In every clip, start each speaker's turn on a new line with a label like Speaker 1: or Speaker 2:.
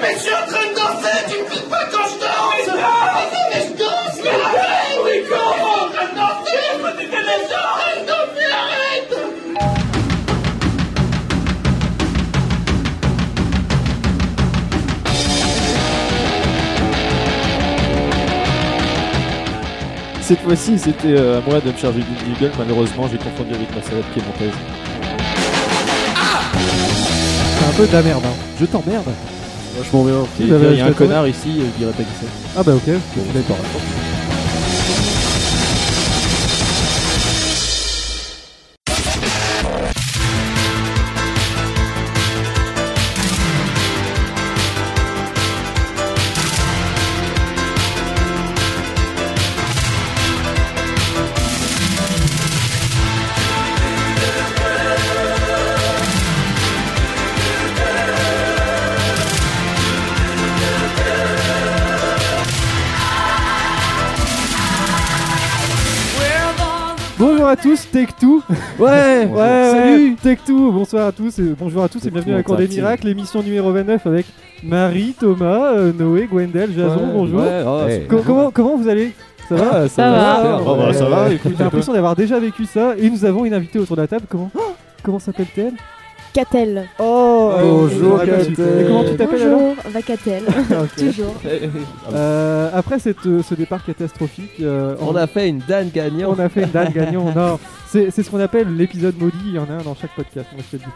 Speaker 1: Mais je suis en train de danser, tu me piques pas quand je danse Mais mais je danse Mais arrête Mais comment Je suis en train de danser Mais je suis en train de danser, arrête
Speaker 2: Cette fois-ci, c'était euh, à moi de me charger du jingle. Malheureusement, j'ai confondu avec ma salade piémontaise.
Speaker 3: C'est un peu de la merde. hein. Je t'emmerde.
Speaker 2: Franchement, bien.
Speaker 3: Si,
Speaker 2: Il
Speaker 3: bah, bah,
Speaker 2: y
Speaker 3: je
Speaker 2: a un
Speaker 3: vais
Speaker 2: hein, connard ici, il dirait pas qui c'est.
Speaker 3: Ah bah ok, je suis d'accord. Bonjour à tous, Take Two.
Speaker 2: Ouais,
Speaker 3: Ouais, salut. Take Two, bonsoir à tous, et bonjour à tous et
Speaker 2: Take
Speaker 3: bienvenue
Speaker 2: Two
Speaker 3: à la Cour des
Speaker 2: Interactive.
Speaker 3: Miracles, l'émission numéro 29 avec Marie, Thomas, euh, Noé, Gwendel, Jason, bonjour. Eh, Co- comment, comment vous allez Ça va
Speaker 2: ça,
Speaker 4: va.
Speaker 2: va.
Speaker 3: Ah, bah, ça
Speaker 2: va.
Speaker 3: J'ai l'impression d'avoir déjà vécu ça et nous avons une invitée autour de la table. Comment oh, Comment s'appelle-t-elle
Speaker 4: Catel.
Speaker 3: Oh
Speaker 2: Bonjour,
Speaker 3: je l'aurais pas su.
Speaker 2: Catel.
Speaker 3: Et comment tu t'appelles alors
Speaker 4: Bonjour, Vacatel.
Speaker 3: Ah, ok.
Speaker 4: Toujours.
Speaker 3: Euh, Après cette, euh, ce départ catastrophique, euh,
Speaker 5: On a fait une Dan gagnant.
Speaker 3: on a fait une date gagnant. Non, c'est c'est ce qu'on appelle l'épisode maudit. Il y en a un dans chaque podcast. Moi, je te le dis.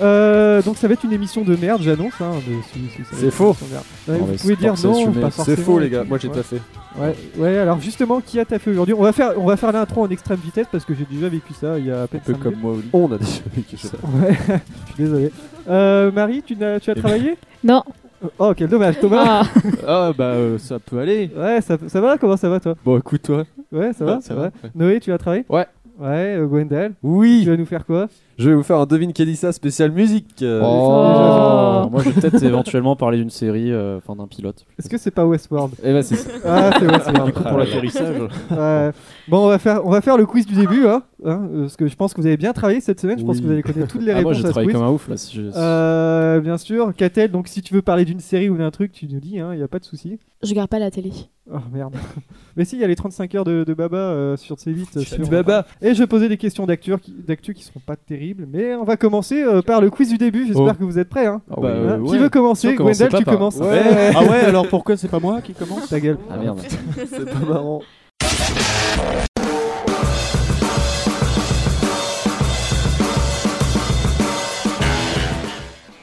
Speaker 3: Euh, donc ça va être une émission de merde, j'annonce. Hein, de- si- si ça va
Speaker 2: C'est
Speaker 3: être une
Speaker 2: faux.
Speaker 3: émission de merde. Ouais, vous pouvez dire non, pas
Speaker 2: C'est
Speaker 3: forcément.
Speaker 2: faux, les gars. Moi, j'ai
Speaker 3: Ouais.
Speaker 2: pas fait.
Speaker 3: Ouais, ouais, alors justement, qui a taffé aujourd'hui On va faire, on va faire l'intro en extrême vitesse parce que j'ai déjà vécu ça il y a à
Speaker 2: Un
Speaker 3: peine
Speaker 2: peu
Speaker 3: cinq
Speaker 2: comme moi, Oli. On a déjà vécu ça.
Speaker 3: minutes. Ouais, je suis désolé. Euh, Marie, tu, n'as- tu as
Speaker 2: Eh
Speaker 3: travaillé
Speaker 4: Non.
Speaker 3: Oh, quel dommage, Thomas.
Speaker 4: Ah,
Speaker 5: Ah bah euh, ça peut aller.
Speaker 3: Ouais, ça, ça va Comment ça va toi
Speaker 2: Bon, écoute-toi.
Speaker 3: Ouais, ça va,
Speaker 2: Ouais,
Speaker 3: ça va. Noé, tu as travaillé
Speaker 2: Ouais.
Speaker 3: Ouais, euh, Gwendal, tu
Speaker 2: Oui,
Speaker 3: vas nous faire quoi
Speaker 2: je vais vous faire un devine Kelissa spécial musique. euh,
Speaker 4: Oh.
Speaker 6: Moi, je vais peut-être éventuellement parler d'une série, euh, enfin d'un pilote.
Speaker 3: Est-ce que c'est pas Westworld
Speaker 2: Eh ben, c'est ça.
Speaker 3: Ah, c'est Westworld.
Speaker 6: Du coup, pour l'atterrissage, euh,
Speaker 3: Ouais. Bon, on va faire, on va faire le quiz du début, hein, hein, euh, parce que je pense que vous avez bien travaillé cette semaine. Je pense
Speaker 2: Oui.
Speaker 3: que vous allez connaître toutes les
Speaker 6: ah, moi,
Speaker 3: réponses
Speaker 6: je
Speaker 3: à ce
Speaker 6: travaille
Speaker 3: quiz.
Speaker 6: comme un ouf là. Si je...
Speaker 3: Euh, bien sûr, Catel. Donc, si tu veux parler d'une série ou d'un truc, tu nous dis. Il n'y a pas de souci.
Speaker 4: je regarde pas la télé.
Speaker 3: Oh merde. Mais si, il y a les 35 heures de, de Baba euh, sur C8. euh, sur-
Speaker 5: Baba.
Speaker 3: Et je posais des questions d'actu qui, d'actu qui seront pas terribles. Mais on va commencer euh, par le quiz du début. J'espère
Speaker 5: Oh.
Speaker 3: que vous êtes prêts. Hein.
Speaker 2: Ah,
Speaker 5: Bah,
Speaker 2: ouais.
Speaker 5: Euh,
Speaker 3: Hein,
Speaker 5: ouais.
Speaker 3: Qui veut commencer
Speaker 6: Sûr, commencez
Speaker 3: Gwendal,
Speaker 6: pas
Speaker 3: tu
Speaker 6: par-
Speaker 3: commences.
Speaker 2: Ouais.
Speaker 5: Ah ouais, alors pourquoi c'est pas moi qui commence
Speaker 3: Ta gueule.
Speaker 6: Ah merde.
Speaker 2: C'est pas marrant.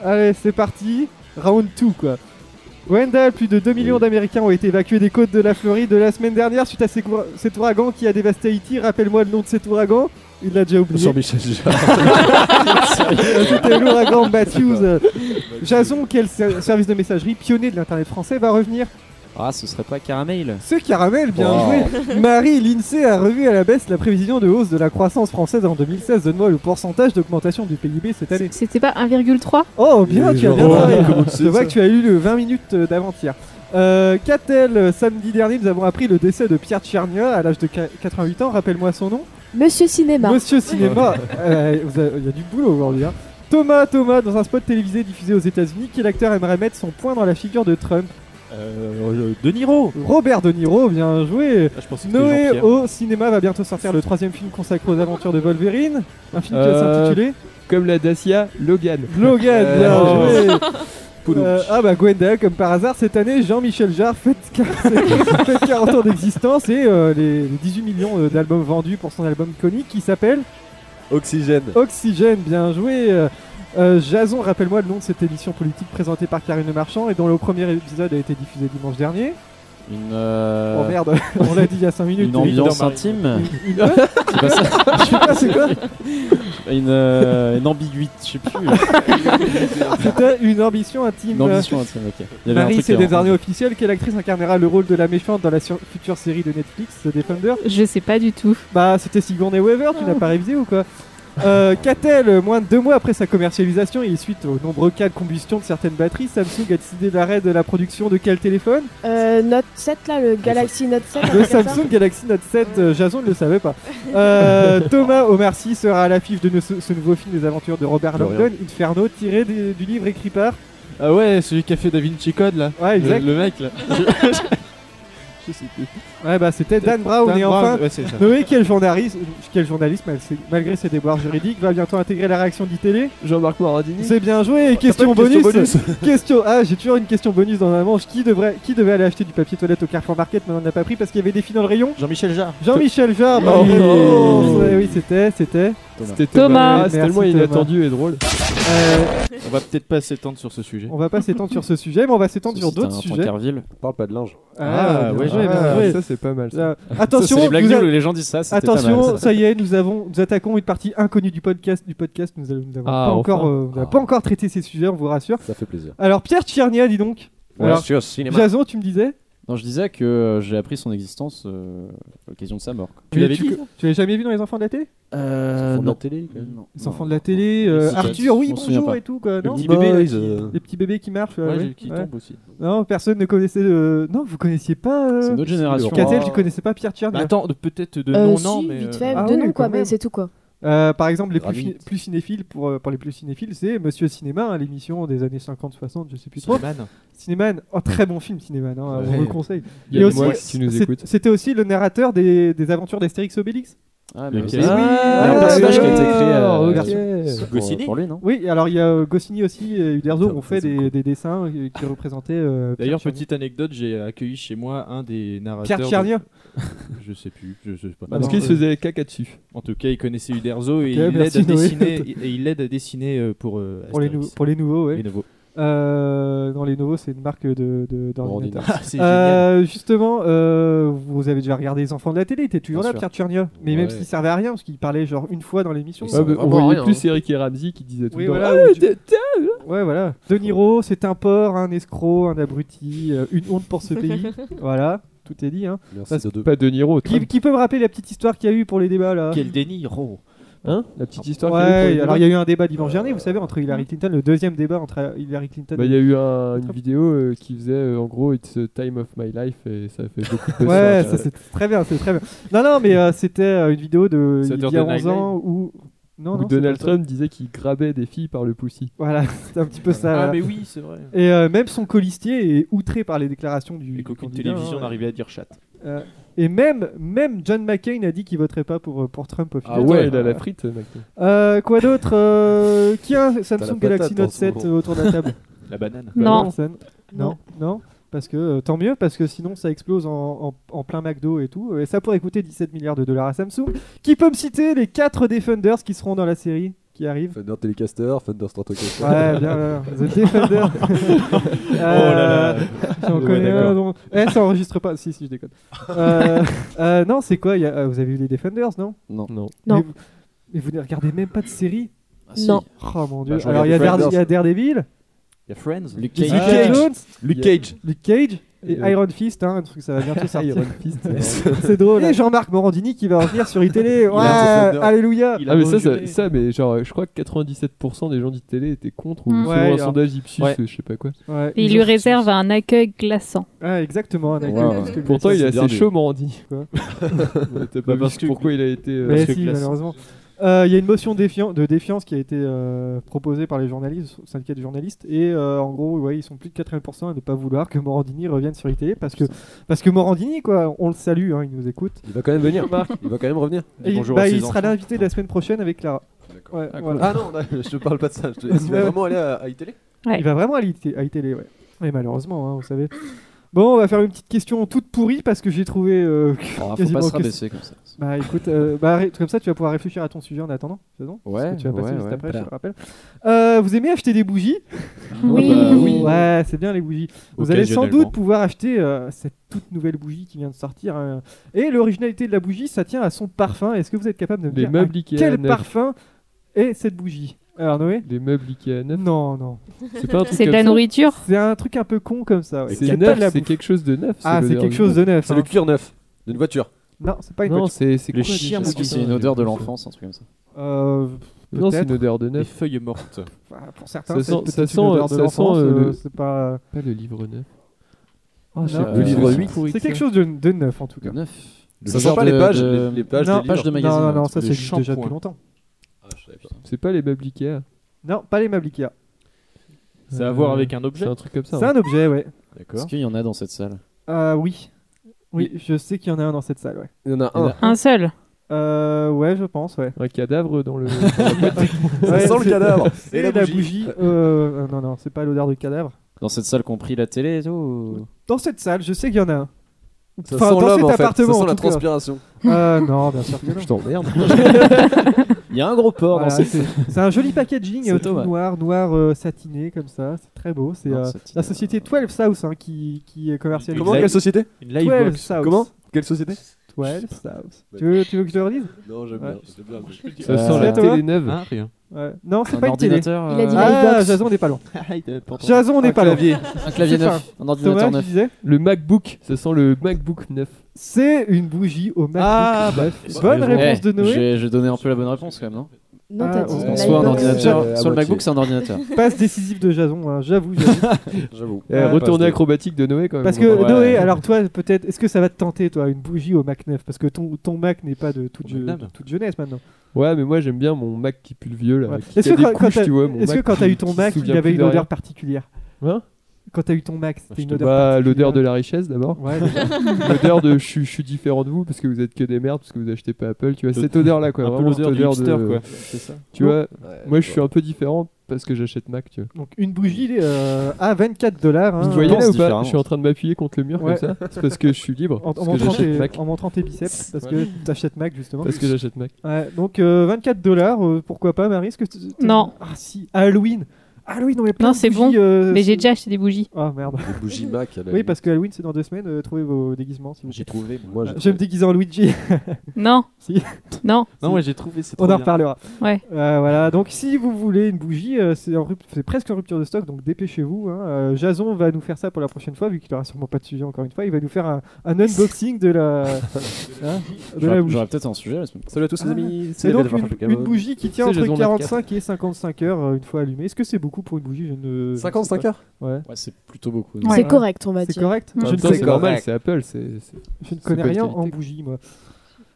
Speaker 3: Allez, c'est parti. Round 2, quoi. Wendell, plus de 2 millions d'Américains ont été évacués des côtes de la Floride la semaine dernière suite à ces cour- cet ouragan qui a dévasté Haïti. Rappelle-moi le nom de cet ouragan. Il l'a déjà oublié.
Speaker 2: Jean-Michel Jarre.
Speaker 3: C'était l'ouragan Matthews. Jason, quel ser- service de messagerie pionnier de l'internet français, va revenir
Speaker 6: Ah, ce serait pas Caramel. Oh,
Speaker 3: Ce caramel, bien
Speaker 2: Wow.
Speaker 3: joué Marie, l'INSEE a revu à la baisse la prévision de hausse de la croissance française en 2016. Donne-moi le pourcentage d'augmentation du PIB cette année.
Speaker 4: C'était pas 1,3
Speaker 3: Oh, bien, tu as bien
Speaker 2: Oh,
Speaker 3: travaillé.
Speaker 2: comment tu sais
Speaker 3: Je vois
Speaker 2: ça
Speaker 3: que tu as eu le 20 minutes euh, d'avant-hier. Euh, Qu'a-t-elle euh, samedi dernier, nous avons appris le décès de Pierre Tchernia à l'âge de qua- 88 ans. Rappelle-moi son nom.
Speaker 4: Monsieur Cinéma.
Speaker 3: Monsieur Cinéma. Euh, vous avez- Il y a du boulot aujourd'hui. hein. Thomas, Thomas, dans un spot télévisé diffusé aux États-Unis, quel acteur aimerait mettre son poing dans la figure de Trump
Speaker 5: euh, De Niro.
Speaker 3: Robert De Niro, bien joué.
Speaker 5: Ah, je pensais que c'était
Speaker 3: Noé
Speaker 5: Jean-Pierre.
Speaker 3: au cinéma va bientôt sortir le troisième film consacré aux aventures de Wolverine. Un film qui va
Speaker 5: Euh,
Speaker 3: s'intituler
Speaker 5: Comme la Dacia, Logan.
Speaker 3: Logan.
Speaker 5: Euh,
Speaker 3: Bien joué.
Speaker 5: Poudou.
Speaker 3: Euh, ah bah Gwenda, comme par hasard, cette année, Jean-Michel Jarre fête 40, fête 40 ans d'existence et euh, les, les 18 millions euh, d'albums vendus pour son album conique qui s'appelle
Speaker 2: Oxygène.
Speaker 3: Oxygène, bien joué euh, euh, Jason, rappelle-moi le nom de cette émission politique présentée par Karine Marchand et dont le premier épisode a été diffusé dimanche dernier.
Speaker 6: Une.
Speaker 3: Oh
Speaker 6: euh,
Speaker 3: merde, on l'a dit il y a 5 minutes.
Speaker 6: Une ambiance intime.
Speaker 3: Une- une- Je sais pas, c'est quoi
Speaker 6: Une, euh, une ambiguïté, je sais plus.
Speaker 3: C'était une ambition intime.
Speaker 6: Une ambition intime, ok. Il y avait un
Speaker 3: Marie,
Speaker 6: truc
Speaker 3: c'est
Speaker 6: qui-
Speaker 3: des derniers officiels. Quelle actrice incarnera le rôle de la méchante dans la sur- future série de Netflix, The Defender
Speaker 4: Je sais pas du tout. Oh.
Speaker 3: Bah, c'était Sigourney Weaver, tu n'as pas révisé ou quoi Euh, Qu'a-t-elle euh, moins de deux mois après sa commercialisation et suite aux nombreux cas de combustion de certaines batteries, Samsung a décidé l'arrêt de la production de quel téléphone
Speaker 4: Euh, Note 7, là, le Galaxy Note 7. un
Speaker 3: Le
Speaker 4: truc comme ça.
Speaker 3: Samsung Galaxy Note 7, euh, Jason ne le savait pas. Euh, Thomas O'Marcy sera à l'affiche de nos- ce nouveau film des aventures de Robert
Speaker 6: De rien.
Speaker 3: Langdon, Inferno, tiré des- du livre écrit par.
Speaker 6: Ah ouais, celui qui a fait Da Vinci Code là.
Speaker 3: Ouais,
Speaker 6: Le,
Speaker 3: exact.
Speaker 6: le mec là. Je sais plus.
Speaker 3: Ouais, bah c'était Dan Brown.
Speaker 6: Dan
Speaker 3: et enfin,
Speaker 6: Brown, Ouais, c'est ça.
Speaker 3: Noé, quel journaliste, quel journaliste mal- malgré ses déboires juridiques, va bientôt intégrer la réaction d'ITélé
Speaker 5: Jean-Marc Morandini.
Speaker 3: C'est bien joué. Et question
Speaker 6: pas une
Speaker 3: bonus.
Speaker 6: question
Speaker 3: Question. Ah, j'ai toujours une question bonus dans ma manche. Qui devrait, qui devait aller acheter du papier toilette au Carrefour Market mais on n'a pas pris parce qu'il y avait des filles dans le rayon
Speaker 6: Jean-Michel Jarre.
Speaker 3: Jean-Michel Jarre.
Speaker 5: Oh.
Speaker 3: bonne réponse. Ouais, oui, c'était, c'était.
Speaker 5: C'était
Speaker 3: Thomas.
Speaker 5: Thomas. C'est tellement
Speaker 3: Merci,
Speaker 5: inattendu et drôle.
Speaker 3: Euh,
Speaker 6: On va peut-être pas s'étendre sur ce sujet.
Speaker 3: on va pas s'étendre sur ce sujet, mais on va s'étendre
Speaker 6: C'est
Speaker 3: sur d'autres
Speaker 6: un
Speaker 3: sujets.
Speaker 6: Tancarville.
Speaker 7: Parle pas de linge.
Speaker 3: Ah, bien
Speaker 6: ouais,
Speaker 3: joué, bien
Speaker 5: Ah,
Speaker 3: joué.
Speaker 5: Ça, c'est pas mal. ça.
Speaker 3: Euh, Attention,
Speaker 6: Ça, c'est les blagues
Speaker 3: vous a-
Speaker 6: nulles, les gens disent ça. c'était pas mal,
Speaker 3: Attention,
Speaker 6: ça.
Speaker 3: ça y est, nous avons, nous attaquons une partie inconnue du podcast. Du podcast, nous n'avons pas
Speaker 5: Ah, enfin.
Speaker 3: encore, euh, nous n'avons pas encore traité ces sujets, on vous rassure.
Speaker 7: Ça fait plaisir.
Speaker 3: Alors Pierre Tchernia, dis donc. Alors,
Speaker 7: sur cinéma.
Speaker 3: Jason, tu me disais.
Speaker 6: Non, je disais que euh, j'ai appris son existence euh, à l'occasion de sa mort. quoi.
Speaker 3: Tu l'avais dit Tu l'as jamais vu dans les enfants de la télé
Speaker 6: Euh.
Speaker 7: Font de la
Speaker 6: Non.
Speaker 7: télé, quand même.
Speaker 6: Non.
Speaker 3: Les enfants de la télé, euh,
Speaker 6: c'est ça,
Speaker 3: Arthur, oui,
Speaker 6: on se souvient
Speaker 3: bonjour
Speaker 6: pas.
Speaker 3: et tout quoi.
Speaker 6: Le
Speaker 3: non
Speaker 6: petit bébé, là,
Speaker 7: Boys,
Speaker 6: qui-
Speaker 7: euh,
Speaker 3: Les petits bébés qui marchent. euh,
Speaker 6: Ouais,
Speaker 3: ouais,
Speaker 6: qui
Speaker 3: ouais.
Speaker 6: tombe aussi.
Speaker 3: Non, personne ne connaissait. euh, Non, vous connaissiez pas.
Speaker 6: C'est
Speaker 3: Euh...
Speaker 6: notre génération.
Speaker 3: Catel, tu connaissais pas Pierre
Speaker 5: Bah,
Speaker 3: Tchernia
Speaker 5: attends, de- peut-être de
Speaker 4: Euh,
Speaker 5: non,
Speaker 4: si,
Speaker 5: non, mais.
Speaker 4: vite
Speaker 5: euh,
Speaker 4: fait,
Speaker 3: ah
Speaker 4: de
Speaker 3: oui,
Speaker 4: nom,
Speaker 3: quand
Speaker 4: quoi,
Speaker 3: même.
Speaker 4: mais c'est tout, quoi.
Speaker 3: Euh, par exemple, les plus,
Speaker 7: Gravite.
Speaker 3: fi- plus cinéphiles, pour, euh, pour les plus cinéphiles, c'est Monsieur Cinéma, hein, l'émission des années 50-60, je sais plus trop.
Speaker 5: Cinéman.
Speaker 3: Cinéman, oh, très bon film, Cinéman, hein, on
Speaker 5: Ouais.
Speaker 3: vous le conseille.
Speaker 5: Il y a
Speaker 3: Et
Speaker 5: des mois,
Speaker 3: aussi,
Speaker 5: si tu nous
Speaker 3: c'est-
Speaker 5: écoutes.
Speaker 3: C'était aussi le narrateur des, des aventures d'Astérix Obélix.
Speaker 6: Ah, mais
Speaker 5: Lequel
Speaker 6: oui.
Speaker 5: Ah,
Speaker 6: un personnage qui a été créé
Speaker 5: d'accord,
Speaker 6: euh,
Speaker 5: ok.
Speaker 6: version- pour-
Speaker 7: Goscinny
Speaker 6: pour lui, non
Speaker 3: Oui, alors il y a euh, Goscinny aussi et Uderzo
Speaker 7: Putain,
Speaker 3: ont fait
Speaker 7: c'est
Speaker 3: des,
Speaker 7: cool.
Speaker 3: des dessins euh, qui représentaient. euh, Pierre
Speaker 5: D'ailleurs,
Speaker 3: Tchernia.
Speaker 5: petite anecdote, j'ai accueilli chez moi un des narrateurs.
Speaker 3: Pierre Tchernia.
Speaker 5: de- Je sais plus, je sais pas.
Speaker 3: Bah,
Speaker 5: Parce
Speaker 3: non,
Speaker 5: qu'il
Speaker 3: euh,
Speaker 5: se faisait caca dessus. En tout cas, il connaissait Uderzo et
Speaker 3: Ok,
Speaker 5: il l'aide
Speaker 3: merci,
Speaker 5: à
Speaker 3: Noé.
Speaker 5: dessiner. Et il l'aide à dessiner euh, pour. euh,
Speaker 3: Pour les,
Speaker 5: Astérix.
Speaker 3: nou- pour les nouveaux, ouais.
Speaker 5: Les nouveaux.
Speaker 3: Euh, dans les nouveaux, c'est une marque de- de- d'ordinateur.
Speaker 5: Ah, c'est génial.
Speaker 3: Euh, justement, euh, vous avez déjà regardé les enfants de la télé, il était toujours là,
Speaker 7: Bien sûr.
Speaker 3: Pierre Tchernia. Mais
Speaker 7: Ouais.
Speaker 3: même s'il servait à rien, parce qu'il parlait genre une fois dans l'émission.
Speaker 7: Oui,
Speaker 5: Ouais,
Speaker 7: ça
Speaker 5: bah,
Speaker 7: va
Speaker 5: on
Speaker 7: pas,
Speaker 5: voyait
Speaker 3: hein.
Speaker 7: rien,
Speaker 5: plus Eric et Ramsey qui disaient tout
Speaker 3: Oui,
Speaker 5: le temps,
Speaker 3: voilà,
Speaker 5: Ah,
Speaker 3: où tu-
Speaker 5: t'es- t'es-
Speaker 3: Ouais, voilà. De Niro, c'est un porc, un escroc, un abruti, euh, une honte pour ce pays. voilà, tout est dit. Hein.
Speaker 7: Merci
Speaker 5: Ça,
Speaker 7: de deux.
Speaker 5: Pas De Niro.
Speaker 3: Qui, qui peut me rappeler la petite histoire qu'il y a eu pour les débats là
Speaker 6: Quel déni, Ro.
Speaker 5: Hein La petite histoire. qu'il y a eu pour
Speaker 3: Ouais,
Speaker 5: les
Speaker 3: alors il y
Speaker 5: débats.
Speaker 3: a eu un débat dimanche dernier, vous savez, entre Hillary Clinton, le deuxième débat entre Hillary Clinton
Speaker 5: Bah,
Speaker 3: et-
Speaker 5: il y a eu un- une vidéo euh, qui faisait euh, en gros It's a time of my life et ça fait beaucoup de Euh,
Speaker 3: Ouais,
Speaker 5: ça,
Speaker 3: ça c'est très bien, c'est très bien. Non, non, mais euh, c'était euh, une vidéo de il y
Speaker 5: Saturday
Speaker 3: a
Speaker 5: Night
Speaker 3: 11 ans où. Non,
Speaker 5: Où
Speaker 3: non, c'est
Speaker 5: Donald
Speaker 3: pas ça.
Speaker 5: Trump disait qu'il grabait des filles par le pussy.
Speaker 3: Voilà, c'était un petit peu ça. voilà.
Speaker 6: Ah, oui, c'est vrai.
Speaker 3: Et euh, même son colistier est outré par les déclarations du.
Speaker 6: Et
Speaker 3: du
Speaker 6: qu'aucune
Speaker 3: candidat,
Speaker 6: télévision
Speaker 3: hein.
Speaker 6: n'arrivait à dire chat.
Speaker 3: Euh, et même, même John McCain a dit qu'il voterait pas pour, euh, pour Trump au final.
Speaker 5: Ah ouais, il a la frite, mec.
Speaker 3: Euh, quoi d'autre euh, Qui a un
Speaker 7: T'as la
Speaker 3: Samsung
Speaker 7: patate
Speaker 3: Galaxy
Speaker 7: en
Speaker 3: Note
Speaker 7: ce
Speaker 3: 7
Speaker 7: moment.
Speaker 3: autour de la table
Speaker 6: La banane.
Speaker 3: Bah
Speaker 4: Non.
Speaker 3: Sam. non, non. Parce que euh, tant mieux, parce que sinon ça explose en, en- en plein McDo et tout. Et ça pourrait coûter 17 milliards de dollars à Samsung. Qui peut me citer les 4 Defenders qui seront dans la série qui arrive
Speaker 7: Thunder Telecaster, Thunder Stratocaster.
Speaker 3: Ouais, bien, bien, bien. The Defender. oh
Speaker 6: là là.
Speaker 3: J'en
Speaker 5: Ouais,
Speaker 3: connais un.
Speaker 5: d'accord.
Speaker 3: dont- Eh, ça enregistre pas. Si, si, je déconne. Euh, euh, non, c'est quoi il y a- euh, Vous avez vu les Defenders, non
Speaker 5: Non.
Speaker 4: Non.
Speaker 3: Mais, vous- mais vous ne regardez même pas de série
Speaker 4: Non.
Speaker 3: Oh mon dieu.
Speaker 7: Bah, je
Speaker 3: Alors, il y, a
Speaker 7: regarde
Speaker 3: Dare-
Speaker 7: Defenders.
Speaker 3: il y a Daredevil,
Speaker 6: Il y a Friends. Luke
Speaker 3: Luke
Speaker 5: Ah.
Speaker 3: Jones,
Speaker 7: Luke Cage.
Speaker 3: Luke Cage et
Speaker 5: Euh,
Speaker 3: Iron Fist, hein, un truc, ça va bientôt sortir.
Speaker 5: Iron Fist.
Speaker 3: C'est drôle. Et Jean-Marc Morandini qui va revenir sur iTélé. Ouais,
Speaker 6: Defender.
Speaker 3: alléluia.
Speaker 6: Il a
Speaker 5: Ah mais ça, ça,
Speaker 6: modulé.
Speaker 5: ça, mais genre euh, je crois que 97% des gens du télé étaient contre ou
Speaker 8: Mm.
Speaker 5: selon
Speaker 3: Ouais,
Speaker 5: un
Speaker 3: alors-
Speaker 5: sondage Ipsos
Speaker 6: Ouais.
Speaker 5: euh, je sais pas quoi.
Speaker 3: Ouais,
Speaker 8: Et
Speaker 3: ils
Speaker 8: il lui
Speaker 3: ont-
Speaker 8: réserve un accueil glaçant.
Speaker 3: Ouais, exactement. un accueil
Speaker 7: Wow.
Speaker 3: parce que-
Speaker 5: Pourtant
Speaker 7: ça,
Speaker 5: il est
Speaker 7: c'est bien
Speaker 5: assez
Speaker 7: dit.
Speaker 5: chaud Morandi.
Speaker 3: Quoi
Speaker 5: Ouais, T'as pas
Speaker 6: Bah, parce
Speaker 5: vu
Speaker 6: que-
Speaker 5: pourquoi il a été... euh,
Speaker 3: Mais
Speaker 6: que
Speaker 3: si,
Speaker 6: classe.
Speaker 3: malheureusement. Euh, Il y a une motion défian- de défiance qui a été euh, proposée par les journalistes, le syndicat des journalistes, et euh, en gros, ouais, ils sont plus de 80% à ne pas vouloir que Morandini revienne sur ITélé parce que, parce que Morandini, quoi, on le salue, hein, il nous écoute.
Speaker 7: Il va quand même venir, Marc. Il va quand même revenir.
Speaker 3: Et il-
Speaker 6: bonjour
Speaker 3: bah,
Speaker 6: à ses
Speaker 3: il sera
Speaker 6: enfants.
Speaker 3: l'invité de la semaine prochaine avec Clara. Ouais, voilà.
Speaker 7: Ah non, non, je te parle pas de ça. Je te... Il
Speaker 3: Ouais.
Speaker 7: va vraiment aller à, à iTélé
Speaker 8: Ouais.
Speaker 3: Il va vraiment à l'IT- à ITélé, ouais. Mais malheureusement, hein, vous savez. Bon, on va faire une petite question toute pourrie parce que j'ai trouvé. euh, que-
Speaker 6: Ah, Faut
Speaker 3: quasiment
Speaker 6: pas se
Speaker 3: que-
Speaker 6: rabaisser comme ça.
Speaker 3: Bah écoute, euh, bah, ré- comme ça tu vas pouvoir réfléchir à ton sujet en attendant. c'est bon
Speaker 6: Ouais,
Speaker 3: Parce que tu vas passer
Speaker 6: ouais,
Speaker 3: juste
Speaker 6: ouais. Bah. Ah,
Speaker 3: après, je te le rappelle. Euh, vous aimez acheter des bougies
Speaker 8: Oui.
Speaker 6: bah oui.
Speaker 3: Ouais, c'est bien les bougies. Vous allez sans
Speaker 6: Occasionnellement.
Speaker 3: doute pouvoir acheter euh, cette toute nouvelle bougie qui vient de sortir. hein. Et l'originalité de la bougie, ça tient à son parfum. Est-ce que vous êtes capable de me
Speaker 5: Les
Speaker 3: dire
Speaker 5: meubles
Speaker 3: à
Speaker 5: Ikea
Speaker 3: quel
Speaker 5: neufs.
Speaker 3: parfum est cette bougie Alors Noé
Speaker 5: Les meubles Ikea neufs.
Speaker 3: Non, non.
Speaker 5: C'est pas un truc
Speaker 8: C'est de
Speaker 5: comme
Speaker 8: la
Speaker 5: ça
Speaker 8: nourriture
Speaker 3: C'est un truc un peu con comme ça. ouais.
Speaker 5: C'est
Speaker 3: pas de la
Speaker 5: neuf, c'est
Speaker 3: bouffe.
Speaker 5: quelque chose de neuf.
Speaker 3: Ah, c'est
Speaker 5: l'odeur
Speaker 3: quelque
Speaker 5: du-
Speaker 3: chose de neuf.
Speaker 7: C'est le
Speaker 3: hein.
Speaker 7: cuir neuf d'une voiture.
Speaker 3: Non, c'est pas une
Speaker 5: Non,
Speaker 3: voiture.
Speaker 5: c'est c'est
Speaker 6: Le
Speaker 5: quoi, déjà,
Speaker 6: chien, parce que
Speaker 5: ce
Speaker 6: c'est une
Speaker 5: truc
Speaker 6: odeur de l'enfance, un truc comme ça.
Speaker 3: Euh,
Speaker 5: Non, c'est
Speaker 3: Peut-être.
Speaker 5: une odeur de
Speaker 9: Les
Speaker 5: neuf.
Speaker 9: feuilles mortes.
Speaker 3: bah, pour certains,
Speaker 5: Ça
Speaker 3: c'est
Speaker 5: sent-
Speaker 3: peut-être
Speaker 5: ça
Speaker 3: une
Speaker 5: sent,
Speaker 3: odeur
Speaker 5: euh,
Speaker 3: de
Speaker 5: ça
Speaker 3: l'enfance,
Speaker 5: sent, euh,
Speaker 3: euh, c'est pas...
Speaker 5: Pas le livre neuf.
Speaker 3: Oh, je sais
Speaker 6: Non,
Speaker 3: pas.
Speaker 6: le livre
Speaker 3: C'est-
Speaker 6: 8.
Speaker 3: C'est quelque chose de, de neuf en tout cas.
Speaker 6: Le 9.
Speaker 7: Ça sent pas les pages, les, les pages
Speaker 3: Non,
Speaker 7: des
Speaker 6: page
Speaker 7: livres.
Speaker 6: de magazine.
Speaker 3: non, non, non, ça
Speaker 9: les
Speaker 3: c'est déjà
Speaker 9: shampoings.
Speaker 3: depuis longtemps.
Speaker 5: C'est pas les meubles Ikea.
Speaker 3: Non, pas les meubles Ikea.
Speaker 9: C'est à voir avec un
Speaker 5: C'est
Speaker 9: objet.
Speaker 5: un truc comme ça.
Speaker 3: C'est un objet, ouais.
Speaker 6: Est-ce
Speaker 7: D'accord.
Speaker 6: qu'il y en a dans cette salle
Speaker 3: Euh, oui. Oui, je sais qu'il y en a un dans cette salle, ouais.
Speaker 7: Il y en a
Speaker 6: Il y en
Speaker 7: un.
Speaker 6: a-
Speaker 8: Un seul.
Speaker 3: Euh, ouais, je pense, ouais.
Speaker 5: Un cadavre dans le. dans la boîte.
Speaker 3: Ouais,
Speaker 7: Ça sent
Speaker 3: c'est-
Speaker 7: le cadavre.
Speaker 3: Et la bougie. euh, euh, non, non, c'est pas l'odeur de cadavre.
Speaker 6: Dans cette salle compris la télé et tout ou-
Speaker 3: Dans cette salle, je sais qu'il y en a un.
Speaker 7: Ça
Speaker 3: Enfin,
Speaker 7: sent
Speaker 3: dans
Speaker 7: l'homme
Speaker 3: cet
Speaker 7: en fait. Ça
Speaker 3: appartement, en
Speaker 7: sent la
Speaker 3: tout cas.
Speaker 7: transpiration.
Speaker 3: Euh, non, bien sûr que non.
Speaker 5: Je t'emmerde.
Speaker 6: Il y a un gros porc
Speaker 3: Voilà,
Speaker 6: dans cette
Speaker 3: c'est c'est un joli packaging
Speaker 6: C'est
Speaker 3: euh, tout
Speaker 6: Thomas.
Speaker 3: noir, noir euh, satiné comme ça. C'est très beau. C'est
Speaker 6: dans
Speaker 3: euh,
Speaker 6: cette
Speaker 3: la
Speaker 6: idée.
Speaker 3: société 12 South hein, qui, qui est commercialise.
Speaker 7: Comment
Speaker 9: Une
Speaker 7: Quelle
Speaker 9: live-
Speaker 7: société
Speaker 9: Une
Speaker 3: 12
Speaker 9: livebox.
Speaker 3: South.
Speaker 7: Comment Quelle société
Speaker 3: 12 South. Tu veux, tu veux que je le redise
Speaker 7: Non, j'aime
Speaker 3: Ouais.
Speaker 7: bien. J'aime bien.
Speaker 5: Ça
Speaker 6: Euh,
Speaker 5: sent la
Speaker 3: Thomas
Speaker 5: télé neuve.
Speaker 9: Hein, rien.
Speaker 3: ouais. Non, c'est
Speaker 6: Un
Speaker 3: pas une télé.
Speaker 6: ordinateur,
Speaker 4: Il a dit
Speaker 6: euh,
Speaker 3: Ah,
Speaker 4: Livebox.
Speaker 3: Jason, on n'est pas loin.
Speaker 6: un
Speaker 3: Jason, on n'est pas loin.
Speaker 6: clavier
Speaker 3: c'est
Speaker 6: neuf, un ordinateur
Speaker 3: Thomas, tu
Speaker 6: neuf.
Speaker 3: disais
Speaker 5: Le MacBook. Ça sent le MacBook neuf.
Speaker 3: C'est une bougie au MacBook.
Speaker 9: Ah, bah,
Speaker 5: Neuf.
Speaker 3: Bonne
Speaker 9: raison.
Speaker 3: réponse
Speaker 6: Eh,
Speaker 3: de Noé.
Speaker 6: J'ai j'ai donné un peu la bonne réponse quand même, non
Speaker 4: Non,
Speaker 3: Ah,
Speaker 4: t'as dit.
Speaker 3: ouais.
Speaker 6: En
Speaker 4: Lightbox.
Speaker 6: soit, un
Speaker 7: Euh, à
Speaker 6: ordinateur. Sur le
Speaker 7: moitié.
Speaker 6: MacBook, c'est un ordinateur.
Speaker 3: Passe décisive de Jason, hein, j'avoue. j'avoue. Euh,
Speaker 7: J'avoue.
Speaker 5: Eh, retournée acrobatique de Noé quand même.
Speaker 3: Parce que
Speaker 5: on entend.
Speaker 3: Noé, alors toi, peut-être, est-ce que ça va te tenter, toi, une bougie au Mac 9 Parce que ton, ton Mac n'est pas de toute,
Speaker 9: Au
Speaker 3: je-
Speaker 9: Mac neuf.
Speaker 3: toute jeunesse maintenant.
Speaker 5: Ouais, mais moi j'aime bien mon Mac qui pue le vieux là.
Speaker 3: Ouais.
Speaker 5: qui a des couches,
Speaker 3: t'as-
Speaker 5: tu vois, mon
Speaker 3: est-ce que
Speaker 5: Mac
Speaker 3: quand t'as
Speaker 5: qui-
Speaker 3: eu ton
Speaker 5: qui se
Speaker 3: Mac, il
Speaker 5: souvient
Speaker 3: avait
Speaker 5: plus
Speaker 3: une
Speaker 5: de rien.
Speaker 3: odeur particulière
Speaker 5: Hein Bah,
Speaker 3: Quand t'as eu ton Mac, c'était
Speaker 5: Je
Speaker 3: une
Speaker 5: te
Speaker 3: odeur
Speaker 5: bats
Speaker 3: particulière.
Speaker 5: l'odeur de la richesse d'abord.
Speaker 3: Ouais, déjà.
Speaker 5: l'odeur de je suis- je suis différent de vous parce que vous êtes que des merdes parce que vous achetez pas Apple tu vois cette odeur là quoi
Speaker 9: Un peu
Speaker 5: vraiment cette
Speaker 9: l'odeur du
Speaker 5: odeur
Speaker 9: hipster,
Speaker 5: de
Speaker 9: quoi.
Speaker 5: tu vois moi je suis un peu différent parce que j'achète Mac tu vois
Speaker 3: Donc une bougie euh, à 24 dollars. hein.
Speaker 5: vous voyez là ou pas
Speaker 6: différemment.
Speaker 5: je suis en train de m'appuyer contre le mur
Speaker 3: Ouais.
Speaker 5: comme ça c'est parce que je suis libre
Speaker 3: En, en
Speaker 5: parce que
Speaker 3: montrant
Speaker 5: j'achète Mac
Speaker 3: tes, en montrant tes biceps, parce que t'achètes Mac justement.
Speaker 5: parce que j'achète Mac
Speaker 3: Ouais, donc euh, 24 dollars, euh, pourquoi pas, Marie est-ce que tu- tu-
Speaker 8: Non.
Speaker 3: Ah si, Halloween. Halloween, on est plein
Speaker 8: Non,
Speaker 3: de
Speaker 8: c'est
Speaker 3: bougies, euh,
Speaker 8: Mais j'ai
Speaker 3: c'est-
Speaker 8: déjà acheté des bougies.
Speaker 3: Ah merde.
Speaker 7: Des bougies Mac. à la
Speaker 3: Oui,
Speaker 7: limite.
Speaker 3: parce que Halloween, c'est dans deux semaines. euh, trouvez vos déguisements. Si vous...
Speaker 6: J'ai trouvé.
Speaker 7: Moi, j'ai-
Speaker 3: Je vais me déguiser en Luigi.
Speaker 8: Non.
Speaker 3: Si.
Speaker 8: Non.
Speaker 9: Non, ouais, j'ai trouvé. C'est trop
Speaker 3: on en
Speaker 9: bien.
Speaker 3: reparlera.
Speaker 8: Ouais.
Speaker 3: Euh, voilà. Donc si vous voulez une bougie, euh, c'est en rup- c'est presque en rupture de stock, donc dépêchez-vous. hein. Euh, Jason va nous faire ça pour la prochaine fois, vu qu'il aura sûrement pas de sujet encore une fois. Il va nous faire un, un unboxing de la, hein, de la
Speaker 6: J'aurais
Speaker 3: bougie.
Speaker 6: j'aurais peut-être un sujet la semaine
Speaker 7: Salut à tous les
Speaker 3: Ah.
Speaker 7: amis.
Speaker 3: Et
Speaker 7: C'est
Speaker 3: donc
Speaker 7: Belle Varge
Speaker 3: une,
Speaker 7: de
Speaker 3: une
Speaker 7: Garonne.
Speaker 3: bougie qui tient
Speaker 5: C'est
Speaker 3: entre
Speaker 5: Jason
Speaker 3: 45 et 55 heures euh, une fois allumée. Est-ce que c'est beaucoup pour une bougie Je ne.
Speaker 7: 55 heures
Speaker 3: Ouais.
Speaker 6: Ouais, c'est plutôt beaucoup.
Speaker 8: Ouais.
Speaker 4: C'est correct, on va
Speaker 3: C'est
Speaker 4: dire.
Speaker 3: correct.
Speaker 8: Mm.
Speaker 3: Je
Speaker 5: En
Speaker 3: ne,
Speaker 5: même temps,
Speaker 3: sais,
Speaker 5: c'est normal
Speaker 7: correct.
Speaker 5: c'est Apple c'est c'est-
Speaker 3: je ne
Speaker 5: c'est
Speaker 3: connais
Speaker 5: bonne
Speaker 3: rien en
Speaker 5: qualité.
Speaker 3: bougie moi.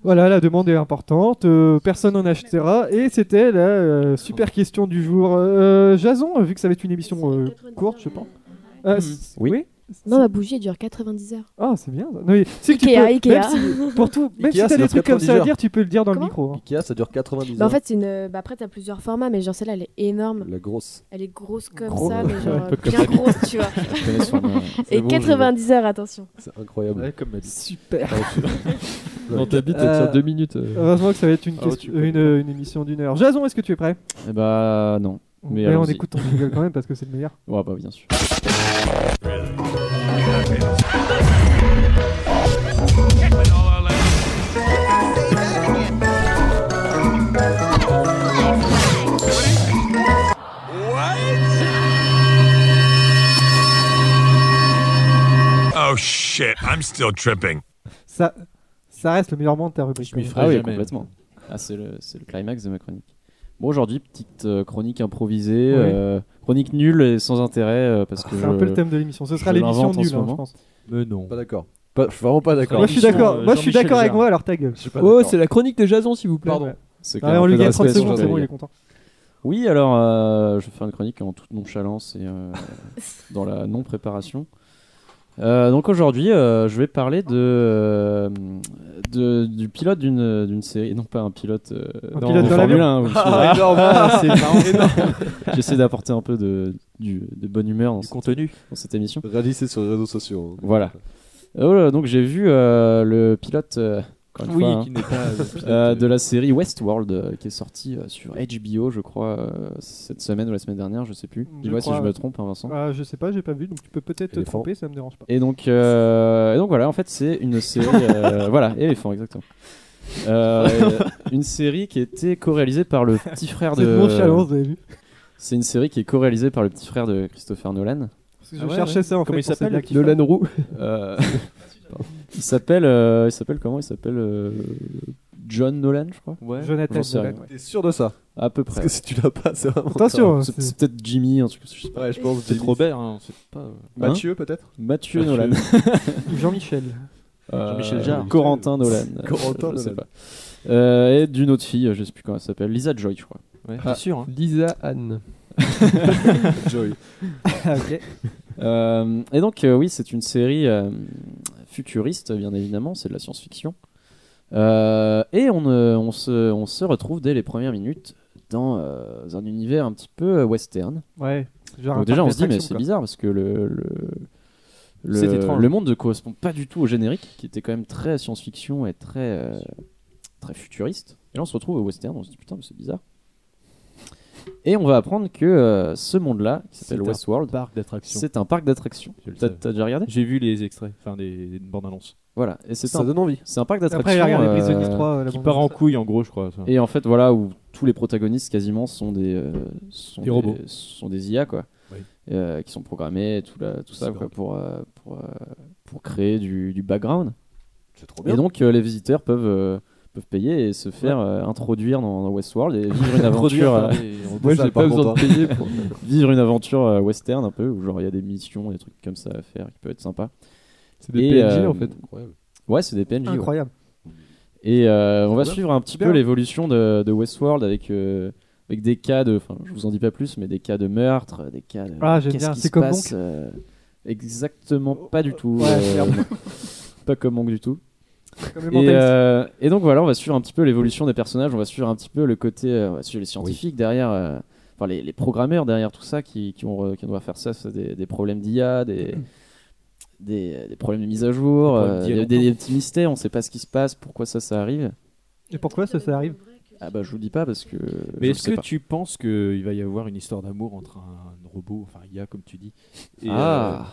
Speaker 3: Voilà, la demande est importante. euh, personne n'en achètera. Et c'était la euh, super question du jour. Euh, Jason, vu que ça va être une émission euh, courte, je pense. Euh, c-
Speaker 6: Hmm. Oui.
Speaker 4: Non, la bougie, elle dure 90 heures.
Speaker 3: Ah, c'est bien. ça. Non, mais c'est que tu
Speaker 4: Ikea,
Speaker 3: peux-
Speaker 4: Ikea.
Speaker 3: Même si, pour tout, même
Speaker 7: Ikea,
Speaker 3: si t'as
Speaker 7: c'est
Speaker 3: des
Speaker 7: notre
Speaker 3: trucs comme ça à
Speaker 7: répondeur.
Speaker 3: dire, tu peux le dire dans
Speaker 4: Comment
Speaker 3: le micro. hein.
Speaker 7: Ikea, ça dure 90
Speaker 4: Bah, en
Speaker 7: heures.
Speaker 4: fait, c'est une. Bah, après, t'as plusieurs formats, mais genre celle-là, elle est énorme.
Speaker 7: La grosse.
Speaker 4: Elle est grosse comme
Speaker 7: Gros.
Speaker 4: ça, mais genre
Speaker 3: Un
Speaker 4: euh, bien grosse, tu vois.
Speaker 6: Je connais ce format.
Speaker 4: Et 90 heures, attention.
Speaker 7: C'est incroyable.
Speaker 9: Ouais, comme ma bite.
Speaker 3: Super.
Speaker 9: Ah,
Speaker 5: dans ta bite elle
Speaker 3: Euh,
Speaker 5: tient deux minutes euh.
Speaker 3: Heureusement que ça va être une,
Speaker 9: Ah ouais,
Speaker 3: question-
Speaker 9: tu peux
Speaker 3: une, euh, une émission d'une heure. Jason, est-ce que tu es prêt
Speaker 6: Eh bah non. Mais
Speaker 3: Ouais, on
Speaker 6: allons-y.
Speaker 3: écoute ton jingle quand même parce que c'est le meilleur.
Speaker 6: Ouais, bah bien sûr.
Speaker 10: Oh shit, I'm still tripping.
Speaker 3: Ça, ça reste le meilleur moment de ta rubrique.
Speaker 9: Je m'y
Speaker 3: quand
Speaker 9: ferai
Speaker 6: Ah oui,
Speaker 9: jamais.
Speaker 6: complètement. Ah, c'est le, c'est le climax de ma chronique. Bon, aujourd'hui, petite euh, chronique improvisée,
Speaker 3: Ouais.
Speaker 6: euh, chronique nulle et sans intérêt, euh, parce que
Speaker 3: même. Ah, C'est
Speaker 6: je-
Speaker 3: un peu le thème de l'émission. Ce sera
Speaker 6: je
Speaker 3: l'émission
Speaker 6: l'invente en
Speaker 3: nulle,
Speaker 6: ce
Speaker 3: hein, je
Speaker 6: moment.
Speaker 3: pense.
Speaker 9: Mais non.
Speaker 7: Pas d'accord. Pas- Je suis vraiment pas d'accord.
Speaker 3: Moi, je suis
Speaker 9: Jean-Michel
Speaker 3: d'accord. Moi, je suis d'accord avec
Speaker 9: Jarre.
Speaker 3: moi. Alors ta gueule.
Speaker 7: Je suis pas
Speaker 5: oh
Speaker 7: d'accord.
Speaker 5: c'est la chronique de Jason s'il vous plaît
Speaker 3: Pardon.
Speaker 6: c'est
Speaker 3: Ah,
Speaker 6: clair,
Speaker 3: on
Speaker 6: un
Speaker 3: lui
Speaker 6: peu de
Speaker 3: gagne 30
Speaker 6: respect,
Speaker 3: secondes.
Speaker 6: je
Speaker 3: C'est bon, il
Speaker 6: vais dire.
Speaker 3: est content.
Speaker 6: Oui, alors euh, je vais faire une chronique en toute nonchalance et euh, dans la non-préparation. Euh, donc aujourd'hui, euh, je vais parler de, euh, de- du pilote d'une d'une série, non pas un pilote, euh,
Speaker 3: Un
Speaker 6: dans,
Speaker 3: pilote dans
Speaker 6: Formule
Speaker 3: l'avion.
Speaker 6: 1, vous vous
Speaker 7: Ah,
Speaker 6: souvenez.
Speaker 7: énorme.
Speaker 6: c'est marrant. J'essaie d'apporter un peu de, du- de bonne humeur dans,
Speaker 9: Du
Speaker 6: cette-
Speaker 9: contenu.
Speaker 6: dans cette émission.
Speaker 7: Réalisé sur les réseaux sociaux. hein.
Speaker 6: Voilà. Oh là, donc j'ai vu euh, le pilote euh, encore une
Speaker 9: Oui,
Speaker 6: fois, hein,
Speaker 9: qui n'est pas. euh, pilote,
Speaker 6: euh,
Speaker 9: euh,
Speaker 6: de la série Westworld euh, qui est sortie euh, sur HBO, je crois, euh, cette semaine ou la semaine dernière, je sais plus.
Speaker 3: Je
Speaker 6: Dis-moi si
Speaker 3: crois,
Speaker 6: je me
Speaker 3: ouais.
Speaker 6: trompe, hein, Vincent.
Speaker 3: Ah, je sais pas, j'ai pas vu, donc tu peux peut-être te
Speaker 7: Éléphant.
Speaker 3: tromper, ça me dérange pas.
Speaker 6: Et donc, euh, et donc voilà, en fait, c'est une série. euh, voilà, éléphant, exactement. Euh, une série qui était co-réalisée par le petit frère
Speaker 3: C'est de
Speaker 6: de.
Speaker 3: nonchalance, vous avez vu
Speaker 6: C'est une série qui est co-réalisée par le petit frère de Christopher Nolan.
Speaker 3: Parce que
Speaker 9: Ah
Speaker 3: je
Speaker 9: ouais,
Speaker 3: cherchais
Speaker 9: ouais.
Speaker 3: ça en
Speaker 9: Comment
Speaker 3: fait.
Speaker 9: il
Speaker 3: pour
Speaker 9: s'appelle,
Speaker 3: celle-là qui
Speaker 5: Nolan Roux
Speaker 6: Euh, il s'appelle, euh, il s'appelle comment Il s'appelle euh, John Nolan, je crois.
Speaker 9: Ouais.
Speaker 3: Jonathan
Speaker 6: J'en sais rien,
Speaker 3: Nolan,
Speaker 6: ouais.
Speaker 7: T'es sûr de ça
Speaker 6: À peu
Speaker 7: Parce
Speaker 6: près.
Speaker 7: que si tu l'as pas, c'est vraiment.
Speaker 3: Attention, hein,
Speaker 6: C'est
Speaker 3: c'est-
Speaker 6: c'est peut-être Jimmy, un truc. je sais pas.
Speaker 7: Ouais, je pense.
Speaker 9: C'est
Speaker 7: Jimmy.
Speaker 9: Robert, hein, on sait pas.
Speaker 7: Mathieu, peut-être
Speaker 6: Hein? Mathieu
Speaker 9: Mathieu.
Speaker 6: Nolan.
Speaker 3: Ou Jean-Michel.
Speaker 9: Jean-Michel
Speaker 6: Euh,
Speaker 9: Jarre.
Speaker 6: Corentin Nolan.
Speaker 7: Corentin
Speaker 6: Je sais
Speaker 7: Nolan.
Speaker 6: pas. Euh, et d'une autre fille, je sais plus comment elle s'appelle. Lisa Joy, je crois.
Speaker 9: Ouais,
Speaker 5: Ah.
Speaker 9: sûr. Hein.
Speaker 5: Lisa Anne.
Speaker 7: Joey.
Speaker 3: Ah,
Speaker 6: Euh, et donc, euh, oui, c'est une série euh, futuriste, bien évidemment, c'est de la science-fiction. Euh, et on, euh, on, se, on se retrouve dès les premières minutes dans euh, un univers un petit peu euh, western.
Speaker 3: Ouais. Genre un
Speaker 6: Donc déjà,
Speaker 3: parc
Speaker 6: on se dit, mais
Speaker 3: d'attractions,
Speaker 6: c'est
Speaker 3: quoi.
Speaker 6: bizarre parce que le, le, le-
Speaker 9: C'est étrange.
Speaker 6: le monde ne correspond pas du tout au générique, qui était quand même très science-fiction et très, euh, très futuriste. Et là, on se retrouve au western, on se dit, putain, mais c'est bizarre. Et on va apprendre que euh, ce monde-là, qui s'appelle
Speaker 9: C'est un
Speaker 6: Westworld,
Speaker 9: Parc d'attractions.
Speaker 6: c'est un parc d'attractions.
Speaker 9: Je le
Speaker 6: T'as
Speaker 9: savais.
Speaker 6: t'as déjà regardé
Speaker 9: J'ai vu les extraits, enfin des, des bandes annonces.
Speaker 6: Voilà, et c'est
Speaker 7: Ça
Speaker 6: un,
Speaker 7: donne envie.
Speaker 6: c'est un parc
Speaker 3: Après, il
Speaker 6: d'attractions.
Speaker 3: a regardé
Speaker 6: euh,
Speaker 3: Prisoners 3. euh, la
Speaker 9: Qui
Speaker 3: bande
Speaker 9: part en
Speaker 3: annonce.
Speaker 9: couille en gros, je crois. ça.
Speaker 6: Et en fait, voilà, où tous les protagonistes quasiment sont des, euh, sont
Speaker 9: Des robots.
Speaker 6: sont des IA quoi,
Speaker 9: Oui.
Speaker 6: Euh, qui sont programmés, tout, la- tout ça
Speaker 9: Cyborg.
Speaker 6: quoi, pour, euh, pour, euh, pour créer du, du background.
Speaker 7: C'est trop
Speaker 6: Et donc euh, les visiteurs peuvent, euh, peuvent payer et se faire euh, introduire dans, dans Westworld et vivre une aventure, euh,
Speaker 5: Moi, j'ai pas besoin de payer pour.
Speaker 6: vivre une aventure euh, western un peu, où genre il y a des missions, des trucs comme ça à faire qui peut être sympa.
Speaker 5: C'est des
Speaker 6: Et,
Speaker 5: PNJ
Speaker 6: euh,
Speaker 5: en fait.
Speaker 6: Ouais, c'est des PNJ. ouais.
Speaker 3: Incroyable.
Speaker 6: Et euh, on va
Speaker 7: Super.
Speaker 6: suivre un petit
Speaker 7: Super.
Speaker 6: peu l'évolution de, de Westworld avec, euh, avec des cas de. Enfin, je vous en dis pas plus, mais des cas de meurtre, des cas de.
Speaker 3: Ah, j'aime
Speaker 6: qu'est-ce
Speaker 3: bien,
Speaker 6: qui
Speaker 3: c'est
Speaker 6: se
Speaker 3: comme
Speaker 6: passe, euh, Exactement pas du tout.
Speaker 3: Ouais,
Speaker 6: euh,
Speaker 3: merde.
Speaker 6: pas euh, comme Monk du tout.
Speaker 3: Comme le
Speaker 6: Et,
Speaker 3: mentaliste.
Speaker 6: euh, et donc voilà, on va suivre un petit peu l'évolution des personnages, on va suivre un petit peu le côté. euh, on va suivre les scientifiques derrière. euh, Enfin, les, les programmeurs derrière tout ça qui, qui, ont, re- qui doivent faire ça, c'est des, des problèmes d'IA, des, des, des problèmes de mise à jour,
Speaker 9: Des
Speaker 6: euh,
Speaker 9: problèmes d'IA
Speaker 6: des, des- des petits mystères, on sait pas ce qui se passe, pourquoi ça, ça arrive.
Speaker 3: Et pourquoi ça, ça arrive
Speaker 6: Ah bah je vous dis pas parce que.
Speaker 9: Mais
Speaker 6: je
Speaker 9: est-ce
Speaker 6: sais
Speaker 9: que
Speaker 6: pas.
Speaker 9: tu penses qu'il va y avoir une histoire d'amour entre un robot, enfin IA comme tu dis et, euh,
Speaker 6: Ah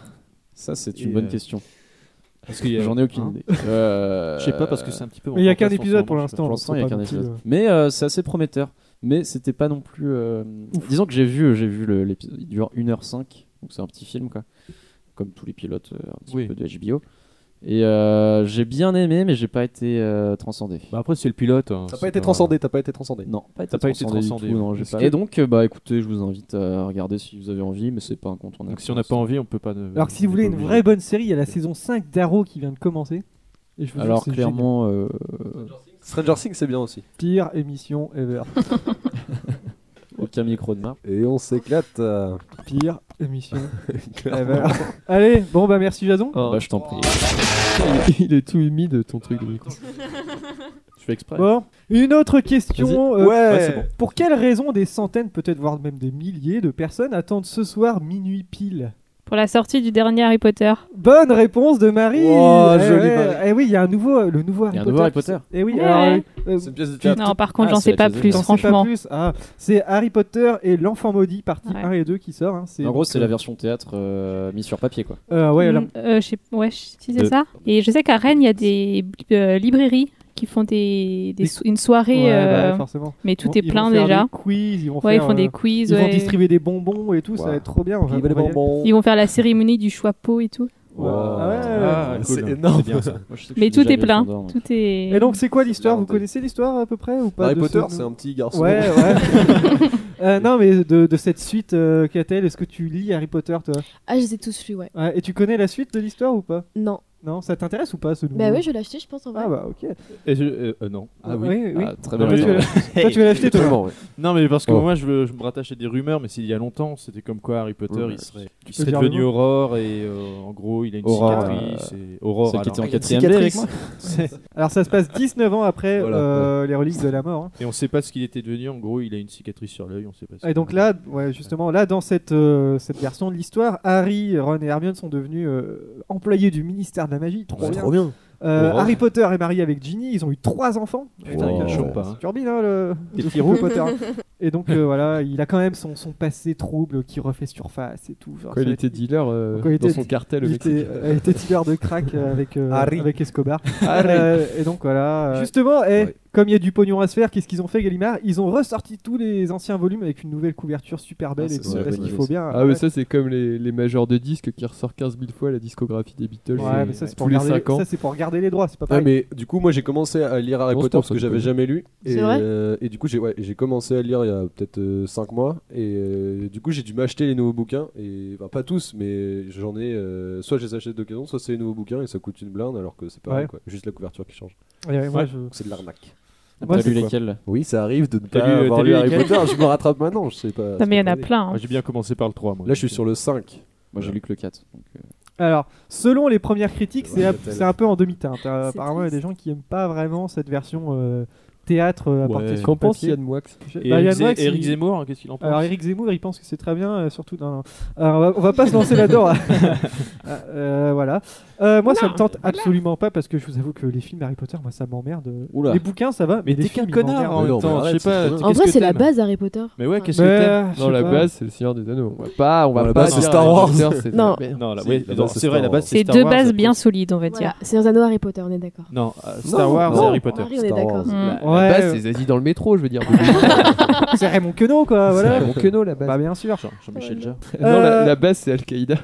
Speaker 6: Ça c'est une
Speaker 9: et,
Speaker 6: bonne
Speaker 9: euh,
Speaker 6: question.
Speaker 9: euh, parce qu'il y a-
Speaker 6: J'en ai aucune
Speaker 9: hein
Speaker 6: idée. Euh,
Speaker 9: Je sais pas parce que c'est un petit peu.
Speaker 3: Mais il y a
Speaker 9: en
Speaker 3: qu'un
Speaker 9: place en ce
Speaker 3: épisode pour
Speaker 9: moment, je sais pas.
Speaker 3: l'instant.
Speaker 6: Pour l'instant il n'y a
Speaker 3: Faut pas
Speaker 6: qu'un
Speaker 3: non plus,
Speaker 6: épisode.
Speaker 3: euh.
Speaker 6: Mais euh, c'est assez prometteur. Mais c'était pas non plus. euh, Disons que j'ai vu, euh, j'ai vu le- l'épisode. Il dure 1h05 donc c'est un petit film quoi. Comme tous les pilotes euh, un petit
Speaker 9: Oui.
Speaker 6: peu de HBO. Et euh, j'ai bien aimé mais j'ai pas été euh, transcendé.
Speaker 9: Bah après c'est le pilote. hein,
Speaker 7: T'as
Speaker 9: c'est
Speaker 7: pas été transcendé, t'as pas été transcendé.
Speaker 6: Non, pas été
Speaker 9: T'as pas été
Speaker 6: transcendé du
Speaker 9: transcendé,
Speaker 6: tout,
Speaker 9: ouais.
Speaker 6: non, j'ai
Speaker 9: Est-ce
Speaker 6: pas-
Speaker 9: que-
Speaker 6: Et donc, euh, bah écoutez, je vous invite à regarder si vous avez envie, mais c'est pas incontournable.
Speaker 9: Donc si on n'a pas envie, on peut pas. ne-
Speaker 3: Alors que si vous
Speaker 9: on est
Speaker 3: voulez
Speaker 9: pas
Speaker 3: une
Speaker 9: obligé.
Speaker 3: vraie bonne série, il y a la saison 5 d'Arrow qui vient de commencer. Et je vous jure,
Speaker 6: Alors
Speaker 3: c'est
Speaker 6: clairement, euh,
Speaker 7: Stranger Things, c'est bien aussi.
Speaker 3: génial. pire émission ever.
Speaker 6: aucun micro de marque.
Speaker 7: Et on s'éclate. euh,
Speaker 3: Pire émission ever.
Speaker 7: clairement.
Speaker 3: Allez, bon bah merci Jason.
Speaker 6: Bah, je t'en prie.
Speaker 5: Il est tout humide ton truc. de micro.
Speaker 9: Je fais exprès.
Speaker 3: Bon, une autre question. euh,
Speaker 9: Ouais,
Speaker 7: Ouais,
Speaker 9: c'est bon.
Speaker 3: Pour quelle raison des centaines, peut-être voire même des milliers de personnes attendent ce soir minuit pile
Speaker 8: Pour la sortie du dernier Harry Potter. Mm,
Speaker 3: Bonne réponse de Marie.
Speaker 7: Wow,
Speaker 3: eh,
Speaker 7: jolie
Speaker 3: ouais,
Speaker 7: Marie.
Speaker 3: eh oui, il y a un nouveau, le nouveau Harry
Speaker 6: Il y a un
Speaker 3: Potter.
Speaker 6: nouveau Harry Potter.
Speaker 3: Et oui,
Speaker 8: Ouais.
Speaker 3: alors, euh,
Speaker 7: C'est une pièce de
Speaker 3: Tu-
Speaker 7: théâtre.
Speaker 8: Non, par contre,
Speaker 6: Ah,
Speaker 8: j'en
Speaker 6: c'est
Speaker 8: sais
Speaker 6: la
Speaker 8: pas
Speaker 6: pièce de
Speaker 8: plus,
Speaker 6: théâtre.
Speaker 3: T'en sais pas
Speaker 8: franchement.
Speaker 3: plus. Ah, c'est Harry Potter et l'enfant maudit, partie
Speaker 8: Ouais.
Speaker 3: 1 et 2 qui sort. hein. C'est-
Speaker 6: En gros, c'est la version théâtre euh, mise sur papier, quoi.
Speaker 3: Euh, ouais, alors,
Speaker 8: Mm, euh, je sais- ouais, je- si c'est
Speaker 6: De-
Speaker 8: ça. Et je sais qu'à Rennes, il y a des euh, librairies qui font des, des
Speaker 3: Des-
Speaker 8: sou- une soirée,
Speaker 3: ouais,
Speaker 8: euh,
Speaker 3: bah, forcément.
Speaker 8: mais tout
Speaker 3: Bon,
Speaker 8: est
Speaker 3: ils vont
Speaker 8: plein
Speaker 3: faire
Speaker 8: déjà.
Speaker 3: Des quiz, ils vont
Speaker 8: Ouais,
Speaker 3: faire,
Speaker 8: ils font des
Speaker 3: euh,
Speaker 8: quiz.
Speaker 3: ils
Speaker 8: ouais.
Speaker 3: vont distribuer des bonbons et tout, ça
Speaker 7: Wow.
Speaker 3: va être trop bien. on va-
Speaker 7: Vive les
Speaker 3: on va y aller.
Speaker 7: bonbons.
Speaker 8: Ils vont faire la cérémonie du chapeau et tout.
Speaker 3: Ouais.
Speaker 7: Wow.
Speaker 3: Ah ouais.
Speaker 9: Ah, cool.
Speaker 7: C'est énorme.
Speaker 9: C'est bien ça.
Speaker 8: Mais tout est plein. Tout est.
Speaker 3: Et donc, c'est quoi l'histoire Vous
Speaker 7: Blindé.
Speaker 3: connaissez l'histoire à peu près ou pas
Speaker 7: Harry
Speaker 3: de ce
Speaker 7: Potter,
Speaker 3: nou-
Speaker 7: c'est un petit garçon.
Speaker 3: Ouais, ouais. Euh, non, mais de, de cette suite, euh, Katel, est-ce que tu lis Harry Potter, toi
Speaker 4: Ah, je les ai tous lus, ouais.
Speaker 3: Ouais, Et tu connais la suite de l'histoire ou pas
Speaker 4: Non.
Speaker 3: Non, ça t'intéresse ou pas ce nouveau
Speaker 4: Bah oui, je l'ai acheté, je pense, en vrai.
Speaker 3: Mmh. Ah bah ok.
Speaker 9: Et je- euh, euh, non.
Speaker 7: Ah oui.
Speaker 3: oui, oui.
Speaker 6: très
Speaker 9: Non,
Speaker 6: bien.
Speaker 3: toi, tu
Speaker 9: oui.
Speaker 3: l'as- toi, tu vas l'acheter toi
Speaker 7: Totalement, ouais.
Speaker 9: Non, mais parce que
Speaker 6: Oh.
Speaker 9: moi, je, veux- je me rattachais des rumeurs, mais c'est il y a longtemps, c'était comme quoi Harry Potter,
Speaker 6: Ouais.
Speaker 9: il serait, il
Speaker 3: peux
Speaker 9: serait
Speaker 3: dire
Speaker 9: devenu
Speaker 3: le
Speaker 9: Aurore et euh, en gros, il a une
Speaker 6: Aurore, euh,
Speaker 9: cicatrice. et- Aurore,
Speaker 6: Celle qui était en
Speaker 9: alors.
Speaker 6: 4ème D avec moi.
Speaker 3: Alors ça se passe 19 ans après
Speaker 7: Voilà,
Speaker 3: euh, les reliques de la mort. hein.
Speaker 9: Et on sait pas ce qu'il était devenu, en gros, il a une cicatrice sur l'œil, on sait pas ce
Speaker 3: Et donc là, ouais, justement, là dans cette euh, cette version de l'histoire, Harry, Ron et Hermione sont devenus euh, employés du ministère de la magie. Trop
Speaker 7: C'est
Speaker 3: bien.
Speaker 7: trop bien.
Speaker 3: Euh,
Speaker 9: Wow.
Speaker 3: Harry Potter est marié avec Ginny. Ils ont eu trois enfants.
Speaker 9: Putain, il
Speaker 7: Wow.
Speaker 9: la chope pas. hein.
Speaker 3: Turbine, hein, le
Speaker 9: Des
Speaker 3: le
Speaker 9: petits roux.
Speaker 3: Harry Potter. Et donc euh, voilà, il a quand même son, son passé trouble qui refait surface et tout. Genre,
Speaker 5: Quand il
Speaker 3: ça-
Speaker 5: était dealer euh,
Speaker 3: Quand il
Speaker 5: dans
Speaker 3: était-
Speaker 5: son cartel au
Speaker 3: il
Speaker 5: Mexique.
Speaker 3: était, euh, il était dealer de crack euh, avec, euh,
Speaker 7: Harry.
Speaker 3: avec Escobar.
Speaker 7: Harry.
Speaker 3: Euh, et donc voilà. euh, Justement, eh,
Speaker 7: Ouais.
Speaker 3: Comme il y a du pognon à se faire, qu'est-ce qu'ils ont fait, Gallimard Ils ont ressorti tous les anciens volumes avec une nouvelle couverture super belle
Speaker 6: Ah,
Speaker 3: et
Speaker 6: ça,
Speaker 3: tout
Speaker 6: c'est
Speaker 3: le
Speaker 6: une
Speaker 3: reste
Speaker 6: bonne
Speaker 3: qu'il
Speaker 6: idée,
Speaker 3: faut
Speaker 6: ça.
Speaker 3: bien. hein.
Speaker 5: Ah, mais ça, c'est comme les, les majors de disques qui ressortent 15 000 fois la discographie des Beatles
Speaker 3: Ouais,
Speaker 5: euh,
Speaker 3: mais ça, c'est pour
Speaker 5: tous les
Speaker 3: garder-
Speaker 5: 5 ans.
Speaker 3: ça, c'est pour regarder les droits, c'est pas
Speaker 7: Ah,
Speaker 3: pareil.
Speaker 7: mais du coup, moi j'ai commencé à lire Harry
Speaker 5: Non, c'est
Speaker 7: Potter
Speaker 5: pour
Speaker 7: parce que
Speaker 5: ça que
Speaker 7: j'avais
Speaker 5: je
Speaker 7: jamais lu.
Speaker 4: C'est
Speaker 7: Et,
Speaker 4: vrai
Speaker 7: euh, et du coup, j'ai ouais, j'ai commencé à lire il y a peut-être 5 mois. Et euh, du coup, j'ai dû m'acheter les nouveaux bouquins. Et bah, pas tous, mais j'en ai. euh, soit je les achète d'occasion, soit c'est les nouveaux bouquins et ça coûte une blinde alors que c'est pas
Speaker 3: Ouais.
Speaker 7: quoi. Juste la couverture qui change.
Speaker 3: Ouais, moi,
Speaker 7: Ouais.
Speaker 3: je-
Speaker 7: Donc, C'est de l'arnaque.
Speaker 3: Moi,
Speaker 6: T'as
Speaker 3: c'est
Speaker 6: lu
Speaker 3: quoi
Speaker 6: lesquels
Speaker 7: Oui, ça arrive de ne
Speaker 9: T'as
Speaker 7: pas
Speaker 9: lu, euh,
Speaker 7: avoir
Speaker 9: t'as
Speaker 7: lu
Speaker 9: lu
Speaker 7: Harry
Speaker 9: lesquels
Speaker 7: Potter. Je me rattrape maintenant. Je sais pas.
Speaker 8: Non, mais il y en a
Speaker 7: c'est pas
Speaker 8: plein.
Speaker 9: Moi,
Speaker 8: hein.
Speaker 9: J'ai bien commencé par le 3, moi.
Speaker 7: Là, je suis sur le 5.
Speaker 6: Moi j'ai lu que le 4. donc, euh,
Speaker 3: Alors, selon les premières critiques,
Speaker 7: C'est
Speaker 3: c'est un,
Speaker 7: vrai,
Speaker 3: c'est un peu en demi-teinte. hein.
Speaker 4: C'est
Speaker 3: Apparemment, il y a
Speaker 4: triste.
Speaker 3: des gens qui aiment pas vraiment cette version euh, théâtre euh, apportée
Speaker 9: Ouais.
Speaker 3: sur
Speaker 5: Qu'en
Speaker 3: le
Speaker 5: pense
Speaker 3: papier.
Speaker 5: Yann Moix
Speaker 3: Bah,
Speaker 9: Et
Speaker 3: Yann
Speaker 9: Eric,
Speaker 3: Moix,
Speaker 9: Zemmour, Eric
Speaker 3: il-
Speaker 9: Zemmour, hein, qu'est-ce qu'il en pense
Speaker 3: Alors Eric Zemmour, il pense que c'est très bien, euh, surtout dans. Alors, on, va, on va pas se lancer là-dedans. hein. Euh, voilà. Euh, moi, ça me tente absolument pas parce que je vous avoue que les films Harry Potter, moi, ça m'emmerde.
Speaker 7: Oula.
Speaker 3: Les bouquins, ça va, mais,
Speaker 9: Mais
Speaker 3: les
Speaker 9: t'es qu'un
Speaker 3: films, ils
Speaker 9: connard
Speaker 3: m'emmerdent.
Speaker 9: en
Speaker 7: Mais non,
Speaker 9: même
Speaker 7: mais
Speaker 9: temps. Je
Speaker 7: arrête,
Speaker 9: sais pas.
Speaker 5: Euh,
Speaker 7: c'est
Speaker 9: qu'est-ce
Speaker 4: En vrai,
Speaker 9: que
Speaker 4: c'est la
Speaker 9: t'aimes
Speaker 4: base Harry Potter.
Speaker 9: Mais ouais,
Speaker 4: Enfin,
Speaker 9: qu'est-ce
Speaker 3: Mais,
Speaker 9: que t'aimes
Speaker 3: euh, je
Speaker 5: Non,
Speaker 3: sais
Speaker 5: la
Speaker 3: pas.
Speaker 5: base, c'est le Seigneur des Anneaux. On va pas, on va
Speaker 7: la
Speaker 5: pas
Speaker 7: base, c'est
Speaker 5: dire
Speaker 7: Star
Speaker 5: Harry
Speaker 7: Wars.
Speaker 5: Potter, c'est de la
Speaker 4: Non.
Speaker 5: merde.
Speaker 9: Non, la-
Speaker 7: Si,
Speaker 9: ouais,
Speaker 7: la
Speaker 9: non,
Speaker 7: base, c'est
Speaker 9: c'est vrai,
Speaker 7: Star
Speaker 9: la base,
Speaker 7: Wars.
Speaker 9: c'est
Speaker 8: C'est
Speaker 9: Star
Speaker 8: deux
Speaker 9: Wars,
Speaker 8: bases
Speaker 9: après,
Speaker 8: bien
Speaker 9: c'est-
Speaker 8: solides, on va dire.
Speaker 4: Voilà, c'est un anneau Harry Potter, on est d'accord.
Speaker 9: Non, euh,
Speaker 7: Non,
Speaker 9: Star Wars,
Speaker 7: non.
Speaker 9: Harry Potter.
Speaker 4: Harry, on est
Speaker 7: Star Wars.
Speaker 4: d'accord.
Speaker 8: Mm.
Speaker 5: La,
Speaker 3: Ouais.
Speaker 5: la base, c'est Zazie dans le métro, je veux dire.
Speaker 3: C'est Raymond Queneau, quoi. Voilà.
Speaker 5: C'est mon queneau, la
Speaker 3: Bah
Speaker 5: base.
Speaker 3: bien sûr.
Speaker 9: Jean- Jean-Michel Jarre.
Speaker 5: Non, la,
Speaker 3: Euh,
Speaker 5: la base, c'est Al-Qaïda.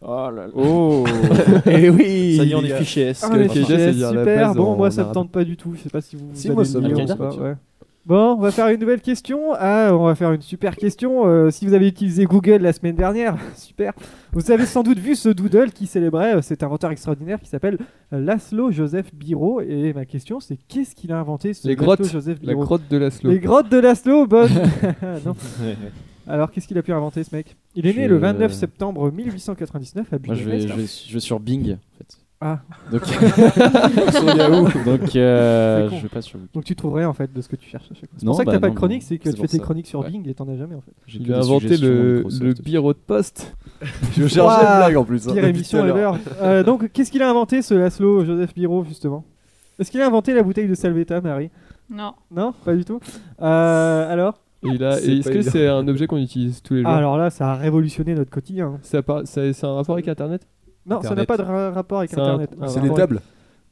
Speaker 6: Oh là là.
Speaker 9: Oh
Speaker 5: Eh
Speaker 7: Et oui
Speaker 9: Ça y est, on est fiché S.
Speaker 3: Ah,
Speaker 5: que
Speaker 3: mais
Speaker 5: déjà,
Speaker 3: c'est
Speaker 5: c'est dire la
Speaker 3: super.
Speaker 5: base
Speaker 3: Bon,
Speaker 5: en-
Speaker 3: moi,
Speaker 5: en
Speaker 3: ça me
Speaker 5: arabe.
Speaker 3: tente pas du tout. Je sais pas si vous.
Speaker 7: Si,
Speaker 3: vous
Speaker 7: moi,
Speaker 3: allez
Speaker 7: ça
Speaker 3: me
Speaker 7: me
Speaker 3: dire ou
Speaker 7: tente.
Speaker 3: pas, ouais. Bon, on va faire une nouvelle question. Ah, on va faire une super question. Euh, si vous avez utilisé Google la semaine dernière, super. Vous avez sans doute vu ce doodle qui célébrait euh, cet inventeur extraordinaire qui s'appelle euh, Laszlo Joseph Biro. Et ma question, c'est qu'est-ce qu'il a inventé ce
Speaker 5: Les
Speaker 3: Laszlo
Speaker 5: grottes.
Speaker 3: Joseph
Speaker 5: La
Speaker 3: Biro
Speaker 5: crotte de Laszlo.
Speaker 3: Les grottes de Laszlo, bonne. Non. Alors, qu'est-ce qu'il a pu inventer, ce mec Il est né
Speaker 6: Je-
Speaker 3: le 29 septembre 1899 à
Speaker 6: Moi je vais,
Speaker 3: Budapest.
Speaker 6: je, vais, je vais sur Bing en fait.
Speaker 3: Ah.
Speaker 6: Donc, Donc euh,
Speaker 3: C'est con.
Speaker 6: je vais pas sur Bing.
Speaker 3: Donc tu trouverais en fait de ce que tu cherches à chaque fois. C'est
Speaker 6: Non,
Speaker 3: pour ça que
Speaker 6: bah
Speaker 3: t'as pas
Speaker 6: non,
Speaker 3: de chronique,
Speaker 6: non.
Speaker 3: c'est que
Speaker 6: C'est
Speaker 3: tu fais
Speaker 6: pour
Speaker 3: tes
Speaker 6: ça.
Speaker 3: chroniques sur Bing et t'en as jamais en fait.
Speaker 6: J'ai que
Speaker 5: Il
Speaker 6: des
Speaker 5: a inventé
Speaker 6: suggestions
Speaker 5: le,
Speaker 6: Microsoft.
Speaker 5: le bureau de poste.
Speaker 7: Je cherchais
Speaker 3: Ouah.
Speaker 7: une blague en plus. hein,
Speaker 3: Pire
Speaker 7: depuis tout
Speaker 3: émission
Speaker 7: à l'heure.
Speaker 3: ever. Euh, donc qu'est-ce qu'il a inventé ce Laszlo Joseph Biro justement Est-ce qu'il a inventé la bouteille de Salvetta, Marie
Speaker 8: Non.
Speaker 3: Non, pas du tout. Euh, alors Ah,
Speaker 5: Et il a-
Speaker 7: C'est
Speaker 5: et Est-ce
Speaker 7: pas
Speaker 5: que
Speaker 7: évident.
Speaker 5: c'est un objet qu'on utilise tous les jours
Speaker 3: Alors là, ça a révolutionné notre quotidien. hein.
Speaker 5: Ça par- ça- C'est un rapport avec Internet
Speaker 3: Non, ça n'a
Speaker 9: Internet.
Speaker 3: pas de ra- rapport avec
Speaker 5: C'est un-
Speaker 3: Internet.
Speaker 5: un
Speaker 7: C'est
Speaker 3: des
Speaker 7: les tables.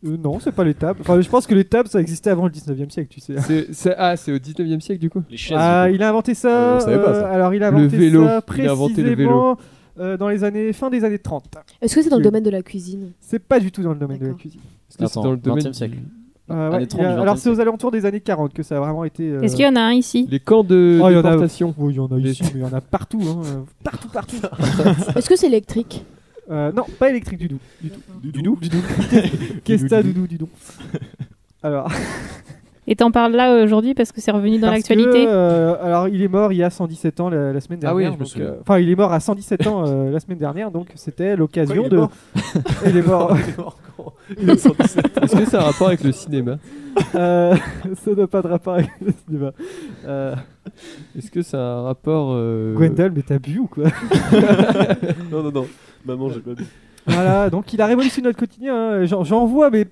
Speaker 3: Non, c'est pas les tables. Enfin, je pense que les tables, ça existait avant le 19e siècle, tu sais.
Speaker 5: C'est- c'est- Ah, c'est au 19 e siècle du coup
Speaker 6: Les chaises.
Speaker 3: Ah, il a inventé ça.
Speaker 7: Euh, on savait pas, ça.
Speaker 3: alors il a
Speaker 5: Le
Speaker 3: inventé
Speaker 5: vélo.
Speaker 3: ça
Speaker 5: Il a
Speaker 3: précisément
Speaker 5: inventé le vélo.
Speaker 3: euh, dans les années fin des années 30.
Speaker 4: Est-ce que c'est dans le
Speaker 3: Tu-
Speaker 4: domaine de la cuisine
Speaker 3: C'est pas du tout dans le domaine de la
Speaker 4: D'accord.
Speaker 3: cuisine.
Speaker 5: Parce que
Speaker 6: Attends,
Speaker 5: c'est dans le
Speaker 6: 20e
Speaker 5: domaine.
Speaker 6: siècle.
Speaker 5: du-
Speaker 3: Euh,
Speaker 6: Années
Speaker 3: ouais,
Speaker 6: 30,
Speaker 3: il a-
Speaker 6: du XXe
Speaker 3: alors c'est aux alentours des années 40 que ça a vraiment été. euh,
Speaker 8: Est-ce qu'il y en a un ici
Speaker 5: Les camps de
Speaker 3: Oh, il y en a-
Speaker 5: déportation.
Speaker 3: Oh, il y en a
Speaker 5: Les-
Speaker 3: ici, mais il y en a partout, hein, euh, partout, partout.
Speaker 4: Est-ce que c'est électrique
Speaker 3: Euh, non, pas électrique du tout, du tout, du tout, du tout. Qu'est-ce que t'as, doudou, du tout Alors,
Speaker 8: Et t'en parles là euh, aujourd'hui parce que c'est revenu dans
Speaker 3: parce
Speaker 8: l'actualité
Speaker 3: que, euh, alors, il est mort il y a 117 ans la, la semaine
Speaker 5: Ah oui,
Speaker 3: dernière.
Speaker 5: je me
Speaker 3: donc,
Speaker 5: souviens.
Speaker 3: euh, Enfin, il est mort à 117 ans euh, la semaine dernière, donc c'était l'occasion
Speaker 7: Quoi, il est
Speaker 3: de.
Speaker 7: mort
Speaker 3: il est mort.
Speaker 7: Il a sorti ça.
Speaker 5: Est-ce que c'est un rapport avec le cinéma
Speaker 3: Euh, ça n'a pas de rapport avec le cinéma. Euh,
Speaker 5: Est-ce que c'est un rapport. euh,
Speaker 3: Gwendal, mais t'as bu ou quoi
Speaker 7: Non, non, non. Maman, j'ai pas vu.
Speaker 3: Voilà, donc il a révolutionné notre quotidien. hein. J'en j'en vois, mais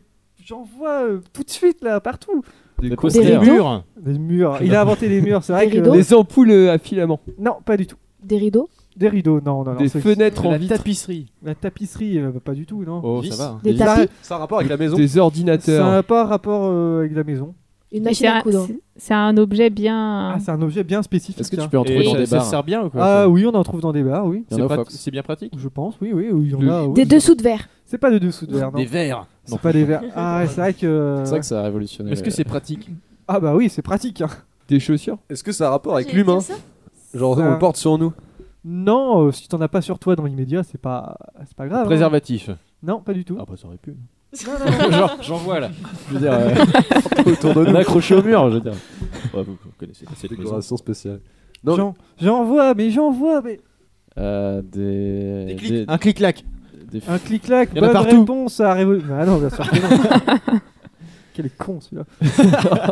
Speaker 3: j'en vois euh, tout de suite là, partout.
Speaker 5: des
Speaker 6: Des
Speaker 5: cons-
Speaker 4: posters.
Speaker 9: Les
Speaker 4: rideaux
Speaker 9: murs.
Speaker 3: Des murs. Il a inventé les murs, c'est vrai
Speaker 4: Des
Speaker 3: que.
Speaker 4: rideaux
Speaker 5: Des ampoules euh, à filament.
Speaker 3: Non, pas du tout.
Speaker 4: Des rideaux
Speaker 3: Des rideaux, non, non, non.
Speaker 5: Des
Speaker 3: ça-
Speaker 5: fenêtres en
Speaker 9: La
Speaker 5: vitre.
Speaker 9: tapisserie.
Speaker 3: La tapisserie, euh, pas du tout, non.
Speaker 9: Oh,
Speaker 6: Vis.
Speaker 9: ça va.
Speaker 4: Des
Speaker 5: Des-
Speaker 4: tapis
Speaker 7: Ça a un rapport avec la maison.
Speaker 5: Des
Speaker 3: Ça
Speaker 5: ordinateurs.
Speaker 3: n'a pas rapport euh, avec la maison.
Speaker 4: Une
Speaker 8: Et
Speaker 4: machine
Speaker 8: c'est
Speaker 4: à
Speaker 8: un-
Speaker 4: coudre
Speaker 8: c'est- C'est un objet bien.
Speaker 3: Ah, c'est un objet bien spécifique. hein.
Speaker 6: Est-ce que tu
Speaker 3: tiens.
Speaker 6: peux en trouver
Speaker 9: Et
Speaker 6: dans
Speaker 9: ça,
Speaker 6: des
Speaker 9: ça
Speaker 6: bars
Speaker 9: sert bien ou quoi
Speaker 3: Ah
Speaker 9: ça
Speaker 3: oui, on en trouve dans des bars, oui.
Speaker 6: Il y
Speaker 9: C'est
Speaker 6: en a
Speaker 9: prat-
Speaker 6: Fox.
Speaker 9: C'est bien pratique.
Speaker 3: Je pense, oui, oui, oui, il y en
Speaker 5: Le-
Speaker 3: a, oui.
Speaker 4: Des dessous de verre
Speaker 3: C'est pas de dessous de verre, non.
Speaker 9: Des verres.
Speaker 3: C'est pas des verres. Ah, ouais, c'est vrai que.
Speaker 6: C'est vrai que ça a révolutionné.
Speaker 9: Est-ce que c'est pratique
Speaker 3: Ah bah oui, c'est pratique. hein.
Speaker 5: Des chaussures.
Speaker 7: Est-ce que ça a un rapport avec l'humain Genre,
Speaker 3: Ça-
Speaker 7: on le porte sur nous.
Speaker 3: Non, euh, si t'en as pas sur toi dans l'immédiat, c'est pas, c'est pas grave. hein.
Speaker 9: Préservatif.
Speaker 3: Non, pas du tout.
Speaker 9: Ah bah ça aurait pu.
Speaker 6: Genre, j'en vois là. Je veux dire, euh,
Speaker 7: Autour de
Speaker 6: on
Speaker 7: nous.
Speaker 6: est accroché au mur, je veux dire.
Speaker 9: Ouais, vous, vous connaissez pas cette maison.
Speaker 7: Décoration spéciale. Non,
Speaker 3: J'en- J'en vois, mais j'en vois, mais.
Speaker 6: Euh, des. Des Des,
Speaker 9: Un clic-clac.
Speaker 6: f-
Speaker 3: Un clic-clac,
Speaker 9: Y en a
Speaker 3: bonne
Speaker 9: partout.
Speaker 3: réponse à révolution. Ah non, bien sûr que non. Quel con celui-là.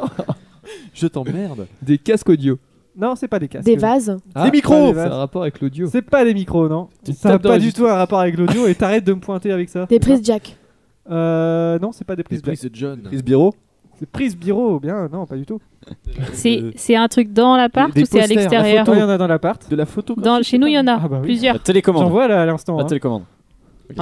Speaker 9: Je t'emmerde.
Speaker 5: Des casques audio.
Speaker 3: Non, c'est pas des casques.
Speaker 4: Des vases
Speaker 5: Ah,
Speaker 9: Des micros.
Speaker 5: C'est un rapport avec l'audio.
Speaker 3: C'est pas des micros, non.
Speaker 5: Tu
Speaker 3: Ça n'a
Speaker 5: tapes dans
Speaker 3: pas
Speaker 5: la
Speaker 3: du
Speaker 5: juste-
Speaker 3: tout un rapport avec l'audio et t'arrêtes de me pointer avec ça.
Speaker 4: Des prises jack
Speaker 3: Euh, non, c'est pas des prises. jack.
Speaker 9: de John.
Speaker 7: prise bureau.
Speaker 3: C'est prise bureau, bien, non, pas du tout. euh,
Speaker 8: C'est c'est un truc dans
Speaker 4: Ah,
Speaker 8: l'appart
Speaker 9: des
Speaker 8: ou c'est à
Speaker 9: posters, la
Speaker 8: l'extérieur
Speaker 3: Attends, il y en a dans l'appart.
Speaker 9: De la photo.
Speaker 8: Dans- Chez nous, il y en a
Speaker 3: Ah bah oui.
Speaker 8: plusieurs.
Speaker 6: La télécommande.
Speaker 3: J'en vois là à l'instant.
Speaker 6: La
Speaker 3: hein.
Speaker 6: télécommande.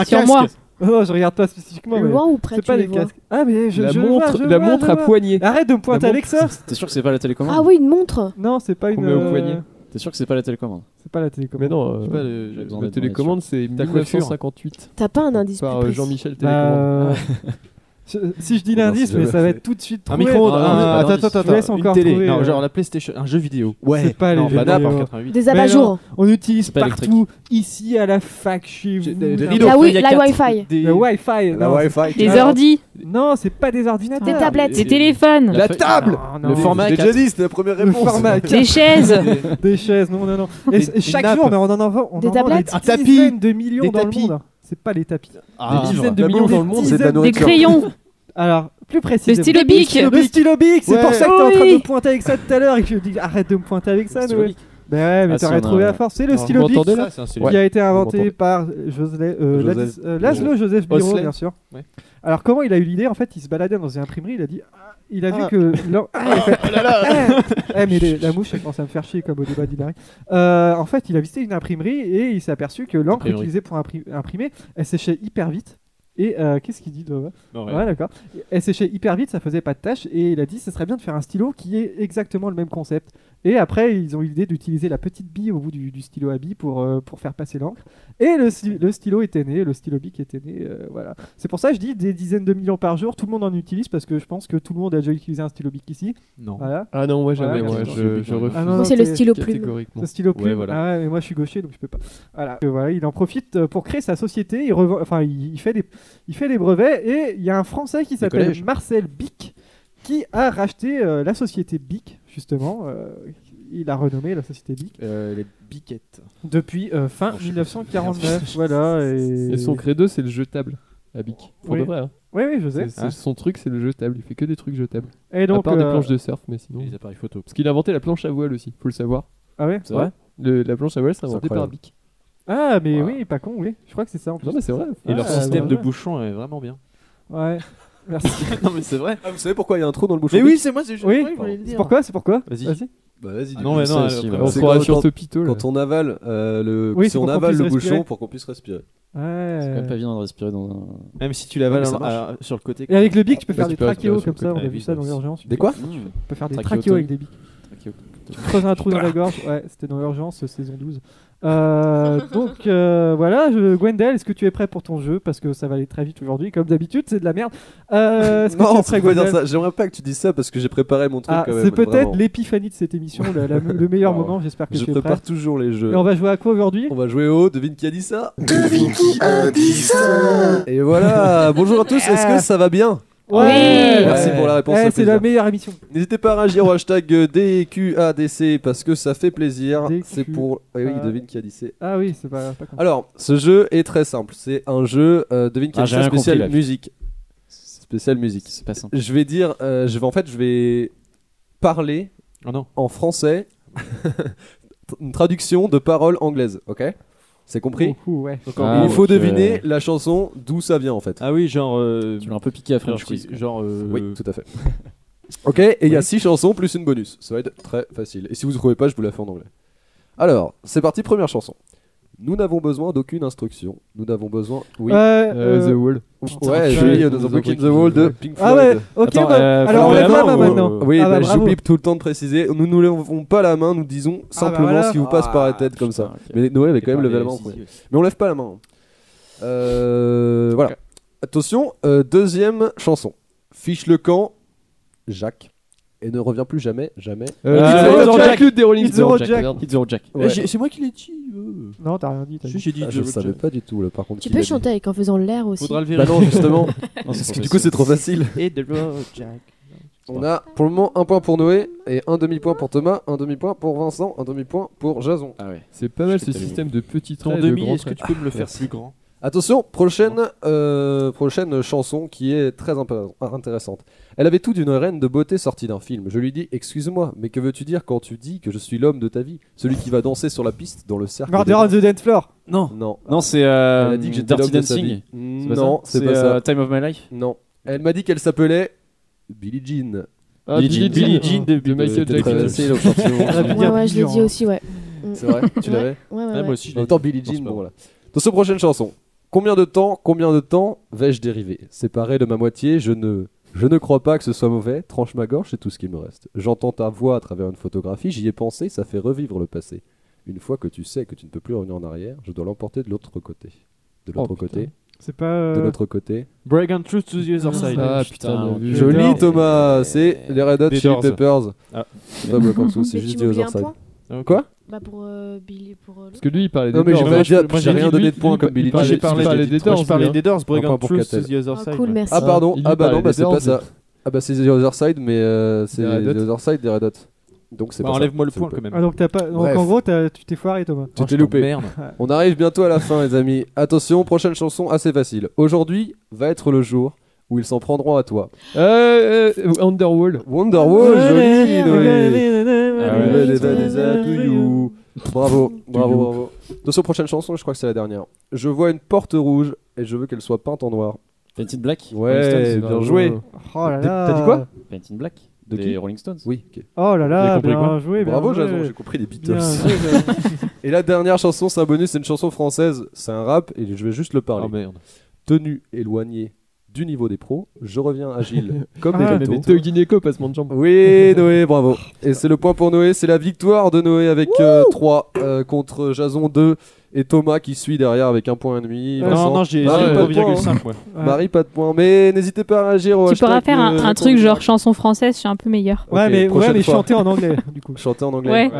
Speaker 8: Sur moi.
Speaker 3: Non, je regarde pas spécifiquement. mais
Speaker 4: Loin ou près,
Speaker 3: C'est
Speaker 4: tu
Speaker 3: pas
Speaker 4: les
Speaker 3: les
Speaker 4: vois
Speaker 3: casques. Ah, mais je,
Speaker 5: la
Speaker 3: je
Speaker 5: montre,
Speaker 3: vois, je
Speaker 5: la
Speaker 3: vois,
Speaker 5: montre
Speaker 3: je
Speaker 5: à
Speaker 3: vois.
Speaker 5: poignet.
Speaker 3: Arrête de me pointer
Speaker 5: montre,
Speaker 3: Alexa.
Speaker 6: T'es sûr que c'est pas la télécommande
Speaker 4: Ah oui, une montre
Speaker 3: Non, c'est pas une.
Speaker 5: met au
Speaker 3: euh,
Speaker 5: poignet.
Speaker 6: T'es sûr que c'est pas la télécommande
Speaker 3: C'est pas la télécommande.
Speaker 5: Mais non, euh,
Speaker 9: Je sais pas, le-
Speaker 6: J'ai besoin
Speaker 5: la
Speaker 6: d'être dans les
Speaker 5: télécommande c'est
Speaker 9: Ta coiffure.
Speaker 5: 1958
Speaker 4: T'as pas un indice
Speaker 5: par
Speaker 4: plus
Speaker 5: euh,
Speaker 4: précis
Speaker 5: Jean-Michel Télécommande.
Speaker 3: Bah, je- si je dis
Speaker 7: Non,
Speaker 3: l'indice,
Speaker 7: c'est
Speaker 3: mais
Speaker 7: jamais
Speaker 3: ça va
Speaker 7: fait.
Speaker 3: être tout de suite
Speaker 9: Un
Speaker 3: trouvé.
Speaker 9: micro-ondes, hein,
Speaker 6: Ah,
Speaker 9: un-
Speaker 6: non,
Speaker 9: attends,
Speaker 6: c'est pas
Speaker 9: attends,
Speaker 3: Je laisse
Speaker 9: attends, une
Speaker 3: encore
Speaker 9: télé,
Speaker 3: trouver,
Speaker 9: non,
Speaker 3: euh,
Speaker 9: genre la PlayStation, un jeu vidéo. Ouais,
Speaker 3: C'est pas
Speaker 9: non,
Speaker 3: les
Speaker 9: bah non,
Speaker 3: vidéos.
Speaker 9: pas en 88.
Speaker 4: Des abat-jours.
Speaker 3: On utilise
Speaker 6: C'est pas
Speaker 3: partout, ici, à la fac, chez vous.
Speaker 9: J'ai- des- des
Speaker 3: dans-
Speaker 9: rideaux.
Speaker 4: La,
Speaker 9: Donc,
Speaker 4: wi-
Speaker 9: il y a
Speaker 4: Bah la
Speaker 9: quatre-
Speaker 4: Ah, Wi-Fi.
Speaker 9: des-
Speaker 3: Le Wi-Fi.
Speaker 7: La
Speaker 3: non,
Speaker 7: Wi-Fi.
Speaker 8: Des
Speaker 3: Alors-
Speaker 8: ordi,
Speaker 3: Non, c'est pas des ordinateurs.
Speaker 4: Des tablettes.
Speaker 8: des téléphones,
Speaker 6: La
Speaker 9: feuille-
Speaker 7: table
Speaker 3: Non, Ah, non.
Speaker 9: Le format
Speaker 7: J'ai
Speaker 9: 4.
Speaker 7: déjà dit, c'était la première
Speaker 3: Le
Speaker 7: réponse.
Speaker 3: format
Speaker 8: des chaises,
Speaker 3: Des chaises, non, non, non. Et,
Speaker 9: Des-
Speaker 3: et
Speaker 9: des
Speaker 3: chaque
Speaker 9: nappes.
Speaker 3: jour, mais on en envoie, on
Speaker 4: Des
Speaker 3: en vend
Speaker 4: tablettes.
Speaker 3: des
Speaker 9: Un tapis.
Speaker 3: dizaines de millions
Speaker 9: Des
Speaker 3: dans
Speaker 9: tapis.
Speaker 3: le monde. C'est pas des tapis.
Speaker 6: Ah,
Speaker 7: Des dizaines
Speaker 5: de
Speaker 7: de
Speaker 5: millions
Speaker 7: millions
Speaker 5: dans
Speaker 7: dans
Speaker 5: le monde.
Speaker 7: C'est de la
Speaker 8: des
Speaker 7: nourriture.
Speaker 8: crayons,
Speaker 3: Alors, plus
Speaker 8: le
Speaker 3: précisément.
Speaker 8: stylo bic,
Speaker 3: Le stylo bic, c'est
Speaker 9: Ouais.
Speaker 3: pour ça que t'es en train de
Speaker 8: Oui.
Speaker 3: me pointer avec ça tout à l'heure et que je dis arrête de me pointer avec ça,
Speaker 6: Stylo
Speaker 3: Noé.
Speaker 6: bic.
Speaker 3: Ben ouais, mais
Speaker 6: Ah, si,
Speaker 3: t'aurais
Speaker 6: on a-
Speaker 3: trouvé à force. C'est le
Speaker 9: Alors,
Speaker 3: stylo
Speaker 5: vous
Speaker 3: bic
Speaker 5: m'entendez, là
Speaker 9: Ça, c'est un
Speaker 3: qui a été
Speaker 5: Vous
Speaker 3: inventé
Speaker 5: m'entendez
Speaker 3: par José- euh,
Speaker 7: Joseph.
Speaker 3: Laz- euh, Laszlo Joseph Biro,
Speaker 9: Osley.
Speaker 3: bien sûr.
Speaker 9: Ouais.
Speaker 3: Alors, comment il a eu l'idée En fait, il se baladait dans une imprimerie, il a dit. ah, Il a vu que. l'en- Ah, il a fait, Ah. Eh, mais les- la mouche, elle commence à me faire chier comme au débat d'Hilary. Euh, en fait, il a visité une imprimerie et il s'est aperçu que l'encre
Speaker 9: Imprimerie.
Speaker 3: utilisée pour impri- imprimer, elle séchait hyper vite. Et euh, qu'est-ce qu'il dit, Doha
Speaker 9: Non, ouais.
Speaker 3: Ouais, d'accord. Elle séchait hyper vite, ça faisait pas de tâche, et il a dit ce serait bien de faire un stylo qui est exactement le même concept. Et après, ils ont eu l'idée d'utiliser la petite bille au bout du, du stylo à bille pour, euh, pour faire passer l'encre. Et le, sti- le stylo était né, le stylo bic était né, euh, voilà. C'est pour ça que je dis des dizaines de millions par jour, tout le monde en utilise parce que je pense que tout le monde a déjà utilisé un stylo bic ici.
Speaker 9: Non.
Speaker 3: Voilà.
Speaker 5: Ah non, moi jamais,
Speaker 3: Voilà,
Speaker 5: moi
Speaker 3: merci.
Speaker 5: je, je refuse
Speaker 3: Ah non,
Speaker 4: Moi, c'est le
Speaker 3: c'est-
Speaker 4: stylo plume.
Speaker 5: catégoriquement.
Speaker 3: Le stylo
Speaker 9: Ouais,
Speaker 3: plume.
Speaker 9: voilà.
Speaker 3: Ah ouais, mais moi je suis gaucher donc je peux pas. Voilà. Euh, voilà, il en profite euh, pour créer sa société. Il revend- enfin, il, il fait des, il fait des brevets et il y a un Français qui s'appelle
Speaker 9: collèges.
Speaker 3: Marcel Bic qui a racheté euh, la société Bic justement. euh, il a renommé la société Bic
Speaker 9: Euh, les biquettes.
Speaker 3: depuis euh, fin
Speaker 9: Non, Oh, je sais pas.
Speaker 3: 1949. voilà. Et,
Speaker 5: Et son credo, c'est le jetable. À Bic. Pour
Speaker 3: Oui.
Speaker 5: de vrai. hein.
Speaker 3: Oui, oui, je sais.
Speaker 5: C'est- c'est- Son truc, c'est le jetable. Il fait que des trucs jetables.
Speaker 3: Et
Speaker 5: À
Speaker 3: donc.
Speaker 5: part des
Speaker 3: euh,
Speaker 5: planches de surf, mais sinon.
Speaker 9: Les appareils photo.
Speaker 5: Parce qu'il a inventé la planche à voile aussi, faut le savoir.
Speaker 3: Ah ouais.
Speaker 6: C'est vrai
Speaker 5: Le- la planche à voile, c'est inventé par
Speaker 7: incroyable.
Speaker 5: Bic.
Speaker 3: Ah mais
Speaker 9: Voilà.
Speaker 3: oui, pas con, oui. Je crois que c'est ça en plus.
Speaker 5: Non, mais c'est vrai.
Speaker 9: Et leur
Speaker 3: Ah,
Speaker 9: système
Speaker 3: bah,
Speaker 9: de
Speaker 3: ouais.
Speaker 9: bouchon est vraiment bien.
Speaker 3: Ouais. Merci.
Speaker 9: non, mais c'est vrai.
Speaker 7: Ah, vous savez pourquoi il y a un trou dans le bouchon
Speaker 9: Mais oui, c'est moi, c'est juste.
Speaker 3: Oui,
Speaker 9: je voulais le
Speaker 3: C'est
Speaker 9: dire.
Speaker 3: pourquoi C'est pourquoi
Speaker 9: Vas-y.
Speaker 7: Bah vas-y,
Speaker 9: Ah, non, mais
Speaker 6: ça
Speaker 9: non,
Speaker 6: aussi,
Speaker 9: après,
Speaker 6: voilà.
Speaker 5: On
Speaker 3: euh,
Speaker 7: c'est
Speaker 5: fera
Speaker 7: quand-
Speaker 5: sur
Speaker 7: quand-
Speaker 5: Topito. là.
Speaker 7: Quand on avale euh, le,
Speaker 3: Oui, c'est
Speaker 7: si on
Speaker 3: pour qu'on
Speaker 7: avale
Speaker 3: puisse
Speaker 7: le
Speaker 3: respirer.
Speaker 7: bouchon pour qu'on puisse respirer.
Speaker 3: Ouais.
Speaker 6: C'est quand même pas évident de respirer dans un.
Speaker 9: Même si tu l'avales
Speaker 7: Ah, mais ça
Speaker 9: en-
Speaker 7: marche.
Speaker 9: à- sur le côté.
Speaker 3: Et avec le bic, tu
Speaker 7: Bah,
Speaker 3: peux
Speaker 5: Ouais,
Speaker 3: faire
Speaker 5: tu
Speaker 3: des
Speaker 5: peux
Speaker 3: trachéos
Speaker 5: respirer
Speaker 3: comme
Speaker 5: sur
Speaker 3: ça,
Speaker 5: le
Speaker 3: on
Speaker 9: côté.
Speaker 3: a vu ça dans l'urgence. Tu
Speaker 7: Des quoi
Speaker 6: Mmh.
Speaker 3: peux faire des
Speaker 6: Trachéotomies.
Speaker 3: trachéos avec des bics.
Speaker 6: Trachéo.
Speaker 3: Tu te creuses un trou dans la gorge. Ouais, c'était dans l'urgence, saison 12. Euh, donc euh, voilà, je... Gwendal, est-ce que tu es prêt pour ton jeu Parce que ça va aller très vite aujourd'hui, comme d'habitude, c'est de la merde. Euh, est-ce que tu es prêt,
Speaker 7: Non, tu peux dire
Speaker 3: Gwendal
Speaker 7: ça. J'aimerais pas que tu dises ça parce que j'ai préparé mon truc
Speaker 3: Ah,
Speaker 7: quand même.
Speaker 3: c'est peut-être
Speaker 7: vraiment.
Speaker 3: l'épiphanie de cette émission, la- la- le meilleur
Speaker 7: Ah,
Speaker 3: moment. J'espère que
Speaker 7: Je
Speaker 3: tu es prêt.
Speaker 7: prépare toujours les jeux.
Speaker 3: Et on va jouer à quoi aujourd'hui
Speaker 7: On va jouer au devine qui a dit ça.
Speaker 1: Devine qui a dit ça
Speaker 7: Et voilà. Bonjour à tous. Est-ce que ça va bien
Speaker 8: Ouais.
Speaker 7: Merci pour la réponse.
Speaker 3: Eh,
Speaker 7: ça fait
Speaker 3: c'est
Speaker 7: plaisir.
Speaker 3: la meilleure émission.
Speaker 7: N'hésitez pas à réagir au hashtag euh, DQADC parce que ça fait plaisir.
Speaker 3: DQ.
Speaker 7: C'est pour. Eh oui,
Speaker 3: Ah.
Speaker 7: devine qui a dit c'est.
Speaker 3: Ah oui, c'est pas, pas con.
Speaker 7: Alors, ce jeu est très simple. C'est un jeu euh, devine qui
Speaker 6: Ah,
Speaker 7: a dit
Speaker 6: j'ai
Speaker 7: ça
Speaker 6: rien
Speaker 7: spécial
Speaker 6: compris, là.
Speaker 7: musique. Spécial musique.
Speaker 6: C'est pas simple.
Speaker 7: Je vais dire. euh, je vais en fait, je vais parler
Speaker 9: Oh non.
Speaker 7: en français une traduction de paroles anglaises. Ok. C'est compris.
Speaker 3: Ouh, ouais.
Speaker 6: Ah,
Speaker 7: Il faut
Speaker 6: ok.
Speaker 7: deviner la chanson d'où ça vient en fait.
Speaker 9: Ah oui, genre. euh,
Speaker 6: Tu l'as un peu piqué à Frère
Speaker 9: genre,
Speaker 6: Quiz.
Speaker 9: Genre. euh,
Speaker 7: Oui, tout à fait. Ok, et il y a 6 chansons plus une bonus. Ça va être très facile. Et si vous ne trouvez pas, je vous la fais en anglais. Alors, c'est parti, première chanson. Nous n'avons besoin d'aucune instruction. Nous n'avons besoin. Oui.
Speaker 3: Euh,
Speaker 5: Euh, The
Speaker 3: euh,
Speaker 5: Wall.
Speaker 7: ouais,
Speaker 3: putain,
Speaker 7: joli,
Speaker 5: ouais,
Speaker 7: euh, dans
Speaker 5: nous
Speaker 7: un
Speaker 5: avons
Speaker 7: book in the
Speaker 5: King
Speaker 7: wall de
Speaker 5: Floyd.
Speaker 7: Pink Floyd.
Speaker 3: Ah ouais, ok.
Speaker 6: Attends,
Speaker 3: bah,
Speaker 6: euh,
Speaker 3: alors on
Speaker 6: faut
Speaker 3: met
Speaker 6: la
Speaker 3: quoi
Speaker 6: main
Speaker 3: là
Speaker 6: ou-
Speaker 3: maintenant
Speaker 7: Oui,
Speaker 3: Ah bah, bravo. Ah
Speaker 7: bah,
Speaker 3: bah
Speaker 7: j'oublie tout le temps de préciser. Nous ne levons pas la main, nous disons simplement
Speaker 3: voilà. Ah,
Speaker 7: ce qui vous passe par la tête comme ça. Mais Noé avait quand même levé la main en premier. Mais on lève pas la main. Euh, voilà. Attention, euh, deuxième chanson. Fiche le camp, Jacques. Et ne reviens plus jamais, jamais.
Speaker 3: It's the
Speaker 5: Euh,
Speaker 3: Road
Speaker 5: dans
Speaker 3: Jack.
Speaker 5: la club des Rolling
Speaker 3: It's the Road Jack.
Speaker 5: merde.
Speaker 6: It's the Jack.
Speaker 7: Ouais.
Speaker 9: C'est moi qui l'ai dit. euh.
Speaker 3: Non, t'as rien dit. t'as
Speaker 9: Si,
Speaker 3: dit.
Speaker 9: J'ai dit.
Speaker 7: Ah, je
Speaker 9: Joe
Speaker 7: savais
Speaker 9: Jack.
Speaker 7: pas du tout le par contre.
Speaker 4: Tu
Speaker 7: qui
Speaker 4: peux
Speaker 7: l'a
Speaker 4: chanter avec en faisant l'air aussi.
Speaker 9: Faudra le
Speaker 7: dit. Bah
Speaker 9: vérifier.
Speaker 7: non, justement.
Speaker 6: Parce
Speaker 7: parce que du coup, c'est trop facile.
Speaker 9: Et de Jack.
Speaker 7: On a pour le moment un point pour Noé et un demi-point pour Thomas, un demi-point pour Vincent, un demi-point pour Jason.
Speaker 6: Ah ouais.
Speaker 5: C'est pas mal
Speaker 6: Je
Speaker 5: ce
Speaker 6: t'avais vu.
Speaker 5: système de petits
Speaker 9: Ton
Speaker 5: traits et de
Speaker 9: demi,
Speaker 5: grands
Speaker 9: est-ce que
Speaker 5: traits. Ah,
Speaker 9: tu peux me le faire plus grand
Speaker 7: Attention, prochaine, euh, prochaine chanson qui est très impa- intéressante. Elle avait tout d'une reine de beauté sortie d'un film. Je lui dis, excuse-moi, mais que veux-tu dire quand tu dis que je suis l'homme de ta vie Celui qui va danser sur la piste dans le cercle.
Speaker 3: Murder
Speaker 7: des-
Speaker 3: on the dance floor.
Speaker 6: Non.
Speaker 7: Non.
Speaker 6: Non, c'est euh,
Speaker 7: Elle a dit que j'étais l'homme
Speaker 6: Dirty
Speaker 7: de sa
Speaker 6: Dancing.
Speaker 7: vie.
Speaker 6: C'est pas ça
Speaker 7: Non, c'est pas
Speaker 6: euh,
Speaker 7: ça.
Speaker 6: Time of My Life.
Speaker 7: Non. Elle m'a dit qu'elle s'appelait Billie Jean.
Speaker 5: Ah,
Speaker 6: Billie Jean. Billie
Speaker 5: Jean de, Michael
Speaker 7: C'était très
Speaker 5: Jackson.
Speaker 7: facile, au
Speaker 3: J'aurais
Speaker 7: chanson.
Speaker 3: pu
Speaker 4: Ouais,
Speaker 3: dire
Speaker 4: ouais, je l'ai
Speaker 3: dur,
Speaker 4: dit
Speaker 3: hein.
Speaker 4: aussi, ouais. Mm.
Speaker 7: C'est vrai, tu l'avais
Speaker 4: Ouais, ouais,
Speaker 9: Ah,
Speaker 4: ouais.
Speaker 9: Moi aussi, je
Speaker 7: En
Speaker 9: l'ai
Speaker 7: même temps,
Speaker 9: dit.
Speaker 7: Billie Jean,
Speaker 9: Non,
Speaker 7: bon voilà. Attention, prochaine chanson. Combien de temps, combien de temps vais-je dériver Séparé de ma moitié, je ne, je ne crois pas que ce soit mauvais. Tranche ma gorge, c'est tout ce qu'il me reste. J'entends ta voix à travers une photographie, j'y ai pensé, ça fait revivre le passé. Une fois que tu sais que tu ne peux plus revenir en arrière, je dois l'emporter de l'autre côté. De
Speaker 2: Oh,
Speaker 7: l'autre côté.
Speaker 3: C'est pas. euh,
Speaker 7: De l'autre côté.
Speaker 9: Break and truth to the other side.
Speaker 5: Ah putain, bien vu.
Speaker 7: Joli
Speaker 2: Doors.
Speaker 7: Thomas, c'est les Red Hot
Speaker 2: Des
Speaker 7: Chili
Speaker 2: Doors.
Speaker 7: Peppers.
Speaker 2: Ah.
Speaker 7: Pas Black Ops, c'est
Speaker 4: Mais
Speaker 7: juste
Speaker 4: tu
Speaker 7: du
Speaker 4: m'oublies
Speaker 7: Other
Speaker 4: un
Speaker 7: Side.
Speaker 4: point
Speaker 7: Quoi
Speaker 4: Bah pour euh, Billy, pour euh,
Speaker 5: Ah, Parce que lui, il parlait des
Speaker 7: Non mais
Speaker 5: Doors.
Speaker 7: j'ai
Speaker 9: Moi,
Speaker 7: pas-
Speaker 9: je-
Speaker 7: j'ai-
Speaker 9: moi,
Speaker 7: j'ai
Speaker 9: j'ai
Speaker 7: rien
Speaker 9: dit
Speaker 7: donné
Speaker 9: lui-
Speaker 7: de point
Speaker 9: lui,
Speaker 7: comme Billy.
Speaker 5: parlait-
Speaker 9: Moi, j'ai parlé
Speaker 5: parlait
Speaker 9: des,
Speaker 5: des
Speaker 9: moi, j'ai
Speaker 5: Doors,
Speaker 9: parlé
Speaker 5: lui,
Speaker 9: des Doors, Break
Speaker 7: Un point
Speaker 9: and
Speaker 7: pour
Speaker 9: Truth to
Speaker 7: Catel.
Speaker 9: the other
Speaker 4: Ah
Speaker 9: side.
Speaker 4: cool,
Speaker 9: ouais.
Speaker 4: merci.
Speaker 7: Ah pardon,
Speaker 5: Il
Speaker 7: ah bah
Speaker 5: parlait
Speaker 7: non, bah
Speaker 5: des
Speaker 7: c'est pas
Speaker 5: Doors,
Speaker 7: ça. Ah bah c'est The Other Side, mais euh, c'est
Speaker 5: Des Red Hot.
Speaker 7: The Other Side des Red Hot. Donc c'est
Speaker 9: Bah,
Speaker 7: pas ça.
Speaker 9: Enlève-moi le
Speaker 7: C'est
Speaker 9: point quand même.
Speaker 3: Ah, donc t'as pas. Donc
Speaker 7: Bref.
Speaker 3: en gros, t'as- tu t'es foiré, Thomas.
Speaker 7: Tu
Speaker 9: Oh,
Speaker 7: t'es
Speaker 9: je
Speaker 7: loupé.
Speaker 9: t'emmerde.
Speaker 7: On arrive bientôt à la fin, les amis. Attention, prochaine chanson assez facile. Aujourd'hui va être le jour où ils s'en prendront à toi.
Speaker 5: Euh, euh, Underworld. Ah,
Speaker 7: Wonderwall, joli, Ah, Noé.
Speaker 6: ouais.
Speaker 7: Noé, des Adidas to you. Bravo, bravo, bravo. Attention, prochaine chanson, je crois que c'est la dernière. Je vois une porte rouge et je veux qu'elle soit peinte en noir.
Speaker 6: Painted Black
Speaker 7: Ouais, bien joué.
Speaker 6: euh,
Speaker 3: Oh là
Speaker 7: T'as-
Speaker 3: là.
Speaker 7: t'as dit quoi
Speaker 6: Painted Black
Speaker 7: De
Speaker 6: Des
Speaker 7: qui
Speaker 6: Rolling Stones
Speaker 7: Oui, ok.
Speaker 3: Oh là là,
Speaker 9: J'ai compris
Speaker 3: bien
Speaker 9: quoi
Speaker 3: joué. bien
Speaker 7: Bravo,
Speaker 3: joué.
Speaker 7: Jason, j'ai compris les Beatles.
Speaker 3: Bien joué, Jason.
Speaker 7: Et la dernière chanson, c'est un bonus, c'est une chanson française, c'est un rap, et je vais juste le parler.
Speaker 9: Oh merde.
Speaker 7: Tenu éloigné du niveau des pros, je reviens agile comme
Speaker 3: Ah,
Speaker 7: les
Speaker 5: Mais
Speaker 7: vétos.
Speaker 5: Teo Gineco, passement de jambes.
Speaker 7: Oui, Noé, bravo. Et c'est le point pour Noé, c'est la victoire de Noé avec 3 contre Jason 2 et Thomas qui suit derrière avec un point et demi.
Speaker 3: Ah,
Speaker 7: Vincent.
Speaker 9: Non, non, j'ai j'ai
Speaker 7: Marie, pas de point,
Speaker 9: 0,5 moi.
Speaker 3: Ouais.
Speaker 7: Marie, pas de point, mais n'hésitez pas à réagir au
Speaker 8: Tu pourras
Speaker 7: hashtag,
Speaker 8: faire un,
Speaker 7: euh,
Speaker 8: un truc genre chanson française, je suis un peu meilleure.
Speaker 7: Ok,
Speaker 3: Ouais, mais, ouais,
Speaker 7: prochaine
Speaker 3: mais
Speaker 7: fois.
Speaker 3: chanter en anglais, du coup.
Speaker 7: Chanter en anglais.
Speaker 8: Ouais.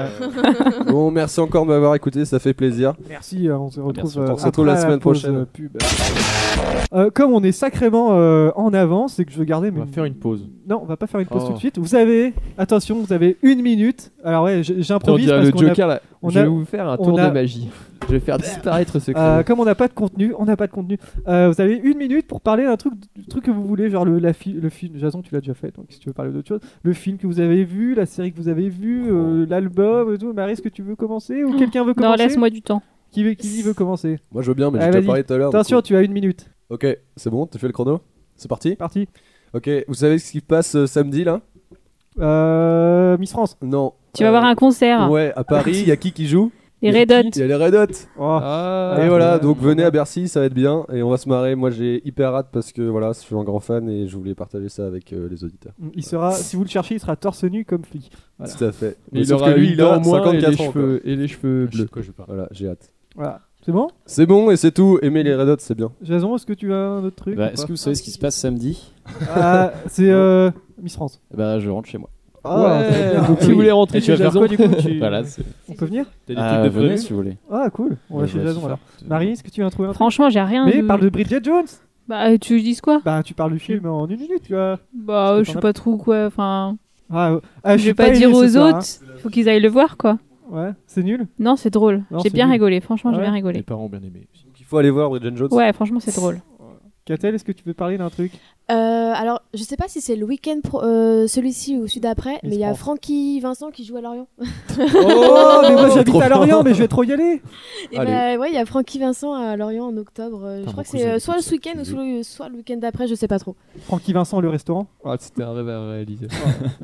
Speaker 7: Bon, merci encore de m'avoir écouté, ça fait plaisir.
Speaker 3: Merci, euh, on se retrouve,
Speaker 6: Merci,
Speaker 7: on se
Speaker 3: euh,
Speaker 7: retrouve
Speaker 3: après
Speaker 7: la semaine
Speaker 3: pause,
Speaker 7: prochaine.
Speaker 3: euh, pub. Euh, comme on est sacrément euh, en avance et que je veux garder
Speaker 9: On
Speaker 3: mes
Speaker 9: va faire une pause.
Speaker 3: Non, on va pas faire une pause
Speaker 9: Oh.
Speaker 3: tout de suite. Vous avez, attention, vous avez une minute. Alors ouais, j-
Speaker 5: On
Speaker 3: j'improvise
Speaker 5: dirait
Speaker 3: parce
Speaker 5: le
Speaker 3: qu'on a-
Speaker 5: Joker là.
Speaker 3: on
Speaker 5: je
Speaker 3: a-
Speaker 5: vais vous faire un
Speaker 3: on
Speaker 5: tour
Speaker 3: a-
Speaker 5: de magie. Je vais faire disparaître ce
Speaker 7: Ah.
Speaker 3: euh,
Speaker 5: crâne.
Speaker 3: comme on n'a pas de contenu, on n'a pas de contenu. euh, vous avez une minute pour parler d'un truc, du truc que vous voulez, genre le, la fi- le film. Jason, tu l'as déjà fait, donc si tu veux parler d'autre chose, le film que vous avez vu, la série que vous avez vue,
Speaker 7: Oh.
Speaker 3: euh, l'album, et tout. Marie, est-ce que tu veux commencer ou quelqu'un veut
Speaker 8: Non,
Speaker 3: commencer
Speaker 8: laisse-moi du temps.
Speaker 3: Qui veut, qui veut commencer
Speaker 7: Moi, je veux bien, mais j'ai
Speaker 3: Ah,
Speaker 7: déjà
Speaker 3: vas-y.
Speaker 7: parlé tout à l'heure. du
Speaker 3: Attention,
Speaker 7: coup.
Speaker 3: tu as une minute.
Speaker 7: Ok, c'est bon, tu fais le chrono C'est parti
Speaker 3: Parti.
Speaker 7: Ok, vous savez ce qui passe euh, samedi là
Speaker 3: Euh, Miss France.
Speaker 7: Non.
Speaker 8: Tu vas voir un concert,
Speaker 7: Ouais, à Paris, il y a qui qui joue
Speaker 8: les Red Hot.
Speaker 7: Il y a les Red Hot.
Speaker 3: Oh.
Speaker 5: Ah,
Speaker 7: et
Speaker 3: ouais.
Speaker 7: voilà, donc venez à Bercy, ça va être bien et on va se marrer. Moi, j'ai hyper hâte parce que voilà, je suis un grand fan et je voulais partager ça avec euh, les auditeurs.
Speaker 3: Il sera, si vous le cherchez, il sera torse nu comme flic. Voilà.
Speaker 7: Tout à fait.
Speaker 5: Et
Speaker 7: Mais
Speaker 5: il
Speaker 7: sauf
Speaker 5: aura
Speaker 7: que lui,
Speaker 5: une
Speaker 7: il
Speaker 5: dent
Speaker 7: a
Speaker 5: en moins et
Speaker 7: 54
Speaker 5: les
Speaker 7: ans.
Speaker 5: cheveux- et les cheveux
Speaker 9: Je sais
Speaker 5: bleus.
Speaker 9: de quoi je parle.
Speaker 7: Voilà, j'ai hâte.
Speaker 3: Voilà. C'est bon
Speaker 7: C'est bon et c'est tout. Aimez les Red Hot, c'est bien.
Speaker 3: Jason, est-ce que tu as un autre truc
Speaker 6: Bah,
Speaker 3: ou
Speaker 6: Est-ce
Speaker 3: pas
Speaker 6: que vous savez ce qui se passe samedi
Speaker 3: Ah, c'est euh, Miss France.
Speaker 6: Bah, je rentre chez moi.
Speaker 5: Ouais.
Speaker 3: donc,
Speaker 5: Si vous voulez rentrer
Speaker 6: Ah, Et tu vas
Speaker 5: chez
Speaker 6: faire
Speaker 5: Jason,
Speaker 3: quoi, du coup, tu-
Speaker 6: Voilà, c'est-
Speaker 3: Ah, on peut venir
Speaker 9: T'as des
Speaker 6: Ah,
Speaker 9: trucs de
Speaker 6: venez
Speaker 9: prévu
Speaker 6: si vous voulez. bah,
Speaker 3: Ah, cool. On va
Speaker 6: Je
Speaker 3: chez
Speaker 6: vais
Speaker 3: Jason
Speaker 6: faire-
Speaker 3: alors. Marie, est-ce que tu as un trouvé un truc
Speaker 8: Franchement, j'ai rien.
Speaker 3: Mais
Speaker 8: de-
Speaker 3: parle de Bridget Jones
Speaker 8: Bah, tu dis quoi
Speaker 3: Bah, tu parles du film en une minute, tu vois.
Speaker 8: Bah,
Speaker 3: Parce que
Speaker 8: je
Speaker 3: t'en
Speaker 8: sais
Speaker 3: as-
Speaker 8: pas trop quoi. Enfin,
Speaker 3: Ah, euh, ah,
Speaker 8: je
Speaker 3: suis
Speaker 8: vais pas dire
Speaker 3: aimé ce
Speaker 8: aux
Speaker 3: soir,
Speaker 8: autres. Faut qu'ils aillent le voir, quoi.
Speaker 3: hein. Ouais, c'est nul.
Speaker 8: Non, c'est drôle.
Speaker 3: Non,
Speaker 8: J'ai
Speaker 3: c'est
Speaker 8: bien
Speaker 3: nul.
Speaker 8: rigolé. Franchement,
Speaker 3: Ah
Speaker 8: j'ai
Speaker 3: ouais
Speaker 8: bien
Speaker 9: Mes
Speaker 8: rigolé.
Speaker 9: parents ont bien aimé.
Speaker 7: Donc, il faut aller voir Bridget Jones.
Speaker 8: Ouais, franchement, c'est drôle.
Speaker 3: Catel, est-ce que tu veux parler d'un truc
Speaker 4: Euh, alors, je sais pas si c'est le week-end, pro- euh, celui-ci ou celui d'après, mais il y a
Speaker 3: France.
Speaker 4: Francky Vincent qui joue à Lorient.
Speaker 7: Oh,
Speaker 3: mais moi j'habite à Lorient, mais je vais trop y aller.
Speaker 4: Et
Speaker 7: Allez.
Speaker 4: ben ouais, il y a Francky Vincent à Lorient en octobre. euh, je
Speaker 9: Putain, mon
Speaker 4: crois que c'est
Speaker 9: cousin
Speaker 4: euh,
Speaker 9: habite
Speaker 4: soit
Speaker 9: là,
Speaker 4: ce week-end ou
Speaker 9: c'est
Speaker 4: soit le, soit le week-end d'après, je sais pas trop.
Speaker 3: Francky Vincent, le restaurant.
Speaker 5: Ah, c'était un rêve à réaliser.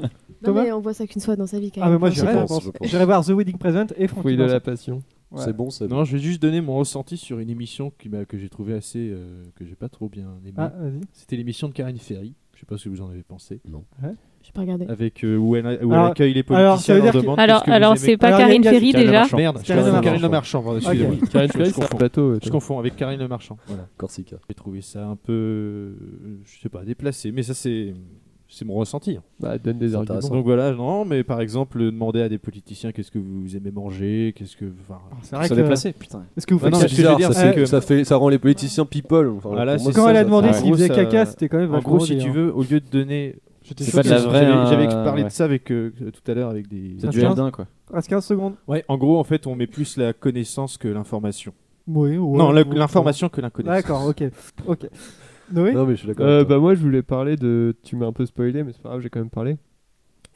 Speaker 7: Ah.
Speaker 4: Non,
Speaker 3: Thomas
Speaker 4: mais on voit ça qu'une fois dans sa vie quand
Speaker 3: Ah,
Speaker 4: même.
Speaker 3: mais moi
Speaker 7: je
Speaker 3: j'irai
Speaker 7: pense,
Speaker 3: voir-
Speaker 7: je pense.
Speaker 3: j'irai voir The Wedding Present et Francky
Speaker 5: Fruit de la
Speaker 3: Vincent.
Speaker 5: passion.
Speaker 3: Ouais.
Speaker 7: C'est bon, c'est bon.
Speaker 9: Non, je vais juste donner mon ressenti sur une émission qui m'a- que j'ai trouvé assez. euh, que j'ai pas trop bien aimé.
Speaker 3: Ah, vas-y.
Speaker 9: C'était l'émission de Karine Ferry. Je sais pas ce que vous en avez pensé.
Speaker 4: J'ai pas regardé.
Speaker 9: Avec euh, où elle, où
Speaker 3: Alors-
Speaker 9: elle accueille les
Speaker 3: alors, ça
Speaker 9: politiciens.
Speaker 3: veut
Speaker 9: leur
Speaker 3: dire que-
Speaker 9: demande
Speaker 8: Alors,
Speaker 9: qu'est-ce que vous
Speaker 8: alors
Speaker 9: aimez. Ah,
Speaker 8: c'est pas
Speaker 3: Alors, il y a-
Speaker 8: Karine
Speaker 3: il y a-
Speaker 8: Ferry déjà.
Speaker 9: Merde,
Speaker 3: Karine Le
Speaker 9: Karine,
Speaker 3: Marchand.
Speaker 9: Le Marchand. pardon, excusez-moi.
Speaker 5: Karine
Speaker 9: Je-
Speaker 5: Ferry,
Speaker 9: je
Speaker 5: c'est un
Speaker 9: confonds.
Speaker 5: plateau. euh,
Speaker 9: Je confonds avec Karine Le Marchand. Voilà.
Speaker 7: Corsica.
Speaker 9: J'ai trouvé ça un peu, euh, je sais pas, déplacé, mais ça c'est, c'est mon ressenti.
Speaker 5: Bah, donne des
Speaker 7: C'est
Speaker 5: arguments.
Speaker 7: intéressant.
Speaker 9: Donc voilà, non, mais par exemple, demander à des politiciens qu'est-ce que vous aimez manger, qu'est-ce que, enfin,
Speaker 3: Ah, C'est vrai
Speaker 6: se
Speaker 3: que.
Speaker 6: déplacer, putain.
Speaker 3: Est-ce que vous
Speaker 9: Ouais,
Speaker 3: faites
Speaker 9: non,
Speaker 7: c'est
Speaker 9: mais ce que je veux
Speaker 7: bizarre,
Speaker 9: dire,
Speaker 7: ça, fait,
Speaker 9: c'est que-
Speaker 7: ça, fait, ça rend les politiciens people. Enfin,
Speaker 9: Voilà,
Speaker 7: pour moi,
Speaker 9: c'est
Speaker 3: Quand
Speaker 9: ça,
Speaker 3: elle a
Speaker 9: ça,
Speaker 3: demandé
Speaker 9: ça,
Speaker 3: s'il
Speaker 9: en
Speaker 3: faisait
Speaker 9: gros,
Speaker 3: caca,
Speaker 9: ça-
Speaker 3: c'était quand même
Speaker 9: en
Speaker 3: vachement
Speaker 9: gros, si
Speaker 3: drôlé,
Speaker 9: tu
Speaker 3: hein.
Speaker 9: veux, au lieu de donner,
Speaker 3: J'étais
Speaker 6: C'est
Speaker 3: choqué.
Speaker 6: pas de la
Speaker 9: J'avais-
Speaker 6: vraie,
Speaker 9: J'avais, j'avais
Speaker 6: euh,
Speaker 9: parlé
Speaker 6: ouais.
Speaker 9: de ça avec euh, tout à l'heure avec des.
Speaker 6: C'est
Speaker 3: Ah,
Speaker 6: du
Speaker 3: tiens.
Speaker 6: Eldin, quoi.
Speaker 3: Reste 15 secondes.
Speaker 9: Ouais, en gros, en fait, on met plus la connaissance que l'information.
Speaker 3: Oui, ouais,
Speaker 9: non, la-
Speaker 3: ouais.
Speaker 9: l'information que la connaissance.
Speaker 3: D'accord, ok. ok. Noé
Speaker 7: Non, mais je suis d'accord.
Speaker 5: Euh,
Speaker 7: avec toi.
Speaker 5: bah moi je voulais parler de tu m'as un peu spoilé mais c'est pas grave j'ai quand même parlé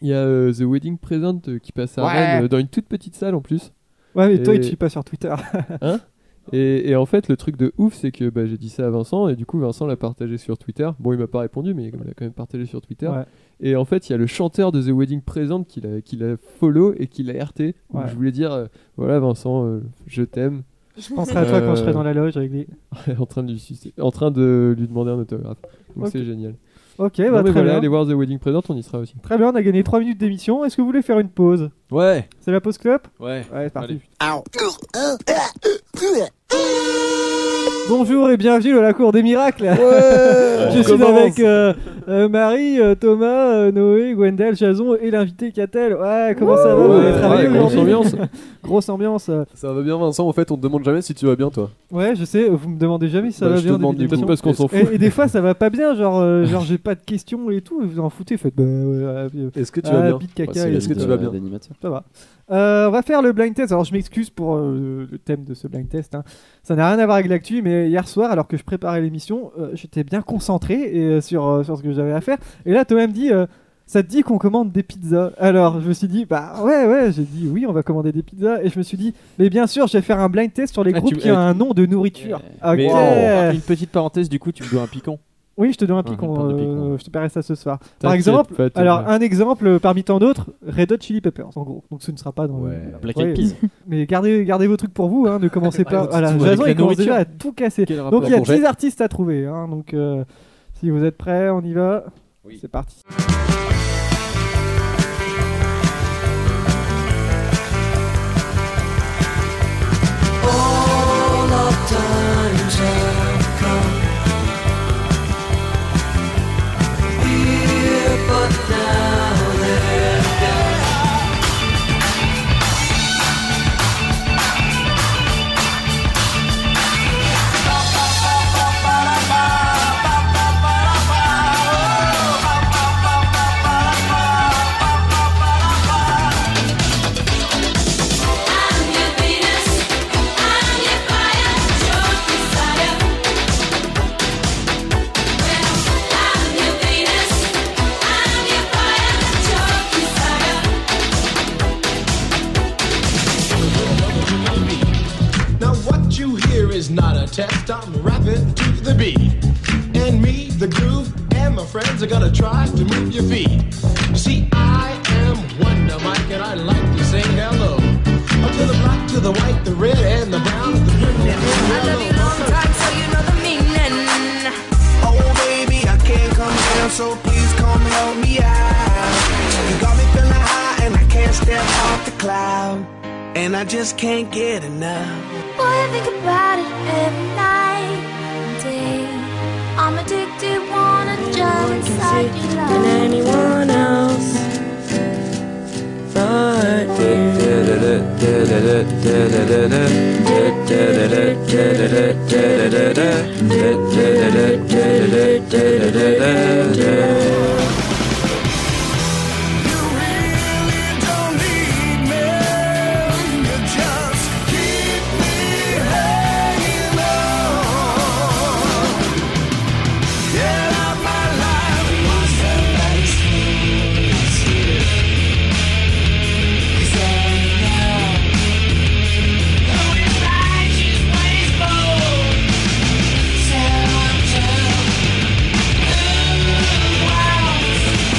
Speaker 5: il y a euh, The Wedding Present euh, qui passe à
Speaker 9: Ouais.
Speaker 5: Rennes euh, dans une toute petite salle en plus
Speaker 3: Ouais, mais toi,
Speaker 5: Et-
Speaker 3: il
Speaker 5: Hein
Speaker 3: te suit pas sur Twitter.
Speaker 5: et, et en fait le truc de ouf c'est que bah, j'ai dit ça à Vincent et du coup Vincent l'a partagé sur Twitter bon il m'a pas répondu mais il l'a quand même partagé sur Twitter
Speaker 3: Ouais.
Speaker 5: et en fait il y a le chanteur de The Wedding Present qui l'a qui l'a follow et qui l'a RT Donc,
Speaker 3: Ouais.
Speaker 5: je voulais dire euh, voilà Vincent euh, je t'aime
Speaker 3: Je penserai à toi quand je
Speaker 5: Euh.
Speaker 3: serai dans la loge avec des.
Speaker 5: en train de lui sucer- en train de lui demander un autographe. Donc c'est génial.
Speaker 3: Ok,
Speaker 5: Non,
Speaker 3: bah,
Speaker 5: mais
Speaker 3: très
Speaker 5: voilà,
Speaker 3: bien.
Speaker 5: allez voir The Wedding Present, on y sera aussi.
Speaker 3: Très bien, on a gagné 3 minutes d'émission. Est-ce que vous voulez faire une pause
Speaker 5: Ouais.
Speaker 3: C'est la pause clope
Speaker 5: Ouais.
Speaker 3: Ouais, c'est parti. Oh. Bonjour et bienvenue à la cour des miracles. Je
Speaker 1: On
Speaker 3: suis
Speaker 1: commence.
Speaker 3: avec euh, euh, Marie, euh, Thomas, euh, Noé, Gwendal, Jason et l'invité Catel. Ouais, comment ça va Vous avez
Speaker 7: Ouais,
Speaker 3: travaillé
Speaker 7: grosse
Speaker 3: aujourd'hui
Speaker 7: ambiance.
Speaker 3: Grosse ambiance.
Speaker 7: Ça va bien, Vincent. En fait, on te demande jamais si tu vas bien, toi.
Speaker 3: Ouais, je sais, vous me demandez jamais si ça
Speaker 7: Bah,
Speaker 3: va
Speaker 7: je te
Speaker 3: bien. en
Speaker 7: demande
Speaker 3: début
Speaker 7: du coup.
Speaker 3: d'émission.
Speaker 7: Peut-être parce qu'on s'en
Speaker 3: Et-
Speaker 7: fout.
Speaker 3: Et, des fois, ça va pas bien, genre, euh, genre j'ai pas de questions et tout, et vous en foutez, faites. Bah, ouais, ah, puis, euh,
Speaker 7: Est-ce que tu
Speaker 3: ah,
Speaker 7: vas bien
Speaker 3: bite caca,
Speaker 7: Ouais, c'est
Speaker 3: et-
Speaker 7: la Est-ce que tu vas bien
Speaker 6: d'animateur.
Speaker 3: Ça va. Euh, on va faire le blind test. Alors, je m'excuse pour euh, le thème de ce blind test. hein. Ça n'a rien à voir avec l'actu, mais hier soir, alors que je préparais l'émission, euh, j'étais bien concentré et, euh, sur, euh, sur ce que j'avais à faire. Et là, Thomas me dit euh, Ça te dit qu'on commande des pizzas Alors, je me suis dit Bah ouais, ouais. J'ai dit Oui, on va commander des pizzas. Et je me suis dit Mais bien sûr, je vais faire un blind test sur les
Speaker 9: Ah,
Speaker 3: groupes
Speaker 9: tu-
Speaker 3: qui
Speaker 9: euh,
Speaker 3: ont un nom de nourriture. Ah, Ok.
Speaker 9: Mais, euh, Une petite parenthèse, du coup, tu me dois un piquant.
Speaker 3: Oui, je te donne un
Speaker 9: Ah,
Speaker 3: picon.
Speaker 9: parle de
Speaker 3: euh, je te paierai ça ce soir. Par
Speaker 9: T'inquiète
Speaker 3: exemple,
Speaker 9: pas, t'es
Speaker 3: alors
Speaker 9: bien.
Speaker 3: un exemple euh, parmi tant d'autres, Red Hot Chili Peppers, en gros. Donc ce ne sera pas dans
Speaker 9: Ouais.
Speaker 3: le...
Speaker 9: Black Eyed Peas.
Speaker 3: Mais gardez, gardez vos trucs pour vous, hein, ne commencez pas.
Speaker 9: Ouais,
Speaker 3: voilà,
Speaker 9: surtout
Speaker 3: Jason,
Speaker 9: avec la
Speaker 3: il commence
Speaker 9: nourriture.
Speaker 3: déjà à tout casser.
Speaker 9: Quel rapport
Speaker 3: Donc il y a
Speaker 9: à courgette
Speaker 3: 10 artistes à trouver. hein, donc euh, si vous êtes prêts, on y va. C'est parti.
Speaker 1: All our times have come. Here, but now they're gone.
Speaker 11: Now what you hear is not a test. I'm rapping to the beat. And me, the groove, and my friends are gonna try to move your feet. You see, I am Wonder Mike, and I like to sing hello. Up to the black, to the white, the red, and the brown, the blue, and the yellow.
Speaker 12: Oh baby, I can't come down, so please come help me out. You got me feeling high, and I can't step off the cloud, and I just can't get enough.
Speaker 13: Boy, I think about it every night and day. I'm addicted, wanna jump inside your love. Than anyone else.
Speaker 1: But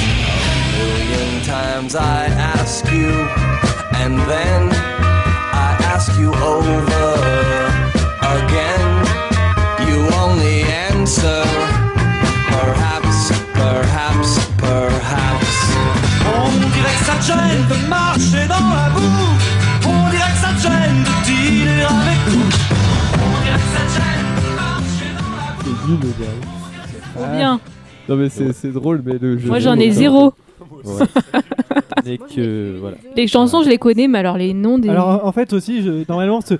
Speaker 14: million times I ask you, and then I ask you over again. You only answer, perhaps, perhaps, perhaps.
Speaker 1: On dirait que ça te gêne de marcher dans la boue. On dirait que ça te gêne de dîner avec nous. On dirait que ça te gêne de marcher dans la boue.
Speaker 5: C'est nul, le gars.
Speaker 3: Ah.
Speaker 8: Trop bien.
Speaker 5: Non, mais c'est c'est drôle, mais le jeu.
Speaker 8: Moi,
Speaker 5: de
Speaker 8: j'en
Speaker 5: mots,
Speaker 8: ai
Speaker 5: ça-
Speaker 8: zéro.
Speaker 5: Ouais. Dès que. Voilà.
Speaker 8: Les chansons, je les connais, mais alors les noms des.
Speaker 3: Alors en fait aussi, je- normalement, ce-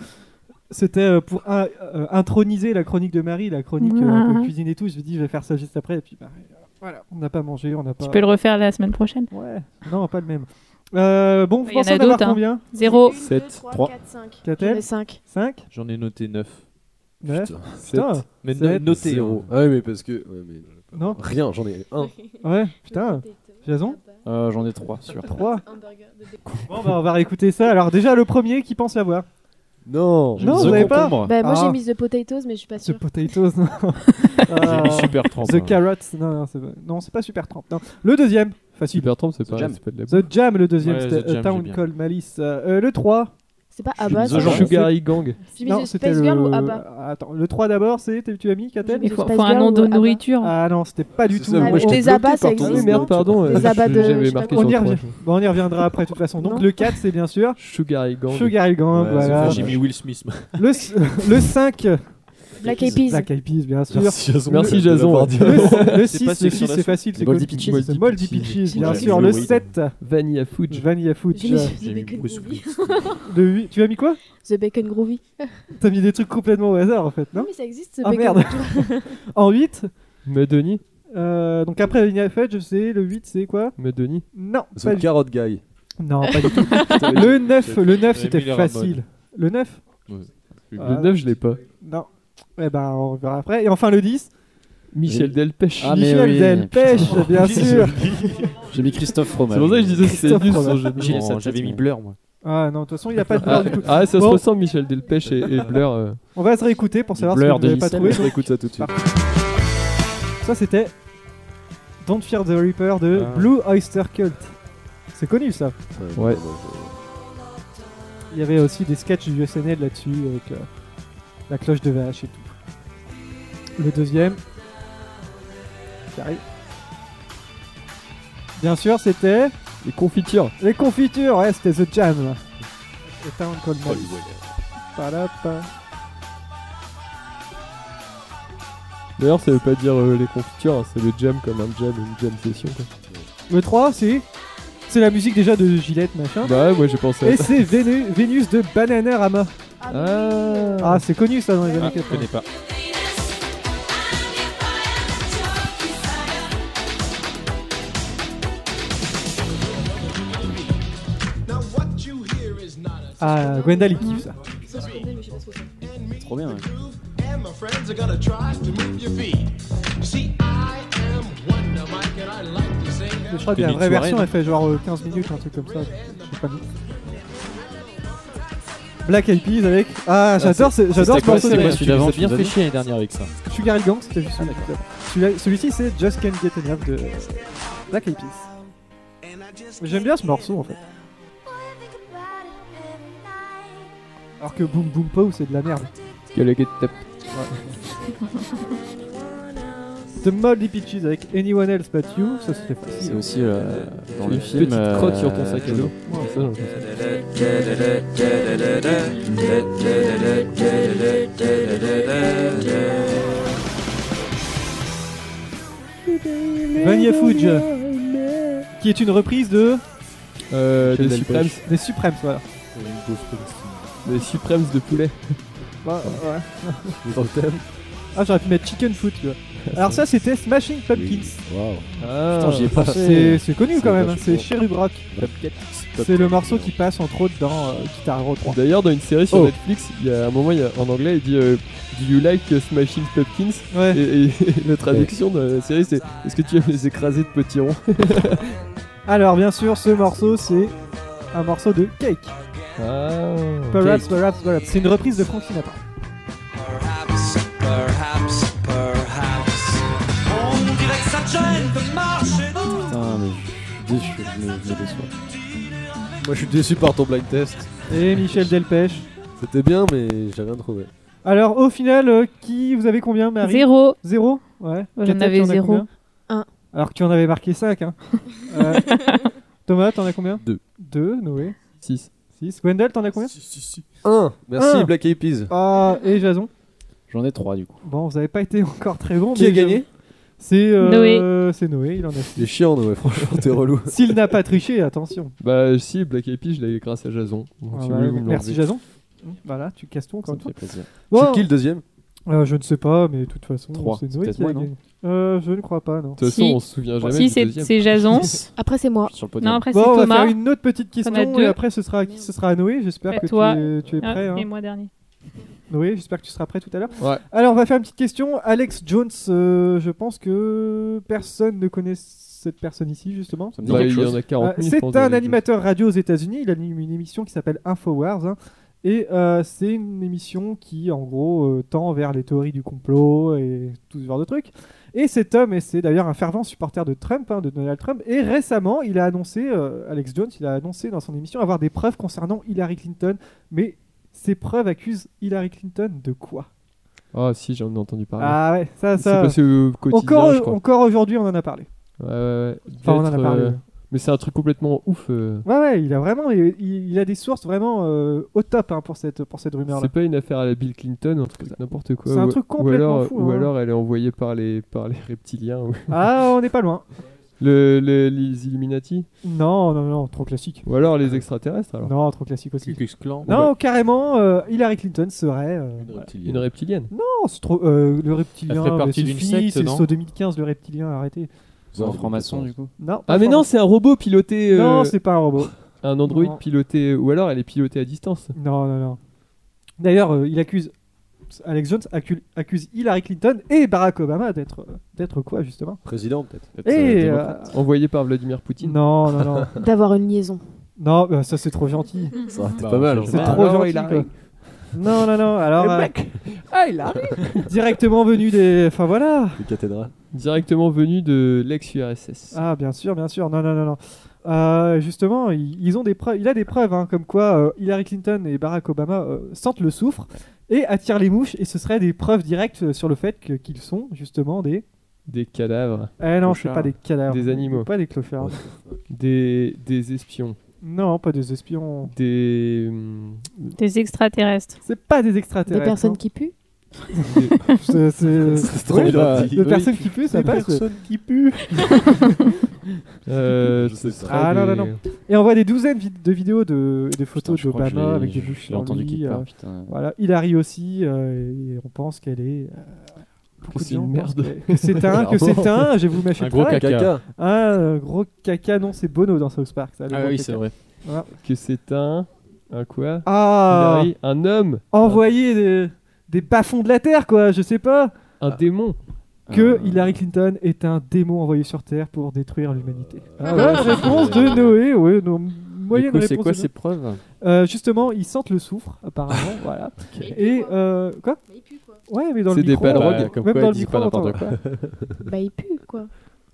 Speaker 3: c'était euh, pour in- euh, introniser la chronique de Marie, la chronique euh, un peu
Speaker 8: Ouais.
Speaker 3: cuisine et tout. Je me dis, je vais faire ça juste après. Et puis bah, euh, voilà, on n'a pas mangé, on n'a pas.
Speaker 8: Tu peux le refaire la semaine prochaine
Speaker 3: Ouais. Non, pas le même. Euh, bon, vous
Speaker 4: Il y en
Speaker 3: pensez
Speaker 4: a
Speaker 3: en avoir
Speaker 4: d'autres, hein.
Speaker 3: combien
Speaker 8: 0.
Speaker 5: 7,
Speaker 4: 3, 4, 5.
Speaker 3: Qu'a-t-elle
Speaker 4: 5.
Speaker 3: 5
Speaker 9: J'en ai noté 9.
Speaker 3: Neuf.
Speaker 7: Putain.
Speaker 3: Putain.
Speaker 9: Mais no-
Speaker 7: Sept,
Speaker 9: notez,
Speaker 7: zéro.
Speaker 9: hein.
Speaker 7: Ah oui, mais parce que. ouais, mais-
Speaker 3: Non.
Speaker 7: Rien, j'en ai un.
Speaker 3: Ouais, putain. Jason
Speaker 6: Euh, J'en ai 3 sur
Speaker 3: 3 Bon, bah, on va réécouter ça. Alors, déjà, le premier qui pense l'avoir.
Speaker 7: Non,
Speaker 3: non, vous n'avez pas
Speaker 4: Bah, moi j'ai
Speaker 3: Ah.
Speaker 4: mis The Potatoes, mais je suis pas
Speaker 3: The
Speaker 4: sûre.
Speaker 3: Potatoes, non. Ah.
Speaker 9: mis Super Tramp,
Speaker 3: The
Speaker 9: hein.
Speaker 3: Carrots, non, non, c'est pas, non, c'est pas Super Tramp. non. Le deuxième, facile.
Speaker 5: Super Trump, c'est pas,
Speaker 3: Jam.
Speaker 5: c'est pas de la
Speaker 3: The Jam, le deuxième,
Speaker 9: Ouais,
Speaker 3: c'était
Speaker 9: The Jam,
Speaker 3: A Town
Speaker 9: j'ai bien.
Speaker 3: Called Malice. Euh, euh, le 3,
Speaker 4: C'est pas ABBA. ça
Speaker 5: Sugary Gang.
Speaker 4: Jimmy the Space Girl ou ABBA
Speaker 3: Attends, le 3 d'abord, c'est t'es- tu as mis Katel
Speaker 4: Jimmy the Space Girl ou ABBA.
Speaker 3: Ah non, c'était pas du
Speaker 5: C'est
Speaker 3: tout.
Speaker 5: ça, moi,
Speaker 3: on-
Speaker 5: j'étais
Speaker 3: on-
Speaker 5: Les bloqué abats, ça par ton- existe,
Speaker 3: Ah oui, merde,
Speaker 5: non
Speaker 3: pardon.
Speaker 5: Les
Speaker 3: euh,
Speaker 5: abats de-
Speaker 3: j'avais
Speaker 5: je sais pas
Speaker 3: marqué
Speaker 5: quoi.
Speaker 3: On y
Speaker 5: sur le
Speaker 3: revient.
Speaker 5: projet.
Speaker 3: Bon, on y reviendra après de toute façon. Donc le 4, c'est bien sûr
Speaker 5: Sugary Gang.
Speaker 3: Sugary Gang,
Speaker 5: Ouais,
Speaker 3: voilà.
Speaker 5: c'est Jimmy Will Smith.
Speaker 3: Le s- le 5
Speaker 4: Black Eyed Peas.
Speaker 3: Black Eyed Peas, bien sûr.
Speaker 5: Merci, Jason.
Speaker 3: Le-
Speaker 5: Merci, Jason.
Speaker 3: le- Le,
Speaker 5: C'est
Speaker 3: 6,
Speaker 5: pas
Speaker 3: le
Speaker 5: Sex
Speaker 3: 6,
Speaker 5: and
Speaker 3: c'est
Speaker 5: the
Speaker 3: facile. C'est
Speaker 5: Moldy
Speaker 3: Moldy
Speaker 5: Peaches.
Speaker 3: Peaches. Moldy Peaches, bien
Speaker 5: Ouais.
Speaker 3: sûr. Le
Speaker 5: Oui.
Speaker 3: 7,
Speaker 5: Vanilla Fudge.
Speaker 3: Vanilla Fudge.
Speaker 4: J'ai mis- j'ai
Speaker 3: Le
Speaker 4: mis que des Groovy.
Speaker 3: 8, tu as mis quoi
Speaker 4: The Bacon Groovy.
Speaker 3: T'as mis des trucs complètement au hasard en fait, non
Speaker 4: Mais ça existe, The
Speaker 3: Ah
Speaker 4: Bacon
Speaker 3: merde
Speaker 4: Groovy.
Speaker 3: En 8
Speaker 5: Mais Denis
Speaker 3: euh, Donc après Vanilla Fudge, c'est le 8, c'est quoi
Speaker 5: Mais Denis
Speaker 3: Non,
Speaker 7: The
Speaker 3: pas du-
Speaker 7: Carrot Guy.
Speaker 3: Non, pas du tout. le 9, le 9 c'était
Speaker 5: J'avais mis les
Speaker 3: facile. Le 9
Speaker 5: Ouais. Le
Speaker 3: Ah.
Speaker 5: 9, je l'ai pas.
Speaker 3: Non. Eh ben, on verra après. Et enfin le 10
Speaker 5: Michel Delpech.
Speaker 6: Ah, mais
Speaker 3: Michel
Speaker 6: oui,
Speaker 3: Delpech,
Speaker 6: putain.
Speaker 3: bien sûr.
Speaker 6: J'ai mis Christophe Fromage.
Speaker 5: C'est pour ça que je disais que c'était
Speaker 6: Christophe
Speaker 5: nul son
Speaker 6: Fromage.
Speaker 5: jeu de
Speaker 6: J'ai-
Speaker 5: mots.
Speaker 6: ça, J'avais mis
Speaker 5: mais-
Speaker 6: Blur, moi.
Speaker 3: Ah non, de toute façon, il n'y a pas de
Speaker 5: Ah,
Speaker 3: beurre du tout.
Speaker 5: ah, ça se
Speaker 3: Bon,
Speaker 5: ressemble, Michel Delpech et, et Blur. euh.
Speaker 3: On va se réécouter pour savoir
Speaker 5: Blur
Speaker 3: si vous n'avez
Speaker 5: de
Speaker 3: pas
Speaker 5: Michel.
Speaker 3: trouvé.
Speaker 5: On se réécoute
Speaker 7: ça tout de suite.
Speaker 3: Ça, c'était Don't Fear the Reaper de
Speaker 6: Ah.
Speaker 3: Blue Oyster Cult. C'est connu ça.
Speaker 5: Ouais.
Speaker 3: Il y avait aussi des sketchs du SNL là-dessus avec euh, la cloche de VH et tout. Le deuxième. Qui arrive. Bien sûr, c'était.
Speaker 5: Les confitures.
Speaker 3: Les confitures, ouais, c'était The Jam. Et Town Called Malice.
Speaker 5: Oh, ouais.
Speaker 3: Palapa.
Speaker 5: D'ailleurs, ça veut pas dire euh, les confitures, hein, c'est le jam comme un jam, une jam session. Quoi.
Speaker 3: Le 3, c'est. C'est la musique déjà de Gillette, machin.
Speaker 5: Bah ouais, moi j'ai pensé à
Speaker 3: Et
Speaker 5: ça.
Speaker 3: c'est Vénu- Vénus de Bananarama.
Speaker 5: Ah,
Speaker 3: Ah, c'est connu ça dans les années
Speaker 5: Ah, je
Speaker 3: 80.
Speaker 5: connais pas. Ah,
Speaker 3: Gwenda, il kiffe ça.
Speaker 6: Trop bien, ouais.
Speaker 11: And my friends are gonna try to move your feet. See, I am Wonder Mike, and I like to sing.
Speaker 3: Je crois que la vraie version, elle fait genre euh, 15 minutes, un truc comme ça. Je sais pas. Black Eyed Peas avec. Ah, j'adore ce, j'adore ce morceau.
Speaker 9: C'est quoi
Speaker 3: d'ailleurs.
Speaker 9: celui d'avant bien
Speaker 3: Tu nous as
Speaker 9: fait
Speaker 3: dit
Speaker 9: chier l'année dernière avec ça.
Speaker 3: Sugar Gang, c'était juste celui Celui-là- Celui-ci, c'est Just Can't Get Enough de Black Eyed Peas. Mais J'aime bien ce morceau en fait. Alors que Boom Boom Pow, c'est de la merde. The Moldy Peaches avec Anyone Else But You, ça c'était facile.
Speaker 6: C'est aussi euh, dans le
Speaker 5: Une
Speaker 6: film.
Speaker 5: petite crotte sur ton sac à dos. C'est ça, genre.
Speaker 3: Vania Fudge, qui est une reprise de.
Speaker 5: Euh, des
Speaker 3: Michel
Speaker 5: Supremes.
Speaker 3: Delpech. Des Supremes, voilà.
Speaker 5: Des Supremes de poulet.
Speaker 3: Bah, ouais.
Speaker 5: Dans le thème.
Speaker 3: Ah, j'aurais pu mettre Chicken Foot, tu vois. Alors, ça c'était Smashing Pumpkins. Ah.
Speaker 5: Waouh.
Speaker 6: Putain, j'y ai pensé.
Speaker 3: C'est- C'est connu
Speaker 6: C'est
Speaker 3: quand même, hein,
Speaker 6: vachement
Speaker 3: c'est
Speaker 6: bon.
Speaker 3: Cherub Rock.
Speaker 5: hein.
Speaker 3: C'est le morceau qui passe entre autres dans euh, Guitar Hero 3.
Speaker 5: D'ailleurs, dans une série sur
Speaker 3: Oh.
Speaker 5: Netflix, il y a un moment il y a- en anglais, il dit euh, Do you like euh, smashing pumpkins
Speaker 3: Ouais.
Speaker 5: et, et- la traduction de la série, c'est Est-ce que tu aimes les écraser de potirons
Speaker 3: Alors, bien sûr, ce morceau c'est un morceau de Cake.
Speaker 5: Ah.
Speaker 3: Perhaps, perhaps, perhaps. C'est une reprise de Frank Sinatra.
Speaker 14: Perhaps, perhaps, perhaps. On dirait que ça gêne de marcher dans
Speaker 6: Putain, mais je suis déçu, je me, je me déçois.
Speaker 7: Moi, je suis déçu par ton blind test.
Speaker 3: Et Michel Delpech.
Speaker 7: C'était bien, mais j'ai rien trouvé.
Speaker 3: Alors, au final, euh, qui vous avez combien, Marie
Speaker 8: Zéro.
Speaker 3: Zéro Ouais.
Speaker 8: Moi, j'en
Speaker 3: Katia, tu
Speaker 8: avais
Speaker 3: en as
Speaker 8: zéro.
Speaker 3: combien
Speaker 4: Un.
Speaker 3: Alors que tu en avais marqué 5. Hein. Euh, Thomas, t'en as combien
Speaker 7: Deux.
Speaker 3: Deux, Noé.
Speaker 5: 6.
Speaker 3: 6. Gwendal, t'en as combien
Speaker 7: 1. Merci,
Speaker 3: Un.
Speaker 7: Black Eyed Peas.
Speaker 3: Ah, et Jason
Speaker 6: J'en ai 3 du coup.
Speaker 3: Bon, vous avez pas été encore très bon.
Speaker 7: Qui a gagné
Speaker 3: C'est euh,
Speaker 8: Noé.
Speaker 3: C'est Noé, il en a six.
Speaker 7: T'es chiant, ouais, franchement, t'es relou.
Speaker 3: S'il n'a pas triché, attention.
Speaker 5: Bah, si, Black Eyed Peas, je l'avais grâce à Jason. Donc,
Speaker 3: Ah,
Speaker 5: si vous
Speaker 3: bah,
Speaker 5: voulez, vous me
Speaker 3: merci
Speaker 5: l'enlevez.
Speaker 3: Jason. Voilà, tu casses tout encore une fois. Oh,
Speaker 6: plaisir.
Speaker 3: Bon.
Speaker 7: C'est qui le deuxième
Speaker 3: Euh, je ne sais pas, mais de toute façon,
Speaker 6: Trois.
Speaker 3: c'est
Speaker 6: C'est
Speaker 3: Noé
Speaker 6: peut-être
Speaker 3: qui a
Speaker 6: moi, non
Speaker 3: gagné. Euh, je ne crois pas, non.
Speaker 5: De toute façon,
Speaker 8: Si.
Speaker 5: on se souvient jamais.
Speaker 8: Si,
Speaker 5: du
Speaker 8: c'est
Speaker 5: deuxième.
Speaker 8: c'est Jason.
Speaker 4: Après, c'est moi.
Speaker 6: Sur le podium.
Speaker 8: Non, après,
Speaker 3: Bon,
Speaker 8: c'est
Speaker 3: on va
Speaker 8: Thomas.
Speaker 3: faire une autre petite
Speaker 8: T'en as
Speaker 3: question
Speaker 8: deux.
Speaker 3: et après ce sera à qui ce sera à Noé. J'espère
Speaker 8: Et
Speaker 3: que
Speaker 8: toi.
Speaker 3: tu es, tu es
Speaker 8: Ah,
Speaker 3: prêt. hein.
Speaker 8: Et moi dernier.
Speaker 3: Noé, j'espère que tu seras prêt tout à l'heure.
Speaker 5: Ouais.
Speaker 3: Alors, on va faire une petite question. Alex Jones, euh, je pense que personne ne connaît cette personne ici, justement.
Speaker 6: Ça me dit
Speaker 5: Bah,
Speaker 6: quelque
Speaker 5: il y
Speaker 6: chose.
Speaker 5: en a 40
Speaker 3: Euh,
Speaker 5: 000. je pense,
Speaker 3: c'est
Speaker 5: dans
Speaker 3: un
Speaker 5: les-
Speaker 3: animateur radio aux États-Unis. Il anime une émission qui s'appelle InfoWars. hein. Et euh, c'est une émission qui, en gros, euh, tend vers les théories du complot et tout ce genre de trucs. Et cet homme, et c'est d'ailleurs un fervent supporter de Trump, hein, de Donald Trump, et récemment, il a annoncé, euh, Alex Jones, il a annoncé dans son émission avoir des preuves concernant Hillary Clinton. Mais ces preuves accusent Hillary Clinton de quoi
Speaker 5: Ah si, j'en ai entendu parler.
Speaker 3: Ah ouais, ça,
Speaker 5: C'est
Speaker 3: ça.
Speaker 5: passé au quotidien,
Speaker 3: encore
Speaker 5: je crois.
Speaker 3: encore aujourd'hui, on en a parlé.
Speaker 5: Ouais, ouais, ouais.
Speaker 3: Enfin, on en a
Speaker 5: Peut-être, euh,
Speaker 3: parlé.
Speaker 5: mais c'est un truc complètement ouf. euh.
Speaker 3: Ouais, ouais, il a vraiment, il, il a des sources vraiment euh, au top hein, pour cette, pour cette rumeur-là.
Speaker 5: C'est pas une affaire à la Bill Clinton, un truc n'importe quoi.
Speaker 3: C'est un
Speaker 5: ou-
Speaker 3: truc
Speaker 5: ou
Speaker 3: complètement
Speaker 5: alors-
Speaker 3: fou,
Speaker 5: Ou
Speaker 3: hein.
Speaker 5: alors elle est envoyée par les, par les reptiliens. ou-
Speaker 3: Ah, on n'est pas loin.
Speaker 5: Le, le- les Illuminati
Speaker 3: Non, non, non, trop classique.
Speaker 5: Ou alors les extraterrestres alors.
Speaker 3: Non, trop classique aussi.
Speaker 5: Clan.
Speaker 3: Non, carrément, euh, Hillary Clinton serait. euh,
Speaker 5: Une reptilienne.
Speaker 3: Non, c'est trop. euh, le
Speaker 5: Elle
Speaker 3: reptilien.
Speaker 5: ferait
Speaker 3: bah,
Speaker 5: partie d'une
Speaker 3: suffit,
Speaker 5: secte,
Speaker 3: C'est
Speaker 5: non
Speaker 3: c'est 2015, le reptilien, arrêtez.
Speaker 6: C'est un franc-maçon, du coup.
Speaker 3: Non.
Speaker 5: Ah mais non, c'est un robot piloté. euh,
Speaker 3: Non, c'est pas un robot.
Speaker 5: Un android
Speaker 3: Non.
Speaker 5: piloté. Ou alors elle est pilotée à distance.
Speaker 3: Non, non, non. D'ailleurs, euh, il accuse. Alex Jones accuse, accuse Hillary Clinton et Barack Obama d'être euh, d'être quoi, justement
Speaker 7: Président, peut-être.
Speaker 3: Et. euh,
Speaker 5: Envoyé par Vladimir Poutine.
Speaker 3: Non, non, non.
Speaker 4: D'avoir une liaison.
Speaker 3: Non, bah, ça c'est trop gentil.
Speaker 5: Ça aurait été Bah, pas mal,
Speaker 3: C'est
Speaker 5: hein.
Speaker 3: trop
Speaker 5: Alors,
Speaker 3: gentil.
Speaker 5: Hillary.
Speaker 3: quoi. Non, non, non. Alors.
Speaker 5: Le
Speaker 3: euh,
Speaker 5: mec.
Speaker 3: Ah, Hillary Directement venu des. Enfin voilà.
Speaker 7: Les cathédrales.
Speaker 5: Directement venu de l'ex-URSS.
Speaker 3: Ah, bien sûr, bien sûr. Non, non, non, non. Euh, justement, ils ils ont des preuves. Il a des preuves, hein, comme quoi euh, Hillary Clinton et Barack Obama euh, sentent le soufre et attirent les mouches. Et ce serait des preuves directes euh, sur le fait que- qu'ils sont justement des.
Speaker 5: Des cadavres.
Speaker 3: Eh non, c'est
Speaker 5: Clochards.
Speaker 3: pas des cadavres.
Speaker 5: Des animaux.
Speaker 3: Pas des clochards.
Speaker 5: Des, des espions.
Speaker 3: Non, pas des espions.
Speaker 5: Des. hum,
Speaker 8: Des extraterrestres.
Speaker 3: C'est pas des extraterrestres. hein.
Speaker 4: Des personnes qui puent
Speaker 3: C'est- c'est-
Speaker 5: C'est trop
Speaker 3: Oui,
Speaker 5: bien
Speaker 3: bah,
Speaker 5: dit.
Speaker 3: De
Speaker 5: Oui,
Speaker 3: personnes
Speaker 5: qui-
Speaker 3: qui puent, ça
Speaker 5: des
Speaker 3: passe.
Speaker 5: personnes
Speaker 3: qui puent.
Speaker 5: euh, ce serait
Speaker 3: Ah non, non,
Speaker 5: des-
Speaker 3: non. Et on voit des douzaines vid- de vidéos de, et de photos
Speaker 6: je crois que je
Speaker 3: d'Obama
Speaker 6: l'ai-
Speaker 3: avec des
Speaker 6: je
Speaker 3: bouches
Speaker 6: l'ai entendu quelque part, putain.
Speaker 3: euh, Voilà, Hillary aussi, euh, et on pense qu'elle est. euh, beaucoup de
Speaker 5: c'est
Speaker 3: gens
Speaker 5: une
Speaker 3: pensent
Speaker 5: merde.
Speaker 3: que- Que c'est un, que c'est un, je vais vous mâcher
Speaker 5: Un
Speaker 3: le
Speaker 5: gros
Speaker 3: travail.
Speaker 5: caca.
Speaker 3: Un euh, gros caca, non, c'est Bono dans South Park. Ça, le
Speaker 5: Ah
Speaker 3: gros
Speaker 5: oui,
Speaker 3: caca.
Speaker 5: c'est vrai.
Speaker 3: Voilà.
Speaker 5: Que c'est un. Un quoi
Speaker 3: Ah.
Speaker 5: Hillary, Un homme
Speaker 3: Envoyer des, des bas-fonds de la Terre, quoi, je sais pas.
Speaker 5: Un démon.
Speaker 3: Que
Speaker 5: Ah.
Speaker 3: Hillary Clinton est un démon envoyé sur Terre pour détruire l'humanité.
Speaker 5: Ah.
Speaker 3: Bonne réponse de Noé, ouais, non, moyenne
Speaker 9: coup, c'est
Speaker 3: réponse
Speaker 9: quoi
Speaker 3: de Noé.
Speaker 9: ces preuves
Speaker 3: Euh, Justement, ils sentent le soufre, apparemment, voilà. Et euh, quoi Ouais, mais dans
Speaker 9: C'est
Speaker 3: le
Speaker 9: des
Speaker 3: micro,
Speaker 9: palrogues,
Speaker 3: euh,
Speaker 9: comme
Speaker 3: même
Speaker 9: quoi,
Speaker 3: dans
Speaker 9: ils
Speaker 3: le
Speaker 9: disent
Speaker 3: micro,
Speaker 9: pas
Speaker 3: on
Speaker 9: n'importe
Speaker 3: entend.
Speaker 4: Bah, ils puent, quoi.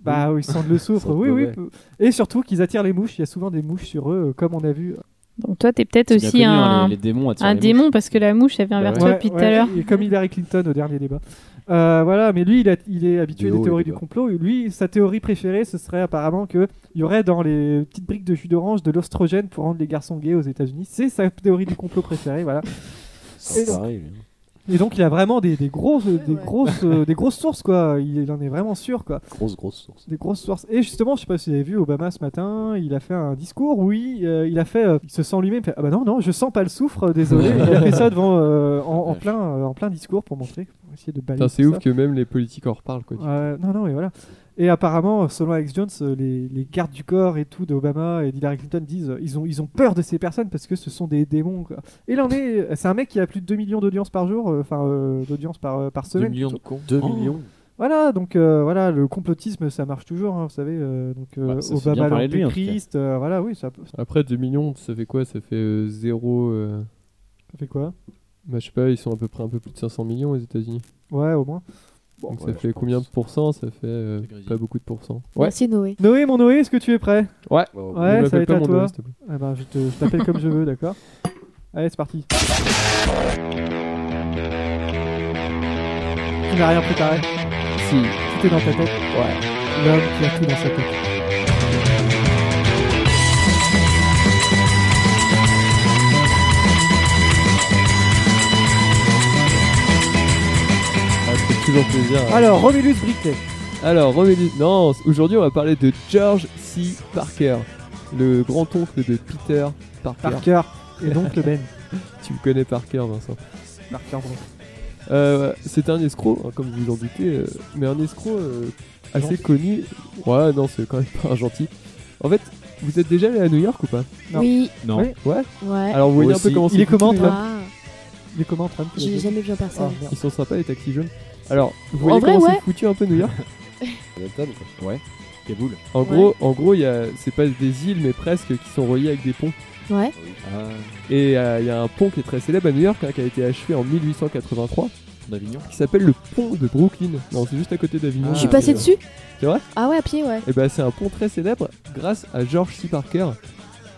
Speaker 3: Bah, oui, ils sentent le soufre,
Speaker 9: Ils
Speaker 3: oui,
Speaker 9: sentent
Speaker 3: oui.
Speaker 9: mauvais.
Speaker 3: Et surtout qu'ils attirent les mouches, il y a souvent des mouches sur eux, euh, comme on a vu.
Speaker 8: Donc toi, t'es peut-être
Speaker 3: C'est bien
Speaker 8: aussi
Speaker 3: connu,
Speaker 8: un,
Speaker 3: hein, les- les démons attirent
Speaker 8: un
Speaker 3: les
Speaker 8: démon parce que la mouche, elle vient vers toi
Speaker 3: Bah Ouais,
Speaker 8: depuis tout
Speaker 3: ouais,
Speaker 8: à l'heure.
Speaker 3: et Comme Hillary Clinton au dernier débat. Euh, voilà, mais lui, il, a- il est habitué
Speaker 9: Des hauts
Speaker 3: des
Speaker 9: et
Speaker 3: théories
Speaker 9: des
Speaker 3: du
Speaker 9: bas.
Speaker 3: complot. Lui, sa théorie préférée, ce serait apparemment qu'il y aurait dans les petites briques de jus d'orange de l'ostrogène pour rendre les garçons gays aux États-Unis. C'est sa théorie du complot préférée, voilà.
Speaker 7: C'est
Speaker 3: Et donc-
Speaker 7: pareil, lui.
Speaker 3: Et donc il a vraiment des, des grosses, des grosses, euh, des grosses sources quoi. Il, il en est vraiment sûr quoi.
Speaker 7: Grosse, grosse source.
Speaker 3: Des grosses sources. Et justement, je sais pas si vous avez vu Obama ce matin, il a fait un discours. Oui, il a fait, euh, il se sent lui-même. il fait, Ah bah non non, je sens pas le soufre, euh, désolé. il a fait ça devant, euh, en, en plein, euh, en plein discours pour montrer, pour essayer de balayer.
Speaker 5: Putain, C'est
Speaker 3: tout
Speaker 5: ouf
Speaker 3: ça.
Speaker 5: que même les politiques en reparlent quoi.
Speaker 3: Ouais, non, non, mais voilà. Et apparemment, selon Alex Jones, euh, les, les gardes du corps et tout d'Obama et d'Hillary Clinton disent euh, ils ont, ils ont peur de ces personnes parce que ce sont des démons. Quoi. Et là, on est. euh, C'est un mec qui a plus de 2 millions d'audiences par jour, euh, enfin, euh, d'audiences par, euh, par semaine.
Speaker 9: millions de
Speaker 3: plutôt.
Speaker 9: cons. Deux Oh. millions.
Speaker 3: Voilà, donc euh, voilà, le complotisme, ça marche toujours, hein, vous savez. euh, donc, euh,
Speaker 9: Ouais, Bah, ça fait bien
Speaker 3: Obama,
Speaker 9: parler de lui, en tout cas.
Speaker 3: l'Antéchrist, euh, voilà, oui, ça, peut-
Speaker 5: Après 2 millions, ça fait quoi Ça fait euh, zéro. euh,
Speaker 3: ça fait quoi
Speaker 5: Bah, je sais pas, ils sont à peu près un peu plus de 500 millions aux États-Unis.
Speaker 3: Ouais, au moins. Bon,
Speaker 5: Donc
Speaker 3: ouais,
Speaker 5: ça fait combien de pourcents Ça fait euh, pas beaucoup de pourcents. Ouais.
Speaker 4: Merci, Noé.
Speaker 3: Noé, mon Noé, est-ce que tu es prêt
Speaker 5: Ouais.
Speaker 3: Ouais,
Speaker 5: Ne m'appelle
Speaker 3: ça va être
Speaker 5: pas
Speaker 3: à
Speaker 5: mon
Speaker 3: toi.
Speaker 5: Noé, s'il te plaît.
Speaker 3: Eh ben, je te- je t'appelle comme je veux, d'accord Allez, c'est parti. Tu n'as rien préparé
Speaker 5: Si.
Speaker 3: Tout est dans ta tête Ouais. L'homme qui a tout dans sa tête.
Speaker 5: Ah, c'est toujours plaisir.
Speaker 3: Alors, Romulus Brickley.
Speaker 5: Alors, Romulus. Non, c- aujourd'hui, on va parler de George C. Parker, le grand-oncle de Peter Parker.
Speaker 3: Parker, et donc le Ben.
Speaker 5: tu me connais Parker, Vincent.
Speaker 3: Parker, bon.
Speaker 5: Euh, c'est un escroc, hein, comme vous vous en doutez, euh, mais un escroc euh, assez
Speaker 3: Gentil.
Speaker 5: connu. Ouais, non, c'est quand même pas un gentil. En fait, vous êtes déjà allé à New York ou pas
Speaker 4: Non. Oui.
Speaker 3: Non.
Speaker 5: Ouais.
Speaker 4: Ouais.
Speaker 5: Alors vous voyez
Speaker 3: Moi
Speaker 5: un peu
Speaker 3: aussi.
Speaker 5: comment
Speaker 3: Il
Speaker 5: c'est
Speaker 3: est comment,
Speaker 5: foutu, les
Speaker 3: Trump
Speaker 5: gars
Speaker 3: Il est comment, Trump il a
Speaker 4: J'ai
Speaker 3: dit
Speaker 4: jamais vu en personne.
Speaker 3: Ah, merde.
Speaker 5: Ils sont sympas les taxis jaunes. Alors, vous
Speaker 4: En
Speaker 5: voyez
Speaker 4: vrai,
Speaker 5: comment
Speaker 4: ouais.
Speaker 5: c'est foutu un peu New York
Speaker 7: Ouais.
Speaker 9: Kaboul.
Speaker 5: En gros, en gros, il y a- c'est pas des îles, mais presque, qui sont reliées avec des ponts.
Speaker 4: Ouais.
Speaker 5: Et euh, il y a un pont qui est très célèbre à New York, hein, qui a été achevé en 1883.
Speaker 9: D'Avignon.
Speaker 5: Qui s'appelle le pont de Brooklyn. Non, c'est juste à côté d'Avignon. Euh,
Speaker 4: Je suis passé dessus.
Speaker 5: C'est vrai
Speaker 4: Ah ouais, à pied, ouais.
Speaker 5: Et bah, c'est un pont très célèbre grâce à George C. Parker.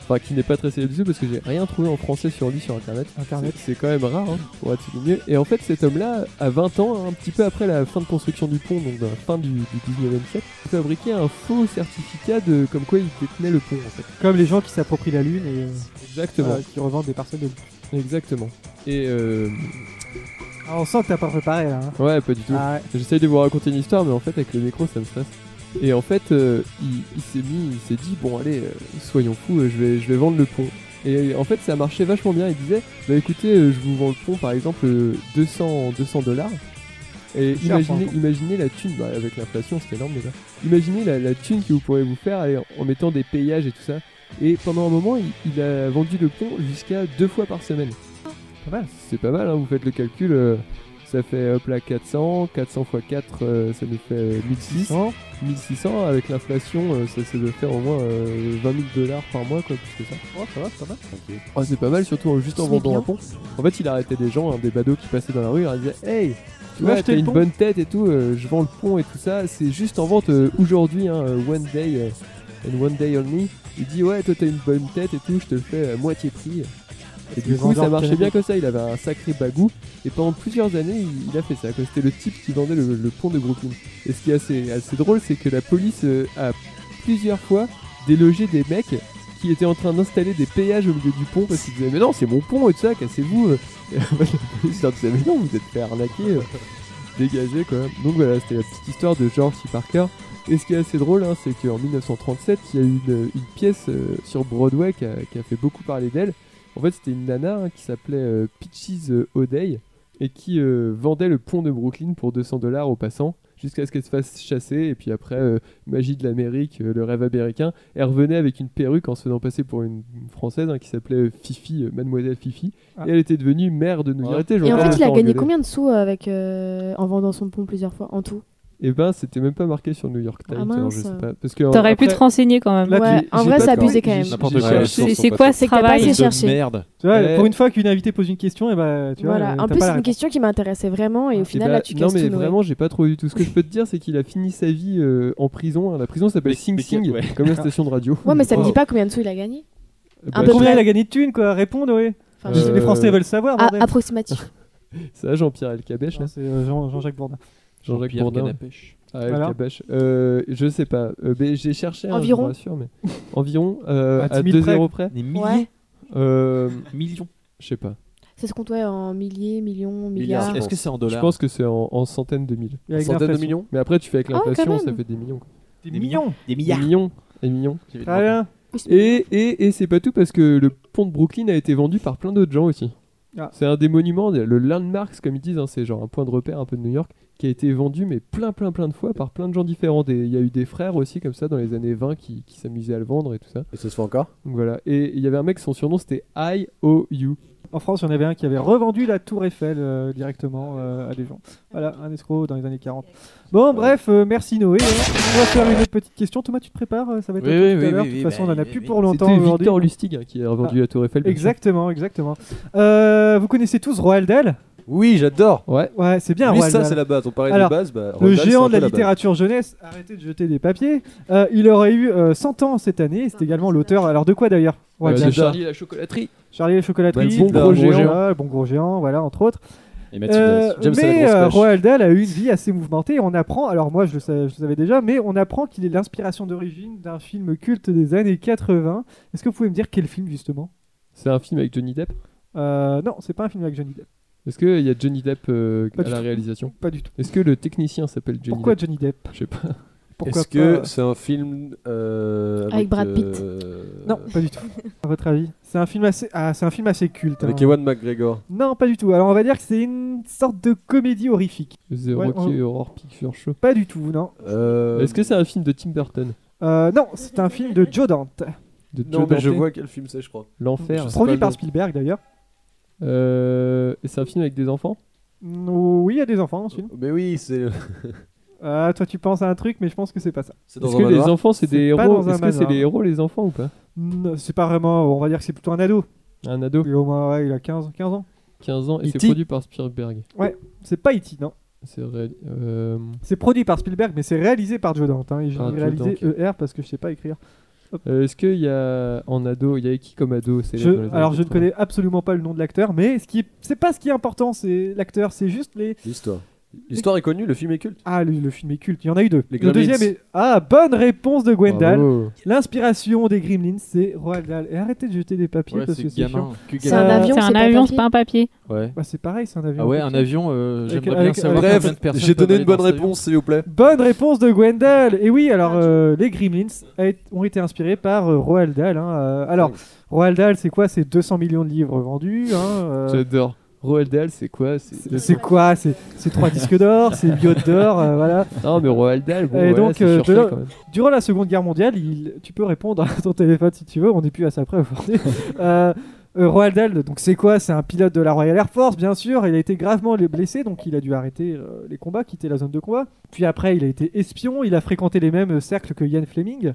Speaker 5: Enfin, qui n'est pas très célèbre du tout parce que j'ai rien trouvé en français sur lui sur internet.
Speaker 3: Internet.
Speaker 5: C'est c'est quand même rare, hein, pour être souligné. Et en fait, cet homme-là, à 20 ans, un petit peu après la fin de construction du pont, donc la fin du, du 19e siècle, fabriquait un faux certificat de comme quoi il détenait le pont en fait.
Speaker 3: Comme les gens qui s'approprient la Lune et euh,
Speaker 5: Exactement.
Speaker 3: euh, qui revendent des parcelles de Lune.
Speaker 5: Exactement. Et euh,
Speaker 3: Ah, on sent que t'as pas préparé là. hein.
Speaker 5: Ouais, pas du tout.
Speaker 3: Ah
Speaker 5: J'essaye de vous raconter une histoire, mais en fait, avec le micro, ça me stresse. Et en fait, euh, il, il s'est mis, il s'est dit, bon, allez, euh, soyons fous, euh, je vais, je vais vendre le pont. Et euh, en fait, ça marchait vachement bien. Il disait, bah écoutez, euh, je vous vends le pont, par exemple, euh, 200 200 dollars.
Speaker 3: Cher
Speaker 5: Et
Speaker 3: pour
Speaker 5: imaginez,
Speaker 3: un pont.
Speaker 5: imaginez la thune, bah, avec l'inflation, c'est énorme déjà. Imaginez la, la thune que vous pourrez vous faire allez, en mettant des payages et tout ça. Et pendant un moment, il, il a vendu le pont jusqu'à deux fois par semaine.
Speaker 3: Pas mal.
Speaker 5: C'est pas mal, hein, vous faites le calcul. euh, ça fait hop là 400, 400 x 4, euh, ça nous fait euh, 1600. 1600 avec l'inflation, euh, ça, ça doit faire au moins euh, 20 000 dollars par mois, quoi, plus que ça.
Speaker 3: Oh, ça va, c'est pas mal.
Speaker 5: Ah, c'est pas mal, surtout en- juste en
Speaker 3: Ce n'est
Speaker 5: vendant un
Speaker 3: bien.
Speaker 5: pont. En fait, il arrêtait des gens, hein, des badauds qui passaient dans la rue, il leur disait Hey, tu
Speaker 3: Moi,
Speaker 5: vois,
Speaker 3: j'étais
Speaker 5: t'as
Speaker 3: le
Speaker 5: une
Speaker 3: pont.
Speaker 5: bonne tête et tout, euh, je vends le pont et tout ça. C'est juste en vente euh, aujourd'hui, hein, euh, one day euh, and one day only. Il dit Ouais, toi t'as une bonne tête et tout, je te le fais à moitié prix. Et
Speaker 3: le
Speaker 5: du coup, ça
Speaker 3: vendeur
Speaker 5: marchait
Speaker 3: canadien.
Speaker 5: bien comme ça, il avait un sacré bagou. Et pendant plusieurs années, il, il a fait ça. quoi. C'était le type qui vendait le, le pont de Brooklyn. Et ce qui est assez, assez drôle, c'est que la police euh, a plusieurs fois délogé des mecs qui étaient en train d'installer des péages au milieu du pont parce qu'ils disaient Mais non, c'est mon pont et tout ça, cassez-vous. Et en fait, la police leur disait Mais non, vous êtes fait arnaquer. Dégagez quoi. Donc voilà, c'était la petite histoire de George C. Parker. Et ce qui est assez drôle, hein, c'est qu'en 1937, il y a eu une, une pièce euh, sur Broadway qui a, qui a fait beaucoup parler d'elle. En fait, c'était une nana hein, qui s'appelait euh, Peaches euh, O'Day et qui euh, vendait le pont de Brooklyn pour 200 dollars aux passants jusqu'à ce qu'elle se fasse chasser. Et puis après, euh, magie de l'Amérique, euh, le rêve américain, elle revenait avec une perruque en se faisant passer pour une une française hein, qui s'appelait Fifi, euh, Mademoiselle Fifi.
Speaker 3: Ah.
Speaker 5: Et elle était devenue maire de New York. Arrêtez, je vais
Speaker 4: Et en
Speaker 5: encore
Speaker 4: fait,
Speaker 5: me
Speaker 4: il a
Speaker 5: faire
Speaker 4: gagné
Speaker 5: engueuler.
Speaker 4: combien de sous euh, avec euh, en vendant son pont plusieurs fois en tout
Speaker 5: Et ben, c'était même pas marqué sur le New York Times.
Speaker 4: Ah mince.
Speaker 5: alors je sais pas. Parce que
Speaker 8: T'aurais pu
Speaker 5: après-
Speaker 8: te renseigner quand même.
Speaker 5: Là,
Speaker 4: Ouais,
Speaker 5: j'ai-
Speaker 4: en
Speaker 5: j'ai
Speaker 4: vrai,
Speaker 5: pas
Speaker 4: ça
Speaker 5: le
Speaker 4: abusait
Speaker 5: temps.
Speaker 4: quand même.
Speaker 5: J'ai-
Speaker 9: N'importe
Speaker 5: j'ai
Speaker 9: quoi,
Speaker 5: cherché.
Speaker 9: les sources
Speaker 8: C'est
Speaker 9: sont
Speaker 8: c'est
Speaker 9: pas
Speaker 8: quoi
Speaker 9: top.
Speaker 8: ce
Speaker 4: C'est que t'as pas
Speaker 8: travail
Speaker 4: assez
Speaker 8: de
Speaker 4: cherché.
Speaker 8: merde
Speaker 3: Tu vois,
Speaker 5: Ouais.
Speaker 3: pour une fois qu'une invitée pose une question, et bah, tu
Speaker 5: euh,
Speaker 4: Voilà.
Speaker 3: vois,
Speaker 4: en
Speaker 3: t'as pas la
Speaker 4: plus, c'est une
Speaker 3: réponse.
Speaker 4: question qui m'intéressait vraiment et au final,
Speaker 5: Eh
Speaker 4: là,
Speaker 5: ben,
Speaker 4: tu
Speaker 5: non
Speaker 4: casses
Speaker 5: mais
Speaker 4: tout. Noé.
Speaker 5: vraiment j'ai pas trouvé du tout. Ce que je peux te dire c'est qu'il a fini sa vie euh, en prison. hein. La prison s'appelle
Speaker 9: Mais-
Speaker 5: Sing
Speaker 9: mais-
Speaker 5: Sing,
Speaker 9: ouais.
Speaker 5: comme la station de radio.
Speaker 4: Ouais, mais ça me
Speaker 5: Oh.
Speaker 4: dit pas combien de sous il a gagné.
Speaker 5: Bah,
Speaker 4: peu
Speaker 3: Combien
Speaker 4: près.
Speaker 3: il a gagné de thunes, quoi Réponds, Noé.
Speaker 4: Enfin,
Speaker 5: Euh,
Speaker 3: Les Français veulent savoir,
Speaker 4: Ah,
Speaker 3: bordel.
Speaker 4: approximatif.
Speaker 5: Ça Jean-Pierre Elkabèche,
Speaker 3: Non,
Speaker 5: là.
Speaker 3: C'est euh, Jean- Jean-Jacques Bourdin.
Speaker 5: Jean-Jacques
Speaker 9: Pierre
Speaker 5: Bourdin.
Speaker 9: Canapèche.
Speaker 5: Ah,
Speaker 3: Voilà.
Speaker 5: Elkabèche. Euh, je sais pas. Euh, mais j'ai cherché. hein, je
Speaker 4: Environ.
Speaker 5: vous rassure, mais environ euh,
Speaker 3: À
Speaker 5: à
Speaker 3: 10 000
Speaker 5: 2
Speaker 3: près.
Speaker 5: euros près.
Speaker 9: Des milliers
Speaker 4: Ouais.
Speaker 5: Euh,
Speaker 9: Millions.
Speaker 5: je sais pas.
Speaker 4: Ça se comptait en milliers, millions,
Speaker 9: Milliards.
Speaker 4: milliards.
Speaker 9: Est-ce que c'est en
Speaker 5: Je
Speaker 9: dollars
Speaker 5: pense que c'est en, en centaines de mille.
Speaker 3: Et avec
Speaker 7: Centaines de
Speaker 3: l'inflation.
Speaker 7: millions
Speaker 5: Mais après tu fais avec
Speaker 4: Ah ouais, quand
Speaker 5: l'inflation, ça
Speaker 4: même.
Speaker 5: fait des millions. quoi.
Speaker 3: Des millions
Speaker 9: Des
Speaker 5: Des
Speaker 9: milliards.
Speaker 5: millions. Des millions.
Speaker 3: Très bien.
Speaker 5: Et, et, et c'est pas tout parce que le pont de Brooklyn a été vendu par plein d'autres gens aussi.
Speaker 3: Ah.
Speaker 5: C'est un des monuments, le landmarks comme ils disent, hein, c'est genre un point de repère un peu de New York, qui a été vendu mais plein plein plein de fois par plein de gens différents. Des- Il y a eu des frères aussi comme ça dans les années 20 qui, qui s'amusaient à le vendre et tout ça.
Speaker 7: Et ça se fait encore
Speaker 5: Donc voilà. Et il y avait un mec, son surnom c'était I.O.U.
Speaker 3: En France, il y en avait un qui avait revendu la Tour Eiffel euh, directement euh, à des gens. Voilà, un escroc dans les années 40. Bon, bref, euh, merci Noé. hein. On va faire une autre petite question. Thomas, tu te prépares euh, Ça va être
Speaker 9: Oui,
Speaker 3: à toi
Speaker 9: oui,
Speaker 3: tout à
Speaker 9: oui,
Speaker 3: l'heure.
Speaker 9: oui,
Speaker 3: De toute
Speaker 9: oui,
Speaker 3: façon, on
Speaker 9: bah,
Speaker 3: en a
Speaker 9: oui,
Speaker 3: plus
Speaker 9: oui.
Speaker 3: pour longtemps
Speaker 5: C'était
Speaker 3: aujourd'hui. Ah,
Speaker 5: Victor Lustig hein, qui a revendu la Tour Eiffel. bien sûr.
Speaker 3: Exactement, exactement. Euh, vous connaissez tous Roald Dahl
Speaker 7: Oui, j'adore.
Speaker 5: Ouais.
Speaker 3: Ouais, c'est bien
Speaker 7: Lui,
Speaker 3: Roald
Speaker 7: ça,
Speaker 3: Dahl.
Speaker 7: c'est la base. On parlait
Speaker 3: Alors,
Speaker 7: de base. bah,
Speaker 3: Le
Speaker 7: Roald Dahl, c'est
Speaker 3: géant
Speaker 7: un
Speaker 3: de la
Speaker 7: peu base.
Speaker 3: littérature jeunesse, arrêtez de jeter des papiers. Euh, il aurait eu euh, 100 ans cette année. C'est également l'auteur. Alors de quoi d'ailleurs Roald
Speaker 5: Euh,
Speaker 3: Dahl.
Speaker 5: de Charlie la chocolaterie.
Speaker 3: Charlie et la chocolaterie,
Speaker 5: Bon gros géant.
Speaker 3: voilà, le bon gros géant, voilà entre autres.
Speaker 6: Et Mathieu
Speaker 3: Euh,
Speaker 6: James à la
Speaker 3: mais
Speaker 6: grosse
Speaker 3: euh,
Speaker 6: pêche.
Speaker 3: Roald Dahl a eu une vie assez mouvementée. On apprend, alors moi je le, savais, je le savais déjà, mais on apprend qu'il est l'inspiration d'origine d'un film culte des années 80. Est-ce que vous pouvez me dire quel film justement
Speaker 5: C'est un film avec Johnny Depp.
Speaker 3: Euh, Non, c'est pas un film avec Johnny Depp.
Speaker 5: Est-ce qu'il y a Johnny Depp euh,
Speaker 3: Pas
Speaker 5: à
Speaker 3: du
Speaker 5: la
Speaker 3: tout.
Speaker 5: réalisation
Speaker 3: Pas du tout.
Speaker 5: Est-ce que le technicien s'appelle Johnny
Speaker 3: Pourquoi
Speaker 5: Depp
Speaker 3: Johnny Depp
Speaker 5: Je sais pas.
Speaker 3: Pourquoi
Speaker 7: Est-ce que
Speaker 3: pas-
Speaker 7: c'est un film euh,
Speaker 4: Avec Brad Pitt.
Speaker 7: euh,
Speaker 3: Non, pas du tout. À votre avis C'est un film assez, ah, c'est un film assez culte.
Speaker 7: Avec
Speaker 3: hein.
Speaker 7: Ewan McGregor.
Speaker 3: Non, pas du tout. Alors on va dire que c'est une sorte de comédie horrifique.
Speaker 5: The
Speaker 3: Ouais,
Speaker 5: Rocky Horror Picture Show.
Speaker 3: Pas du tout, non.
Speaker 7: Euh,
Speaker 5: Est-ce que c'est un film de Tim Burton
Speaker 3: Euh, non, c'est un film de Joe Dante,
Speaker 5: De
Speaker 7: Non,
Speaker 5: Joe
Speaker 7: mais je
Speaker 5: Dante
Speaker 7: vois quel film c'est, je crois.
Speaker 5: L'enfer.
Speaker 7: sais pas
Speaker 3: produit
Speaker 7: le
Speaker 3: par
Speaker 7: nom.
Speaker 3: Spielberg d'ailleurs.
Speaker 5: Euh, et c'est un film avec des enfants
Speaker 3: Mm, Oui, il y a des enfants dans ce film.
Speaker 7: Mais oui, c'est.
Speaker 3: Ah, toi tu penses à un truc, mais je pense que c'est pas ça.
Speaker 5: Est-ce que les enfants c'est des
Speaker 3: pas
Speaker 5: héros
Speaker 3: dans un
Speaker 5: Est-ce que c'est
Speaker 3: manoir.
Speaker 5: les héros les enfants ou pas
Speaker 3: Non, C'est pas vraiment. On va dire que c'est plutôt un ado.
Speaker 5: Un ado.
Speaker 3: Il, a au moins, ouais, il a 15, 15 ans.
Speaker 5: 15 ans et
Speaker 7: E
Speaker 5: c'est
Speaker 3: E.T..
Speaker 5: produit par Spielberg.
Speaker 3: E Ouais, c'est pas E.T., non.
Speaker 5: C'est ré- euh,
Speaker 3: C'est produit par Spielberg, mais c'est réalisé par Joe Dante. Hein. J'ai
Speaker 5: Par Ah, Joe
Speaker 3: réalisé
Speaker 5: Dante.
Speaker 3: ER parce que je sais pas écrire.
Speaker 5: euh, Est-ce qu'il y a en ado, il y a qui comme ado c'est
Speaker 3: Je- alors je ne connais absolument pas le nom de l'acteur, mais ce qui est- c'est pas ce qui est important, c'est l'acteur, c'est juste les.
Speaker 7: L'histoire. L'histoire est connue, le film est culte.
Speaker 3: Ah, le, le film est culte. Il y en a eu deux.
Speaker 7: Les
Speaker 3: le
Speaker 7: Gremlins.
Speaker 3: deuxième est. Ah, bonne réponse de Gwendal.
Speaker 7: Bravo.
Speaker 3: L'inspiration des Gremlins, c'est Roald Dahl. Et arrêtez de jeter des papiers
Speaker 9: Ouais,
Speaker 3: parce
Speaker 9: c'est
Speaker 3: que c'est
Speaker 9: gamin.
Speaker 3: chiant.
Speaker 9: Que C'est gamin. un
Speaker 8: avion, c'est
Speaker 3: pas
Speaker 8: un avion, c'est pas un papier.
Speaker 9: Ouais.
Speaker 3: Bah, c'est pareil, c'est un avion.
Speaker 9: Ah ouais,
Speaker 3: en
Speaker 9: un
Speaker 3: papier.
Speaker 9: avion, euh,
Speaker 3: Avec-
Speaker 9: j'aimerais bien
Speaker 3: avec-
Speaker 9: savoir
Speaker 3: avec-
Speaker 9: combien de personnes
Speaker 7: j'ai
Speaker 9: peuvent
Speaker 7: donné
Speaker 9: aller
Speaker 7: une bonne
Speaker 9: dans cet avion.
Speaker 7: réponse, s'il vous plaît.
Speaker 3: Bonne réponse de Gwendal. Et oui, alors
Speaker 8: Ah,
Speaker 3: euh, les Gremlins a été- ont été inspirés par euh, Roald Dahl. hein, euh, alors, Roald Dahl, c'est quoi C'est 200 millions de livres vendus. hein, euh,
Speaker 5: J'adore. Roald Dahl, c'est quoi C'est
Speaker 3: c'est quoi C'est c'est trois disques d'or, c'est Yacht d'or, euh, voilà.
Speaker 5: Non, mais Roald Dahl, bon,
Speaker 3: Et
Speaker 5: voilà,
Speaker 3: donc,
Speaker 5: c'est
Speaker 3: euh,
Speaker 5: surfait,
Speaker 3: de-
Speaker 5: quand même.
Speaker 3: durant la Seconde Guerre mondiale, il- tu peux répondre à ton téléphone si tu veux, on n'est plus assez après aujourd'hui. Euh, euh, Roald Dahl, donc c'est quoi C'est un pilote de la Royal Air Force, bien sûr. Il a été gravement blessé, donc il a dû arrêter euh, les combats, quitter la zone de combat. Puis après, il a été espion, il a fréquenté les mêmes cercles que Ian Fleming,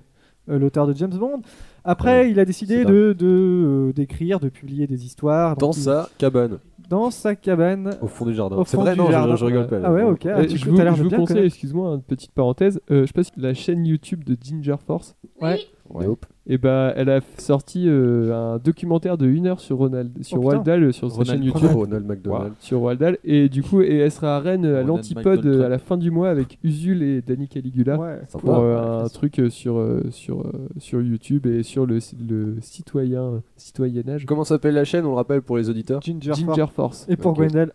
Speaker 3: euh, l'auteur de James Bond. Après, il a décidé de de, euh, d'écrire, de publier des histoires.
Speaker 7: Dans
Speaker 3: Donc, il-
Speaker 7: sa cabane.
Speaker 3: dans sa cabane.
Speaker 7: Au fond du jardin.
Speaker 3: Au
Speaker 7: C'est
Speaker 3: fond
Speaker 7: vrai,
Speaker 3: du
Speaker 7: non, je-
Speaker 3: jardin.
Speaker 7: je Oh, rigole pas.
Speaker 3: Ah ouais, ok. Ah,
Speaker 5: Euh,
Speaker 3: tu-
Speaker 5: je
Speaker 3: tout à
Speaker 5: vous,
Speaker 3: l'heure,
Speaker 5: je
Speaker 3: je
Speaker 5: vous
Speaker 3: viens de
Speaker 5: conseille,
Speaker 3: connaître.
Speaker 5: excuse-moi, une petite parenthèse. euh, je sais pas si la chaîne YouTube de Ginger Force.
Speaker 3: Ouais.
Speaker 5: Et bah, elle a f- sorti euh, un documentaire de 1 heure sur Ronald, sur
Speaker 7: Oh,
Speaker 5: Roald
Speaker 7: putain.
Speaker 5: Dahl, euh, sur sa
Speaker 7: Ronald
Speaker 5: chaîne
Speaker 7: Trump.
Speaker 5: YouTube.
Speaker 7: Ronald McDonald.
Speaker 5: Waouh. Sur Roald Dahl. Et du coup, et elle sera à Rennes euh, à
Speaker 7: Ronald
Speaker 5: l'antipode
Speaker 7: McDonald
Speaker 5: euh, à
Speaker 7: Trump.
Speaker 5: la fin du mois avec Usul et Danny Caligula
Speaker 7: Sympa.
Speaker 5: pour euh, un truc euh, sur euh, sur euh, sur YouTube et sur le le citoyen citoyennage.
Speaker 7: Comment s'appelle la chaîne On le rappelle pour les auditeurs.
Speaker 3: Ginger,
Speaker 5: Ginger Force.
Speaker 3: Et pour
Speaker 5: Ok.
Speaker 3: Gwendal,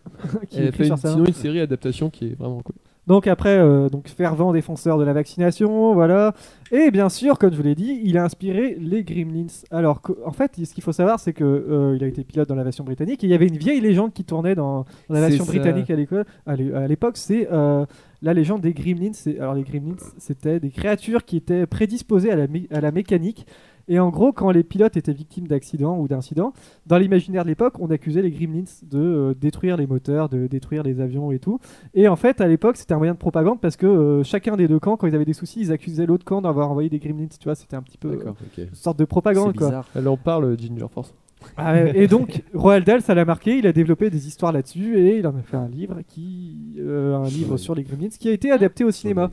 Speaker 3: qui
Speaker 5: Elle a
Speaker 3: écrit
Speaker 5: fait une-
Speaker 3: sur ça.
Speaker 5: sinon une série adaptation qui est vraiment cool.
Speaker 3: Donc après, euh, donc fervent défenseur de la vaccination, voilà. Et bien sûr, comme je vous l'ai dit, il a inspiré les Gremlins. Alors qu'en- en fait, ce qu'il faut savoir, c'est que euh, il a été pilote dans l'aviation britannique. Et il y avait une vieille légende qui tournait dans, dans l'aviation
Speaker 5: C'est ça.
Speaker 3: britannique à l'école, à l'é- à l'époque. C'est euh, la légende des Gremlins. C'est- Alors les Gremlins, c'était des créatures qui étaient prédisposées à la, mé- à la mécanique. Et en gros, quand les pilotes étaient victimes d'accidents ou d'incidents, dans l'imaginaire de l'époque, on accusait les Gremlins de euh, détruire les moteurs, de détruire les avions et tout. Et en fait, à l'époque, c'était un moyen de propagande parce que euh, chacun des deux camps, quand ils avaient des soucis, ils accusaient l'autre camp d'avoir envoyé des Gremlins. Tu vois, c'était un petit peu euh,
Speaker 5: D'accord, ok.
Speaker 3: une sorte de propagande. quoi.
Speaker 5: Elle en parle euh, Ginger Force.
Speaker 3: Ah ouais, et donc, Roald Dahl, ça l'a marqué. Il a développé des histoires là-dessus et il en a fait un livre qui, euh, un livre sur les Gremlins, qui a été adapté au cinéma.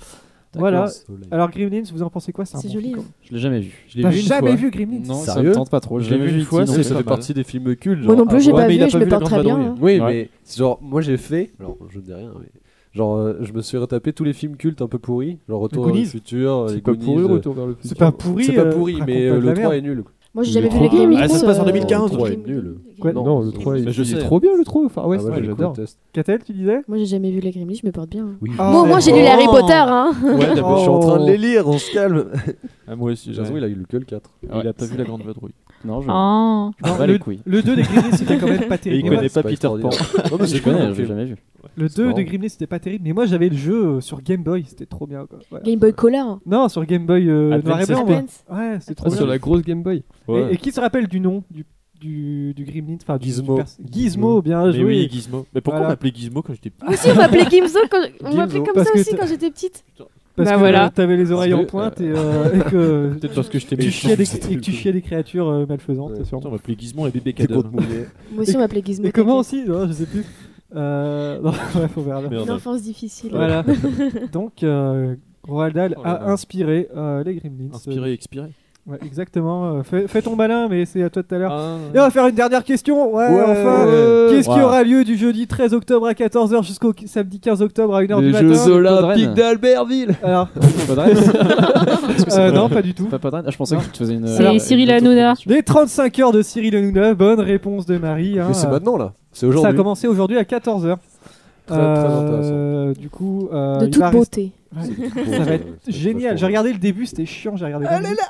Speaker 3: Voilà.
Speaker 6: Soleil.
Speaker 3: Alors Gremlins, vous en pensez quoi un
Speaker 4: C'est
Speaker 3: bon
Speaker 4: joli.
Speaker 3: film,
Speaker 4: hein.
Speaker 6: Je l'ai jamais vu. Je l'ai
Speaker 3: T'as
Speaker 6: vu une
Speaker 3: jamais
Speaker 6: fois.
Speaker 3: vu Gremlins
Speaker 6: Non, ça
Speaker 7: Sérieux
Speaker 6: me tente pas trop. Je l'ai vu une fois.
Speaker 7: Ça
Speaker 6: c'est pas
Speaker 7: fait
Speaker 6: mal.
Speaker 7: partie des films cultes. genre,
Speaker 4: Moi non plus,
Speaker 7: ah,
Speaker 4: j'ai
Speaker 7: ouais,
Speaker 4: pas
Speaker 7: mais
Speaker 4: vu,
Speaker 7: il a
Speaker 4: je me
Speaker 7: vu
Speaker 4: porte
Speaker 7: Les
Speaker 4: très
Speaker 7: Grandes
Speaker 4: bien,
Speaker 7: Vadrouilles. Oui,
Speaker 6: Ouais.
Speaker 7: mais c'est genre, moi j'ai fait. Alors, je ne dis rien, mais. Genre, euh, je me suis retapé tous les films cultes un peu pourris. Genre Retour vers le
Speaker 3: Goonies.
Speaker 7: futur,
Speaker 5: C'est
Speaker 7: les
Speaker 5: pas
Speaker 7: Goonies,
Speaker 5: pourri,
Speaker 7: euh,
Speaker 5: Retour vers le futur.
Speaker 3: C'est pas pourri.
Speaker 7: C'est pas
Speaker 3: euh,
Speaker 7: pourri,
Speaker 3: raconte
Speaker 7: mais
Speaker 3: pas
Speaker 7: euh,
Speaker 3: de la
Speaker 7: le 3
Speaker 3: merde.
Speaker 7: est nul.
Speaker 4: Moi, j'ai jamais vu
Speaker 7: le
Speaker 4: les Gremlins.
Speaker 7: Ah, ça se passe en
Speaker 4: euh,
Speaker 7: 2015. Le 3 est
Speaker 4: Gremlins.
Speaker 7: nul.
Speaker 3: Quoi
Speaker 5: non,
Speaker 7: Non,
Speaker 5: le 3
Speaker 7: mais
Speaker 5: est,
Speaker 7: je
Speaker 5: il est
Speaker 7: sais.
Speaker 5: trop bien le 3 Far West,
Speaker 7: Ah ouais,
Speaker 5: ouais,
Speaker 7: je le
Speaker 5: j'adore.
Speaker 7: conteste.
Speaker 3: Quatel, tu disais
Speaker 4: Moi, j'ai jamais vu les Gremlins, je me porte bien. hein.
Speaker 7: Oui.
Speaker 3: Ah,
Speaker 4: Moi, moi, j'ai lu les Harry
Speaker 7: Oh.
Speaker 4: Potter, hein.
Speaker 7: Ouais,
Speaker 3: Oh.
Speaker 7: d'abord, je suis en train de les lire, on se calme.
Speaker 9: Ah, moi aussi,
Speaker 7: Jason,
Speaker 9: ouais.
Speaker 7: il a eu le que le 4.
Speaker 9: Il a pas vu la grande vadrouille.
Speaker 6: Non, je.
Speaker 3: Oh.
Speaker 8: Ah.
Speaker 6: je m'en
Speaker 3: Non,
Speaker 6: bats les couilles.
Speaker 3: le 2 des Gremlins, c'était quand même pas
Speaker 6: Et il
Speaker 3: terrible.
Speaker 6: connaît
Speaker 7: C'est
Speaker 6: pas
Speaker 7: pas
Speaker 6: Peter Pan.
Speaker 7: extraordinaire. Non, mais
Speaker 6: Je
Speaker 7: c'est cool,
Speaker 6: connais,
Speaker 7: le
Speaker 6: je l'ai
Speaker 7: film.
Speaker 6: jamais vu.
Speaker 3: Le
Speaker 7: C'est
Speaker 3: 2
Speaker 7: marrant.
Speaker 3: de Gremlins, c'était pas terrible, mais moi j'avais le jeu euh, sur Game Boy, c'était trop bien. quoi. Voilà.
Speaker 4: Game Boy Color. hein.
Speaker 3: Non, sur Game Boy euh,
Speaker 6: Advance
Speaker 3: noir et blanc. moi.
Speaker 4: Advance.
Speaker 3: Ouais, c'est trop
Speaker 5: Ah, sur
Speaker 3: bien.
Speaker 5: la grosse Game Boy.
Speaker 3: Et, et qui se rappelle du nom du, du, du Gremlin enfin, du- du
Speaker 7: Gizmo.
Speaker 3: pers- Gizmo, bien
Speaker 9: Mais
Speaker 3: joué.
Speaker 9: oui, Gizmo. Mais pourquoi
Speaker 3: Voilà.
Speaker 9: on m'appelait Gizmo quand j'étais petit
Speaker 4: Moi aussi, on m'appelait Gimzo. Quand... On m'appelait
Speaker 7: Gimzo.
Speaker 4: comme
Speaker 3: Parce
Speaker 4: ça
Speaker 3: que
Speaker 4: aussi
Speaker 3: t'as-
Speaker 4: quand j'étais petite.
Speaker 3: Parce
Speaker 8: Bah
Speaker 3: que
Speaker 8: voilà.
Speaker 3: euh, t'avais les oreilles
Speaker 5: Parce
Speaker 3: en
Speaker 5: que,
Speaker 3: pointe et, euh, et que
Speaker 9: Peut-être parce que j'étais
Speaker 3: tu
Speaker 9: méchant.
Speaker 3: chiais des,
Speaker 9: je sais
Speaker 3: et que tu
Speaker 9: plus.
Speaker 3: chiais des créatures euh, malfaisantes, c'est sûr.
Speaker 9: Putain, On m'appelait Gizmo et bébé
Speaker 7: Des
Speaker 9: Cadom.
Speaker 7: contes mouillés.
Speaker 4: Moi aussi, on m'appelait Gizmo.
Speaker 3: Et comment aussi non, Je sais plus. Euh, non, bref, on verra bien.
Speaker 4: Une enfance difficile.
Speaker 3: Voilà. Donc, euh, Roald Dahl
Speaker 9: Oh là
Speaker 3: a
Speaker 9: là.
Speaker 3: inspiré euh, les Gremlins.
Speaker 9: Inspiré, expiré.
Speaker 3: Ouais, exactement. euh, fais, fais ton malin, mais c'est à toi tout à l'heure.
Speaker 9: Ah.
Speaker 3: Et on va faire une dernière question. Ouais,
Speaker 7: Ouais.
Speaker 3: enfin.
Speaker 7: Ouais.
Speaker 3: Qu'est-ce qui
Speaker 6: Ouais.
Speaker 3: aura lieu du jeudi 13 octobre à 14h jusqu'au samedi 15 octobre à 1h du
Speaker 5: Les
Speaker 3: matin
Speaker 5: Jeux
Speaker 6: Podren.
Speaker 5: Olympiques d'Albertville.
Speaker 3: Alors,
Speaker 6: Podren
Speaker 3: euh, non, pas du tout.
Speaker 6: Pas Podren Ah, Je pensais que tu faisais une.
Speaker 8: C'est
Speaker 6: euh,
Speaker 8: Cyril
Speaker 6: une autre-
Speaker 8: Hanouna.
Speaker 3: Les 35 heures de Cyril Hanouna, bonne réponse de Marie. hein.
Speaker 7: Mais c'est maintenant là. C'est
Speaker 3: Ça a
Speaker 7: aujourd'hui.
Speaker 3: commencé aujourd'hui à 14h.
Speaker 7: Très, très
Speaker 3: du coup, euh,
Speaker 4: De
Speaker 3: il
Speaker 4: toute
Speaker 3: va
Speaker 4: beauté.
Speaker 3: rester- ça va être génial. J'ai regardé le début, c'était chiant, j'ai regardé. Elle est là.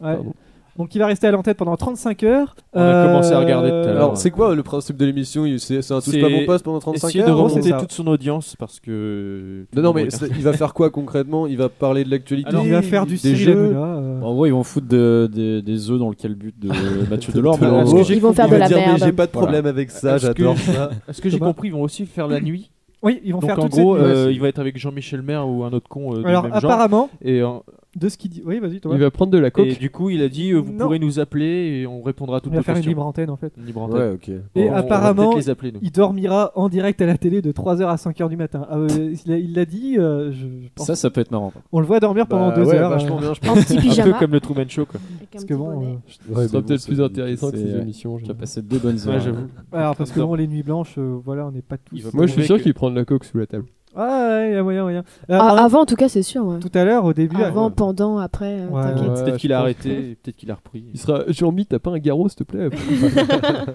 Speaker 5: Pardon.
Speaker 3: Donc il va rester à l'entête pendant 35 heures. Euh,
Speaker 9: On a commencé à regarder tout à l'heure.
Speaker 7: Alors, c'est quoi euh, le principe de l'émission Il- C'est c'est un touche
Speaker 9: C'est
Speaker 7: pas mon poste pendant 35
Speaker 9: Essayez
Speaker 7: heures
Speaker 9: de
Speaker 3: gros, c'est
Speaker 9: remonter
Speaker 3: ça.
Speaker 9: toute son audience parce que.
Speaker 7: Non, non, mais
Speaker 9: Tout
Speaker 7: c'est-
Speaker 9: le monde
Speaker 7: il va faire quoi concrètement Il va parler de l'actualité
Speaker 3: Il va faire du
Speaker 7: des
Speaker 3: Cyril
Speaker 7: jeux.
Speaker 3: Hanouna. euh.
Speaker 6: En gros, ils vont foutre de- des- des œufs dans le calbut de Mathieu Delorme.
Speaker 7: Delorme.
Speaker 6: Parce que j'ai-
Speaker 4: Ils vont faire
Speaker 7: Il
Speaker 4: de
Speaker 7: va
Speaker 4: la
Speaker 7: dire, mais
Speaker 4: merde.
Speaker 7: j'ai pas de problème avec ça,
Speaker 9: Est-ce que-
Speaker 7: j'adore ça.
Speaker 9: regarde. Est-ce que j'ai
Speaker 3: Thomas
Speaker 9: compris Ils vont aussi faire la nuit
Speaker 3: Oui, ils vont
Speaker 9: Donc
Speaker 3: faire
Speaker 9: en
Speaker 3: toute
Speaker 9: gros,
Speaker 3: cette nuit.
Speaker 9: euh,
Speaker 3: Ouais,
Speaker 9: il va être avec Jean-Michel Maire ou un autre con euh, du
Speaker 3: Alors
Speaker 9: même genre.
Speaker 3: apparemment,
Speaker 9: et en-
Speaker 3: de ce qu'il dit, oui, vas-y, toi.
Speaker 9: Et du coup, il a dit euh, vous
Speaker 3: Non.
Speaker 9: pourrez nous appeler et on répondra à toutes
Speaker 3: On va
Speaker 9: vos
Speaker 3: faire une
Speaker 9: questions.
Speaker 3: libre antenne, en fait.
Speaker 9: Une libre antenne.
Speaker 7: Ouais, ok.
Speaker 3: Et
Speaker 9: On- on va
Speaker 3: apparemment,
Speaker 9: peut-être les appeler, nous.
Speaker 3: il dormira en direct à la télé de 3h à 5h du matin. Ah, euh, il a- il l'a dit, euh, je, je pense.
Speaker 6: Ça, ça peut être marrant.
Speaker 3: On le voit dormir pendant
Speaker 9: Bah
Speaker 3: deux
Speaker 9: ouais,
Speaker 3: heures.
Speaker 9: vachement
Speaker 3: euh,
Speaker 9: bien, je pense. En petit pyjama. Un peu comme le Truman Show, quoi. Avec un
Speaker 3: Parce que bon, euh,
Speaker 6: Ouais, mais
Speaker 5: sera
Speaker 6: bon,
Speaker 5: peut-être
Speaker 6: c'est-
Speaker 5: plus intéressant que
Speaker 6: c'est-
Speaker 5: ces
Speaker 6: ouais.
Speaker 5: émissions.
Speaker 6: Tu as passé deux bonnes heures.
Speaker 5: Ouais, j'avoue.
Speaker 3: alors, parce que bon, les nuits blanches, euh, voilà, on n'est pas tous.
Speaker 5: Moi, je suis sûr qu'il prend de la coke sous la table.
Speaker 3: Ah, ouais, il y a moyen, moyen. Euh,
Speaker 4: Ah,
Speaker 3: par-
Speaker 4: avant, en tout cas, c'est sûr. ouais.
Speaker 3: Tout à l'heure, au début.
Speaker 4: Avant, pendant, après, euh, t'inquiète.
Speaker 9: Peut-être qu'il a
Speaker 5: je pense.
Speaker 9: arrêté, et peut-être qu'il a repris.
Speaker 5: Il sera Jean-Mi, t'as pas un garrot, s'il te plaît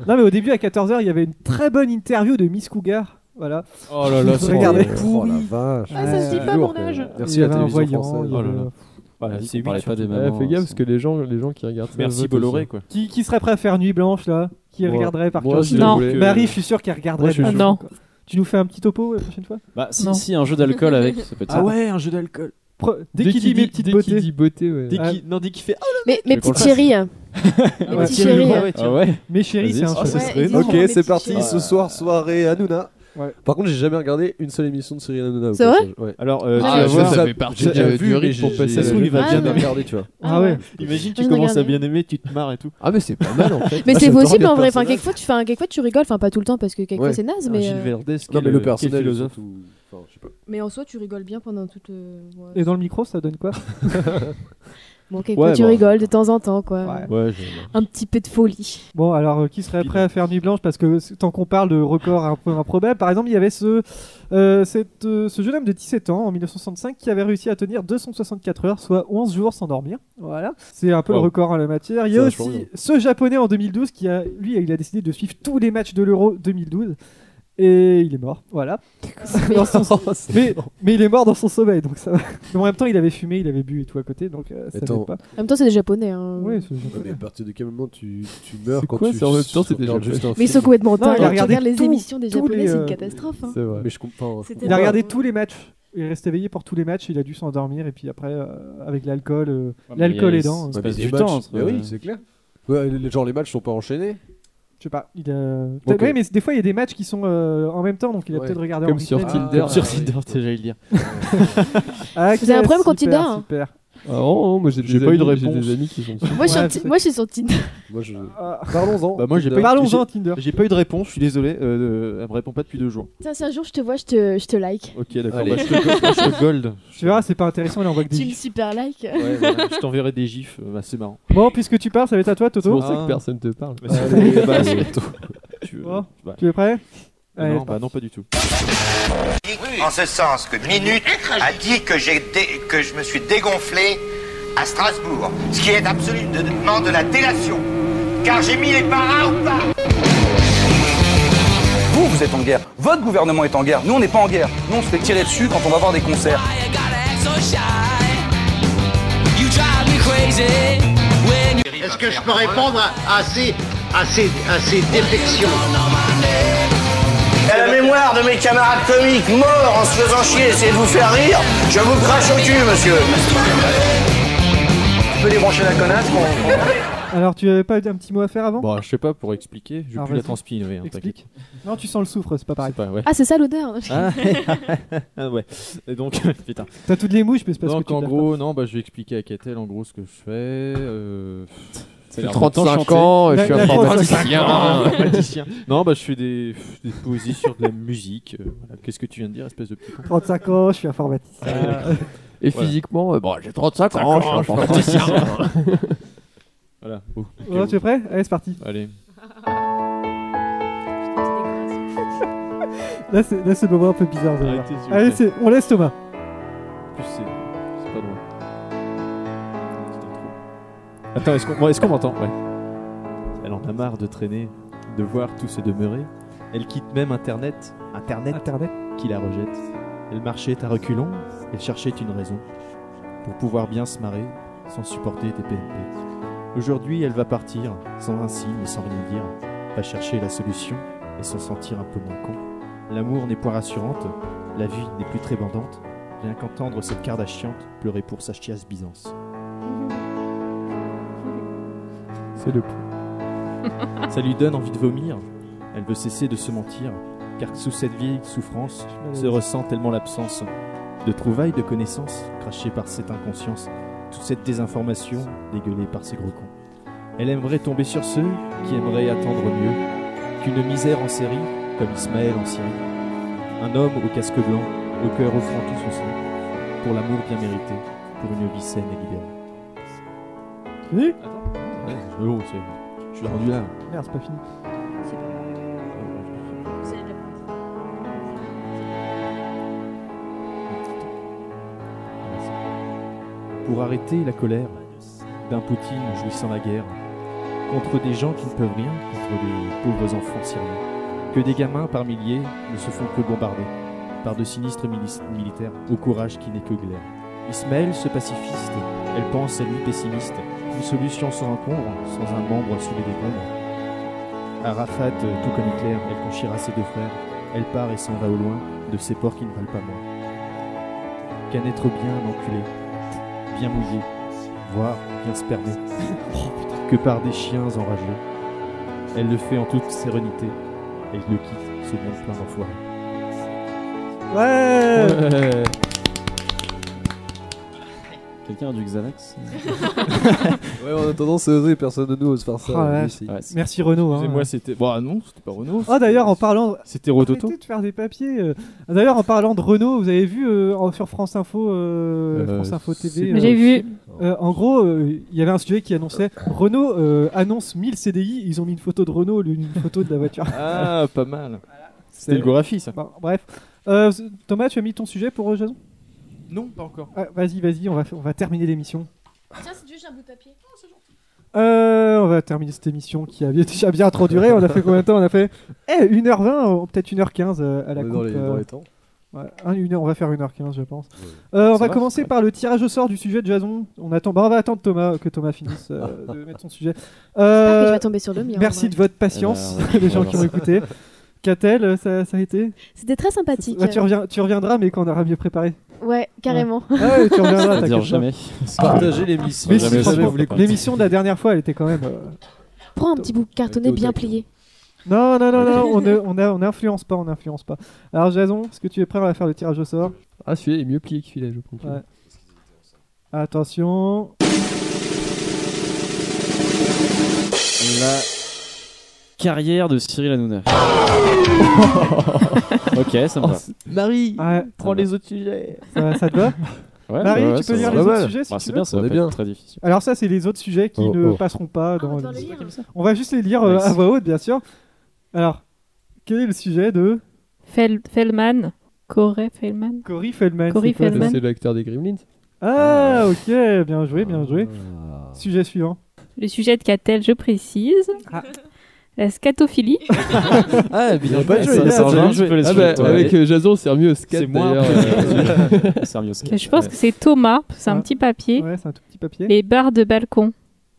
Speaker 3: non, mais au début, à 14h, il y avait une très bonne interview de Miss Cougar. Voilà.
Speaker 5: Oh là là,
Speaker 3: Je
Speaker 5: ça-
Speaker 3: regardais.
Speaker 7: Oh la vache.
Speaker 3: Ah, ça se dit pas,
Speaker 7: Lourd,
Speaker 3: mon
Speaker 7: quand même.
Speaker 3: âge.
Speaker 7: Merci
Speaker 3: Il y
Speaker 7: à la
Speaker 3: avait un
Speaker 7: télévision
Speaker 3: voyant,
Speaker 7: française.
Speaker 3: il y
Speaker 5: euh,
Speaker 3: avait- Oh là là.
Speaker 5: bah,
Speaker 6: Voilà,
Speaker 9: Vas-y,
Speaker 6: c'est
Speaker 9: on
Speaker 6: huit,
Speaker 9: parlait pas
Speaker 6: surtout.
Speaker 9: des
Speaker 5: Ouais,
Speaker 9: mamans,
Speaker 5: Fais
Speaker 9: hein,
Speaker 5: gaffe,
Speaker 9: c'est-
Speaker 5: parce que les gens, les gens qui regardent ça.
Speaker 9: Merci
Speaker 5: votent
Speaker 9: Bolloré,
Speaker 5: aussi.
Speaker 9: quoi.
Speaker 3: Qui, qui serait prêt à faire Nuit Blanche là Qui
Speaker 5: Moi.
Speaker 3: regarderait par
Speaker 5: Moi,
Speaker 3: curiosité
Speaker 5: si Non. vous voulez. euh,
Speaker 3: Marie, je suis sûr qu'elle regarderait.
Speaker 5: Moi, je suis
Speaker 3: par
Speaker 5: chaud.
Speaker 3: curiosité, quoi. Tu nous fais un petit topo euh, la prochaine fois
Speaker 6: Bah, si, si, un jeu d'alcool avec, ça
Speaker 3: Ah
Speaker 6: peut être ça.
Speaker 9: un jeu d'alcool.
Speaker 3: Pro- Dès, qu'il dit mes petites
Speaker 5: dès
Speaker 3: beautés.
Speaker 5: qu'il dit beauté, ouais.
Speaker 9: Dès
Speaker 3: Ah.
Speaker 9: qu'il- Non, dès qu'il fait.
Speaker 5: oh
Speaker 9: Ah,
Speaker 4: Mais,
Speaker 9: mais
Speaker 4: mes
Speaker 9: qu'on le
Speaker 4: petites
Speaker 9: fasse.
Speaker 4: chéries. hein.
Speaker 9: Ah
Speaker 4: mes
Speaker 9: ouais.
Speaker 4: petits chéris.
Speaker 9: Ah ouais, Ah, tiens.
Speaker 6: Ah ouais
Speaker 3: Mes chéris,
Speaker 7: Vas-y, Ah,
Speaker 3: c'est un
Speaker 7: ça
Speaker 3: jeu.
Speaker 7: serait
Speaker 4: Ouais,
Speaker 7: énorme.
Speaker 4: énorme,
Speaker 7: Ok, c'est
Speaker 4: mes
Speaker 7: parti.
Speaker 4: petits
Speaker 7: Ce soir, soirée Hanouna.
Speaker 3: euh, Ouais.
Speaker 7: Par contre, j'ai jamais regardé une seule émission de Cyril Hanouna. au
Speaker 4: C'est vrai
Speaker 7: passage. Ouais.
Speaker 9: Alors, euh,
Speaker 7: Ah,
Speaker 9: tu
Speaker 7: je
Speaker 9: vas voir.
Speaker 7: sais,
Speaker 5: ça fait partie
Speaker 7: j'ai
Speaker 5: de-
Speaker 7: déjà
Speaker 5: du
Speaker 7: vu, mais
Speaker 5: rythme
Speaker 7: j'ai-
Speaker 5: pour passer
Speaker 7: j'ai-
Speaker 5: à la
Speaker 7: je vais
Speaker 4: journée.
Speaker 7: bien
Speaker 4: Ah,
Speaker 7: regarder, tu vois.
Speaker 3: Ah ouais.
Speaker 9: Imagine,
Speaker 4: Je
Speaker 9: tu
Speaker 4: vais
Speaker 9: commences à
Speaker 4: regarder.
Speaker 9: bien aimer, tu te marres et tout.
Speaker 5: Ah, mais c'est pas mal en fait.
Speaker 4: Mais
Speaker 7: Ah,
Speaker 4: c'est
Speaker 7: j'adore
Speaker 4: possible
Speaker 7: les
Speaker 4: en vrai. Enfin,
Speaker 7: personnages.
Speaker 4: quelquefois, tu, fais un- quelquefois, tu rigoles. Enfin, pas tout le temps parce que quelquefois,
Speaker 7: Ouais.
Speaker 4: c'est naze.
Speaker 9: Ah,
Speaker 4: Mais,
Speaker 9: Gilles
Speaker 4: euh,
Speaker 9: Verdez,
Speaker 7: Non,
Speaker 9: quel-
Speaker 7: mais le
Speaker 9: quel
Speaker 7: personnage.
Speaker 9: philosophe.
Speaker 7: surtout. Enfin, je sais pas.
Speaker 4: mais en soi, tu rigoles bien pendant toute. euh, ouais.
Speaker 3: Et dans le micro, ça donne quoi
Speaker 4: Bon, quelquefois,
Speaker 9: Ouais,
Speaker 4: tu
Speaker 9: bon.
Speaker 4: rigoles de temps en temps, quoi.
Speaker 9: Ouais, je-
Speaker 4: Un petit peu de folie.
Speaker 3: Bon, alors euh, qui serait prêt à faire nuit blanche Parce que c- tant qu'on parle de records un peu improbables, par exemple, il y avait ce, euh, cette, euh, ce jeune homme de 17 ans en 1965 qui avait réussi à tenir 264 heures, soit 11 jours sans dormir. Voilà, c'est un peu le
Speaker 7: Wow.
Speaker 3: record en la matière. Il y a
Speaker 7: C'est vachement
Speaker 3: aussi ce japonais en 2012 qui a, lui, il a décidé de suivre tous les matchs de l'Euro 2012 et il est mort. Voilà. Dans son- mais, mais il est mort dans son sommeil, donc ça va. Mais en même temps, il avait fumé, il avait bu et tout à côté, donc euh, ça
Speaker 7: Attends.
Speaker 3: n'aide pas.
Speaker 4: En même temps, c'est des japonais. hein.
Speaker 3: Ouais, c'est-
Speaker 7: Ouais, Mais à partir de quel moment tu, tu meurs
Speaker 5: C'est
Speaker 7: quand
Speaker 5: quoi,
Speaker 7: tu
Speaker 5: ça, en même temps, c'est
Speaker 7: regardes
Speaker 5: déjà
Speaker 7: juste un
Speaker 4: Mais ils
Speaker 7: film
Speaker 4: sont complètement
Speaker 3: Non, il a
Speaker 4: dingues. Quand tu
Speaker 3: regardé
Speaker 4: regardes les
Speaker 3: tout-
Speaker 4: émissions des
Speaker 3: tous les,
Speaker 4: japonais, c'est
Speaker 3: euh,
Speaker 4: une catastrophe. hein.
Speaker 5: C'est vrai.
Speaker 7: Mais je comprends. je
Speaker 4: C'était
Speaker 3: Il a
Speaker 4: Ouais.
Speaker 3: regardé tous les matchs. Il est resté éveillé pour tous les matchs. Il a dû s'endormir et puis après, euh, avec l'alcool, euh,
Speaker 6: Ouais, mais
Speaker 3: l'alcool
Speaker 6: il-
Speaker 3: aidant, euh,
Speaker 7: comprends.
Speaker 6: il se
Speaker 7: Ouais,
Speaker 6: passe
Speaker 7: mais
Speaker 6: du
Speaker 7: les
Speaker 6: temps
Speaker 7: matchs-
Speaker 6: entre. euh,
Speaker 7: mais oui, c'est clair. Ouais, les- genre les matchs sont pas enchaînés.
Speaker 3: je sais pas. Il a.
Speaker 7: Ok.
Speaker 3: Ouais, mais des fois il y a des matchs qui sont euh, en même temps, donc il a
Speaker 7: euh, Ouais.
Speaker 3: peut-être regardé en
Speaker 5: Comme sur
Speaker 3: replay.
Speaker 5: Tinder.
Speaker 9: Sur
Speaker 7: Ah, oui.
Speaker 9: Tinder, t'as- j'allais le dire.
Speaker 3: Ah,
Speaker 4: Vous avez un
Speaker 3: ok,
Speaker 4: problème quand
Speaker 3: super,
Speaker 4: Tinder, hein
Speaker 3: Super.
Speaker 5: Ah, non, non, moi j'ai
Speaker 9: J'ai
Speaker 5: des
Speaker 9: pas eu de
Speaker 5: amis- j'ai
Speaker 9: réponse.
Speaker 5: des amis qui sont
Speaker 4: Moi, je suis
Speaker 3: Ouais,
Speaker 4: un petit-
Speaker 3: c'est-
Speaker 4: moi, je suis sur Tinder.
Speaker 7: Moi, je...
Speaker 3: Ah.
Speaker 7: Parlons-en.
Speaker 9: Bah, moi, j'ai pas eu-
Speaker 3: Parlons-en Tinder.
Speaker 9: J'ai pas eu de réponse, je suis désolé. euh, Elle me répond pas depuis deux jours.
Speaker 4: Tiens, si un jour je te vois, je te, je te like.
Speaker 9: Ok, d'accord.
Speaker 7: Allez.
Speaker 9: Bah, je te gold. moi, je te gold.
Speaker 3: Tu verras, c'est pas intéressant. Il envoie que des.
Speaker 4: Tu me
Speaker 3: gifs.
Speaker 4: super like.
Speaker 9: Ouais, voilà, je t'enverrai des gifs, euh, bah, c'est marrant.
Speaker 3: Bon, puisque tu parles, ça va être à toi,
Speaker 5: C'est
Speaker 3: Toto.
Speaker 5: pour ça
Speaker 9: Ah.
Speaker 5: que personne te parle.
Speaker 9: Allez, bah, c'est- tu veux-
Speaker 3: Bon.
Speaker 9: bah,
Speaker 3: Oh, Tu es prêt Allez, Ah,
Speaker 9: non, bah, non, pas du tout.
Speaker 15: En ce sens que Minute a dit que, j'ai dé- que je me suis dégonflé à Strasbourg, ce qui est absolument de la délation, car j'ai mis les parrains au pas.
Speaker 16: Vous, vous êtes en guerre. Votre gouvernement est en guerre. Nous, on n'est pas en guerre. Nous, on se fait tirer dessus quand on va voir des concerts.
Speaker 1: Est-ce que je peux répondre à, à ces, à ces- à ces défections
Speaker 15: À la mémoire de mes camarades comiques morts en se faisant chier, essayez de vous faire rire, je vous crache au cul, monsieur. Je peux débrancher la connasse qu'on- qu'on-
Speaker 3: Alors, tu avais pas un petit mot à faire avant
Speaker 9: Bon, je sais pas, pour expliquer, je vais
Speaker 3: Alors,
Speaker 9: plus la
Speaker 3: vas-y.
Speaker 9: transpirer. Hein,
Speaker 3: Explique. Non, tu sens le soufre, c'est pas pareil.
Speaker 9: t'inquiète pas, ouais.
Speaker 4: Ah, c'est ça l'odeur.
Speaker 9: Ah, ah, ouais. Et donc, putain.
Speaker 3: T'as toutes les mouches, mais c'est parce
Speaker 9: Donc
Speaker 3: que tu
Speaker 9: en
Speaker 3: l'as
Speaker 9: gros, non, bah, je vais expliquer à Catel en gros ce que je fais. Euh...
Speaker 6: J'ai
Speaker 5: 35 ans, je suis
Speaker 3: La- la-
Speaker 5: informaticien.
Speaker 9: Informaticien. non, bah je fais des, des poésies sur de la musique. euh, voilà. Qu'est-ce que tu viens de dire, espèce de petit con Euh,
Speaker 3: pas. 35 ans, je suis informaticien.
Speaker 5: Ah, Et
Speaker 9: Voilà.
Speaker 5: physiquement, euh, bon, j'ai 35 ans, je suis informaticien.
Speaker 9: Voilà. Oh,
Speaker 3: Bon, tu es prêt Allez, c'est parti.
Speaker 9: Allez.
Speaker 3: Là, c'est là, c'est le moment un peu bizarre. vous allez voir.
Speaker 9: Arrêtez, s'il vous
Speaker 3: Allez,
Speaker 9: plaît.
Speaker 3: c'est- on laisse Thomas.
Speaker 9: En plus, c'est c'est pas drôle. Petite intro. Attends, est-ce qu'on moi, est-ce qu'on m'entend Ouais. Elle en a marre de traîner, de voir tout se demeurer. Elle quitte même Internet. Internet.
Speaker 3: Internet.
Speaker 9: qui la rejette. Elle marchait à reculons, elle cherchait une raison pour pouvoir bien se marrer sans supporter des PMP. Aujourd'hui, elle va partir sans un signe et sans rien dire, va chercher la solution et s'en sentir un peu moins con. L'amour n'est point rassurante, la vie n'est plus très bandante, rien qu'entendre cette Kardashiante pleurer pour sa chiasse Byzance.
Speaker 5: C'est le
Speaker 9: Ça lui donne envie de vomir. Elle veut cesser de se mentir. car sous cette vieille souffrance se ressent tellement l'absence de trouvailles, de connaissances, crachées par cette inconscience, toute cette désinformation dégueulée par ces gros cons. Elle aimerait tomber sur ceux qui aimeraient attendre mieux qu'une misère en série, comme Ismaël en Syrie. Un homme au casque blanc, au cœur offrant tout son sang, pour l'amour bien mérité, pour une vie saine et libérée.
Speaker 3: Fini
Speaker 9: Ouais, c'est long, c'est- Je suis rendu là.
Speaker 3: Merde, c'est pas fini.
Speaker 9: pour arrêter la colère d'un Poutine jouissant la guerre contre des gens qui ne peuvent rien, contre des pauvres enfants syriens, que des gamins par milliers ne se font que bombarder par de sinistres milices- militaires au courage qui n'est que glaire. Ismaël, ce pacifiste, elle pense à lui pessimiste, une solution sans encombre, sans un membre sous les décombres. Arafat, euh, tout comme Hitler, elle conchira ses deux frères, elle part et s'en va au loin de ces ports qui ne valent pas moins qu'un être bien enculé, bien mouillé, voire bien spermé, que par des chiens enragés. Elle le fait en toute sérénité, et le quitte, ce monde plein d'enfoirés.
Speaker 3: Ouais
Speaker 6: Quelqu'un a du Xanax
Speaker 7: Ouais, en attendant, c'est osé, personne de nous ose faire ça.
Speaker 3: Oh
Speaker 9: Ah
Speaker 3: la vache. Merci Renaud. hein.
Speaker 9: Excusez-moi, c'était. Bon, ah non, c'était pas Renault.
Speaker 3: Ah d'ailleurs en parlant
Speaker 9: C'était Rototo.
Speaker 3: Arrêtez de faire des papiers. euh. Ah, D'ailleurs en parlant de Renault, vous avez vu euh, en- sur France Info, euh,
Speaker 9: Euh,
Speaker 3: France Info TV.
Speaker 8: c'est- J'ai vu.
Speaker 3: euh, en gros, euh, il y avait un sujet qui annonçait Renault euh, annonce 1000 CDI. Ils ont mis une photo de Renault, une photo de la voiture.
Speaker 9: Ah, pas mal. C'était le Gorafi, ça.
Speaker 3: Bon, Bah, bref, Euh, Thomas, tu as mis ton sujet pour euh, Jason
Speaker 9: Non, pas encore.
Speaker 3: Ah, Vas-y, vas-y, on va on va terminer l'émission.
Speaker 4: Tiens, c'est juste un bout de papier.
Speaker 3: Euh, on va terminer cette émission qui a déjà bien trop duré. On a fait combien de temps On a fait eh, 1h20, euh, peut-être 1h15 euh,
Speaker 9: Ah,
Speaker 3: à la
Speaker 7: On est
Speaker 3: coupe.
Speaker 7: dans les- dans les temps.
Speaker 3: ouais, un- une heure, on va faire 1h15, je pense. Euh, on
Speaker 7: Ça
Speaker 3: va,
Speaker 7: va,
Speaker 3: commencer par le tirage au sort du sujet de Jason. On, attend, bah, on va attendre Thomas, que Thomas finisse euh, de mettre son sujet. Euh,
Speaker 4: J'espère que je vais tomber sur le mien, en
Speaker 3: Merci
Speaker 4: vrai.
Speaker 3: de votre patience,
Speaker 6: Eh ben, on va-
Speaker 3: les
Speaker 6: on
Speaker 3: gens
Speaker 6: va
Speaker 3: qui ont
Speaker 6: voir
Speaker 3: écouté. Qu'a-t-elle euh, ça, ça a été
Speaker 4: C'était très sympathique.
Speaker 3: Bah, tu, reviens, tu reviendras, mais quand on aura mieux préparé.
Speaker 4: Ouais, carrément.
Speaker 3: Ouais, Ah ouais, tu reviendras,
Speaker 6: C'est-à-dire
Speaker 3: t'inquiète pas.
Speaker 6: jamais.
Speaker 7: Partagez l'émission.
Speaker 3: Mais
Speaker 6: Jamais,
Speaker 3: si,
Speaker 6: jamais,
Speaker 3: franchement,
Speaker 6: vous l'écoutez.
Speaker 3: L'émission de la dernière fois, elle était quand même. euh,
Speaker 4: Prends un petit bout cartonné bien plié.
Speaker 3: Non, non, non, non, on n'influence on a- on influence pas, on n'influence pas. Alors Jason, est-ce que tu es prêt à faire le tirage au sort
Speaker 5: Ah, celui-là est mieux plié que celui-là, je comprends.
Speaker 3: Ouais. Attention.
Speaker 6: La carrière de Cyril Hanouna. ok, ça me va.
Speaker 5: Marie,
Speaker 3: Ouais,
Speaker 5: prends les autres sujets.
Speaker 3: ça, ça te va
Speaker 6: Ouais,
Speaker 3: Marie,
Speaker 6: ouais, ouais,
Speaker 3: tu
Speaker 6: ça
Speaker 3: peux lire les
Speaker 6: va. Pas
Speaker 3: autres
Speaker 6: mal.
Speaker 3: sujets si
Speaker 6: Bah,
Speaker 3: tu
Speaker 6: C'est
Speaker 3: veux
Speaker 6: bien, ça
Speaker 7: On
Speaker 6: va
Speaker 7: est
Speaker 6: pas
Speaker 7: bien.
Speaker 6: être très difficile.
Speaker 3: Alors ça, c'est les autres sujets qui
Speaker 6: Oh,
Speaker 3: ne
Speaker 6: oh.
Speaker 3: passeront pas dans
Speaker 4: on doit
Speaker 3: les-
Speaker 4: les lire.
Speaker 3: On va juste les lire
Speaker 6: Ouais,
Speaker 3: euh, à
Speaker 6: c'est-
Speaker 3: voix haute, bien sûr. Alors, quel est le sujet de
Speaker 8: Fel- Feldman. Corey Feldman.
Speaker 3: Cory Feldman
Speaker 8: Corey
Speaker 3: c'est quoi
Speaker 8: Feldman.
Speaker 5: C'est l'acteur des Gremlins.
Speaker 3: Ah, ok, bien joué, bien joué.
Speaker 6: Ah.
Speaker 3: Sujet suivant.
Speaker 8: Le sujet de Catel, je précise.
Speaker 3: Ah.
Speaker 8: La scatophilie.
Speaker 5: Ah, bien
Speaker 6: joué, ça, ça rejoint un petit peu les
Speaker 5: Ah,
Speaker 6: sujets,
Speaker 5: bah,
Speaker 6: toi.
Speaker 5: avec euh, Jason, c'est mieux au skate.
Speaker 6: C'est moi.
Speaker 5: d'ailleurs, euh,
Speaker 6: C'est mieux, c'est-
Speaker 8: Je pense que c'est Thomas, parce que c'est un
Speaker 3: Ouais.
Speaker 8: petit papier.
Speaker 3: Ah. Ouais, c'est un tout petit papier.
Speaker 8: Les barres de balcon.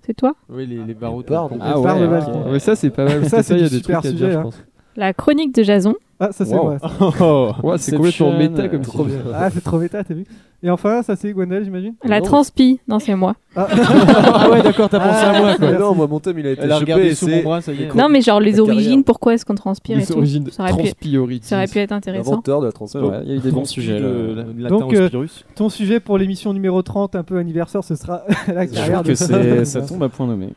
Speaker 8: C'est toi
Speaker 5: Oui, les, les barreaux
Speaker 7: barres,
Speaker 5: de
Speaker 7: donc.
Speaker 3: ah
Speaker 5: balcon.
Speaker 7: Les barres
Speaker 5: Ah, ouais,
Speaker 7: de
Speaker 5: ok.
Speaker 7: balcon.
Speaker 5: Ouais, ça, c'est pas mal.
Speaker 3: Ça,
Speaker 5: Ça,
Speaker 3: c'est
Speaker 5: ça, il y a
Speaker 3: du
Speaker 5: des trucs
Speaker 3: super
Speaker 5: à dire,
Speaker 3: sujet,
Speaker 5: je
Speaker 3: hein.
Speaker 5: pense.
Speaker 8: La chronique de Jason.
Speaker 3: Ah, ça c'est
Speaker 6: Wow.
Speaker 3: moi. ça.
Speaker 6: Oh,
Speaker 5: Ouais, c'est
Speaker 6: Inception,
Speaker 5: complètement méta
Speaker 6: euh,
Speaker 5: comme
Speaker 6: trop
Speaker 5: sujet.
Speaker 6: bien.
Speaker 3: Ah, c'est trop méta, t'as vu Et enfin, ça c'est Gwendal, j'imagine
Speaker 8: La transpi. Non, c'est moi.
Speaker 3: Ah.
Speaker 5: Ah ouais, d'accord, t'as pensé à moi, quoi.
Speaker 7: Mais Ah non, moi, mon thème, il a été
Speaker 5: Elle a regardé
Speaker 7: chopé. et
Speaker 5: sous mon
Speaker 7: c'est-
Speaker 5: bras, ça y est.
Speaker 7: Écoute,
Speaker 8: Non, mais genre les
Speaker 7: La carrière.
Speaker 8: origines, pourquoi est-ce qu'on transpire et
Speaker 5: Les
Speaker 8: tout.
Speaker 5: origines
Speaker 8: ça, aurait pu,
Speaker 5: transpiritis.
Speaker 8: ça aurait pu être intéressant.
Speaker 7: L'inventeur de la transpo.
Speaker 6: Ouais, Il y a eu des bons sujets. là.
Speaker 3: Donc, euh, ton sujet pour l'émission numéro 30, un peu anniversaire, ce sera la
Speaker 6: Je trouve
Speaker 3: carrière
Speaker 6: que
Speaker 3: de
Speaker 6: c'est- ça tombe à point nommé.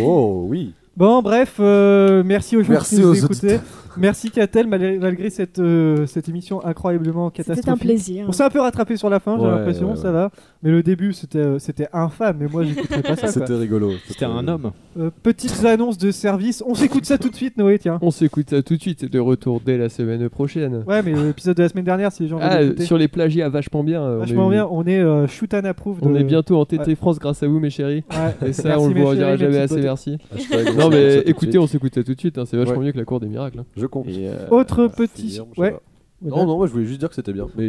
Speaker 7: Oh oui.
Speaker 3: Bon, bref, euh, merci aux gens
Speaker 7: Merci
Speaker 3: qui
Speaker 7: aux
Speaker 3: nous écoutaient. Merci Catel, malgré, malgré cette, euh, cette émission incroyablement catastrophique.
Speaker 4: C'était un plaisir.
Speaker 3: On s'est un peu rattrapé sur la fin, j'ai
Speaker 7: Ouais,
Speaker 3: l'impression,
Speaker 7: ouais, ouais.
Speaker 3: ça va. Mais le début, c'était euh, c'était infâme, mais moi, j'écouterais pas ça. quoi.
Speaker 7: C'était rigolo.
Speaker 9: C'était un homme.
Speaker 3: Euh, petites annonces de service. On s'écoute ça tout de suite, Noé, tiens.
Speaker 5: On s'écoute ça tout de suite. De retour dès la semaine prochaine.
Speaker 3: Ouais, mais euh, l'épisode de la semaine dernière, si les gens veulent
Speaker 5: Ah,
Speaker 3: l'écouter.
Speaker 5: sur les plagiats, vachement bien. on a
Speaker 3: Vachement
Speaker 5: eu-
Speaker 3: bien, on est euh, shoot and approve.
Speaker 5: On
Speaker 3: de-
Speaker 5: est bientôt en TT
Speaker 3: Ouais.
Speaker 5: France grâce à vous, mes chéris.
Speaker 3: Ouais.
Speaker 5: Et ça,
Speaker 3: Merci,
Speaker 5: on le
Speaker 3: mes
Speaker 5: vous redira
Speaker 3: chéris, mes
Speaker 5: jamais
Speaker 3: petits
Speaker 5: assez,
Speaker 3: potes.
Speaker 5: merci.
Speaker 7: Hashtag on
Speaker 5: non,
Speaker 7: s'écoute ça
Speaker 5: mais
Speaker 7: tout de
Speaker 5: Eh, écoutez,
Speaker 7: suite.
Speaker 5: on s'écoute ça tout de suite. hein, C'est vachement
Speaker 7: Ouais.
Speaker 5: mieux que la cour des miracles. hein.
Speaker 7: Je compte.
Speaker 6: Et, euh,
Speaker 3: Autre petit.
Speaker 7: bah, Guillaume, je sais
Speaker 3: Ouais.
Speaker 7: pas. Non, non, moi je voulais juste dire que c'était bien. Mais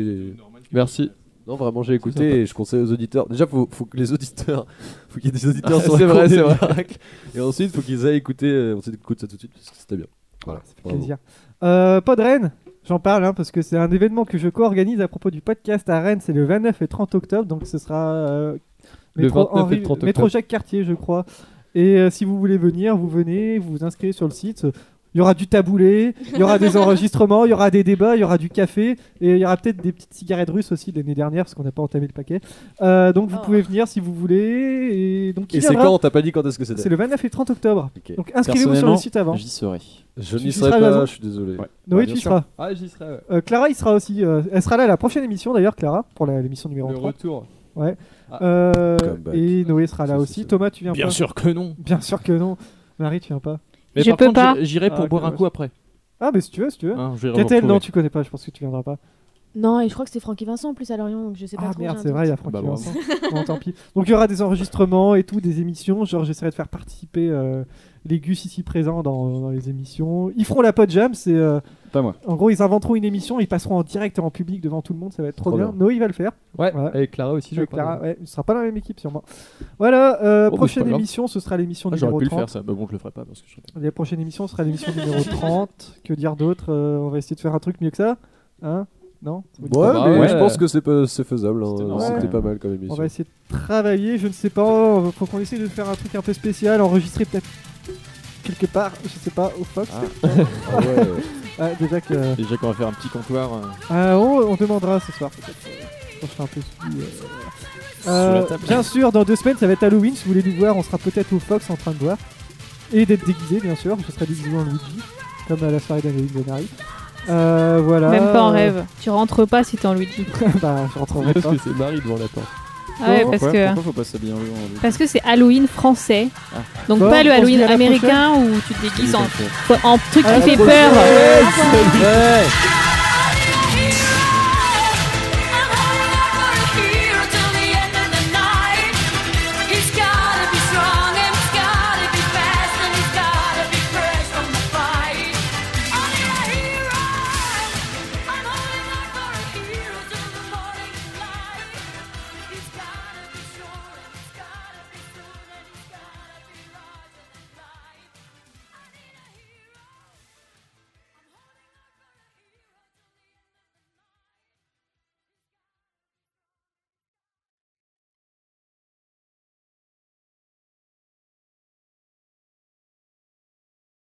Speaker 5: Merci.
Speaker 7: non, vraiment, j'ai écouté et je conseille aux auditeurs. Déjà, faut, faut que les auditeurs, faut qu'il y ait des auditeurs
Speaker 5: Ah,
Speaker 7: sur la
Speaker 5: c'est
Speaker 7: cour
Speaker 5: vrai,
Speaker 7: des
Speaker 5: c'est vrai.
Speaker 7: miracles. Et ensuite, faut qu'ils aient écouté. euh, On s'écoute ça tout de suite parce que c'était bien. Voilà. Bravo.
Speaker 3: Ah, Plaisir. Euh, Podren, j'en parle hein, parce que c'est un événement que je co-organise à propos du podcast à Rennes. C'est le 29 et 30 octobre, donc ce sera euh,
Speaker 5: Le 29 et 30 octobre.
Speaker 3: métro Jacques Cartier, je crois. Et euh, si vous voulez venir, vous venez, vous vous inscrivez sur le site. Il y aura du taboulé, il y aura des enregistrements, il y aura des débats, il y aura du café et il y aura peut-être des petites cigarettes russes aussi l'année dernière parce qu'on n'a pas entamé le paquet. Euh, donc
Speaker 9: Oh.
Speaker 3: vous pouvez venir si vous voulez. Et, donc, qui
Speaker 7: Et c'est
Speaker 3: viendra
Speaker 7: quand T'as pas dit quand est-ce que c'était
Speaker 3: C'est le 29 et 30 octobre.
Speaker 7: Ok.
Speaker 3: Donc inscrivez-vous sur le site avant.
Speaker 6: J'y serai.
Speaker 7: Je
Speaker 3: Tu-
Speaker 7: n'y
Speaker 3: tu
Speaker 7: serai
Speaker 3: seras,
Speaker 7: pas,
Speaker 3: Jason
Speaker 7: je suis désolé.
Speaker 3: Noé,
Speaker 7: Ouais,
Speaker 3: tu
Speaker 7: bien
Speaker 3: y
Speaker 7: sûr.
Speaker 3: seras.
Speaker 5: Ah, j'y serai, ouais.
Speaker 3: Euh, Clara, il sera aussi. euh, elle sera là à la prochaine émission d'ailleurs, Clara, pour la- l'émission numéro
Speaker 5: Le
Speaker 3: 3.
Speaker 5: retour.
Speaker 3: Ouais.
Speaker 5: Ah.
Speaker 3: Euh,
Speaker 5: Comeback.
Speaker 3: et Noé sera là aussi. Thomas, tu viens
Speaker 9: Bien
Speaker 3: pas
Speaker 9: sûr que non.
Speaker 3: Bien sûr que non. Marie, tu viens pas.
Speaker 9: Mais Je par peux contre, pas. j'i- j'irai pour boire un
Speaker 3: ok,
Speaker 9: coup
Speaker 3: ouais.
Speaker 9: après.
Speaker 3: Ah, mais si tu veux, si tu veux.
Speaker 9: Hein, j'irai vous
Speaker 3: Qu'a-t-elle Non,
Speaker 9: retrouver.
Speaker 3: tu connais pas, je pense que tu viendras pas.
Speaker 4: Non, et je crois que c'est Francky Vincent en plus à Lorient, donc je sais pas
Speaker 3: Ah
Speaker 4: trop.
Speaker 3: merde,
Speaker 4: j'ai un
Speaker 3: c'est
Speaker 4: doute.
Speaker 3: vrai, il y a Francky
Speaker 9: Bah, bravo.
Speaker 3: Vincent. Bon, tant pis. Donc il y aura des enregistrements et tout, des émissions. Genre, j'essaierai de faire participer euh, les Gus ici présents dans, dans les émissions. Ils feront la pod jam, c'est. euh,
Speaker 6: Pas moi.
Speaker 3: En gros, ils inventeront une émission, ils passeront en direct et en public devant tout le monde, ça va être trop,
Speaker 5: Trop
Speaker 3: bien.
Speaker 5: bien.
Speaker 3: Noé, il va le faire.
Speaker 5: Ouais, avec
Speaker 9: Ah,
Speaker 5: Clara aussi, je
Speaker 3: Avec
Speaker 5: crois,
Speaker 3: Clara,
Speaker 5: d'ailleurs.
Speaker 3: ouais, il sera pas dans la même équipe sûrement. Voilà, euh,
Speaker 9: Oh, bah, c'est
Speaker 3: prochaine
Speaker 9: pas grave.
Speaker 3: émission, ce sera l'émission
Speaker 9: Ah,
Speaker 3: numéro
Speaker 9: J'aurais pu
Speaker 3: 30.
Speaker 9: le faire ça. Bah bon, je le ferai pas parce que je serai
Speaker 3: La prochaine émission sera l'émission numéro 30. Que dire d'autre Euh, On va essayer de faire un truc mieux que ça. Hein Non
Speaker 7: Ouais,
Speaker 3: Bah,
Speaker 7: mais
Speaker 3: ouais.
Speaker 7: je pense que c'est pas- c'est faisable. hein.
Speaker 3: normal,
Speaker 7: C'était
Speaker 3: quand
Speaker 7: pas
Speaker 3: même.
Speaker 7: mal comme émission.
Speaker 3: On va essayer de travailler, je ne sais pas. euh, Faut qu'on essaie de faire un truc un peu spécial, enregistrer peut-être quelque part, je sais pas, au Fox.
Speaker 9: Ah.
Speaker 3: Ah ouais. Ah, déjà que.
Speaker 9: Déjà qu'on va faire un petit comptoir. euh,
Speaker 3: Ah, on, on demandera ce soir peut-être. euh, quand je serai un peu sous, euh. Euh,
Speaker 9: la table.
Speaker 3: bien sûr, dans deux semaines, ça va être Halloween. Si vous voulez nous voir, on sera peut-être au Fox en train de voir. Et d'être déguisé, bien sûr. Je serai déguisé en Luigi, comme à la soirée d'Amélie Bonari. Euh, voilà.
Speaker 8: Même pas en
Speaker 3: Euh,
Speaker 8: rêve. Tu rentres pas si t'es en Luigi.
Speaker 3: bah, je rentrerai
Speaker 5: Parce
Speaker 7: hein.
Speaker 3: pas.
Speaker 5: que c'est Marie devant la porte.
Speaker 8: Ah ouais, parce que.
Speaker 6: Pourquoi faut pas s'habiller en bleu en bleu
Speaker 8: Parce que c'est Halloween français.
Speaker 6: Ah.
Speaker 8: Donc
Speaker 6: Bon,
Speaker 8: pas le
Speaker 6: on se dit à
Speaker 8: Halloween
Speaker 6: la Ah,
Speaker 8: Ah, américain où tu te déguises en, en truc qui fait peur.
Speaker 6: Ouais.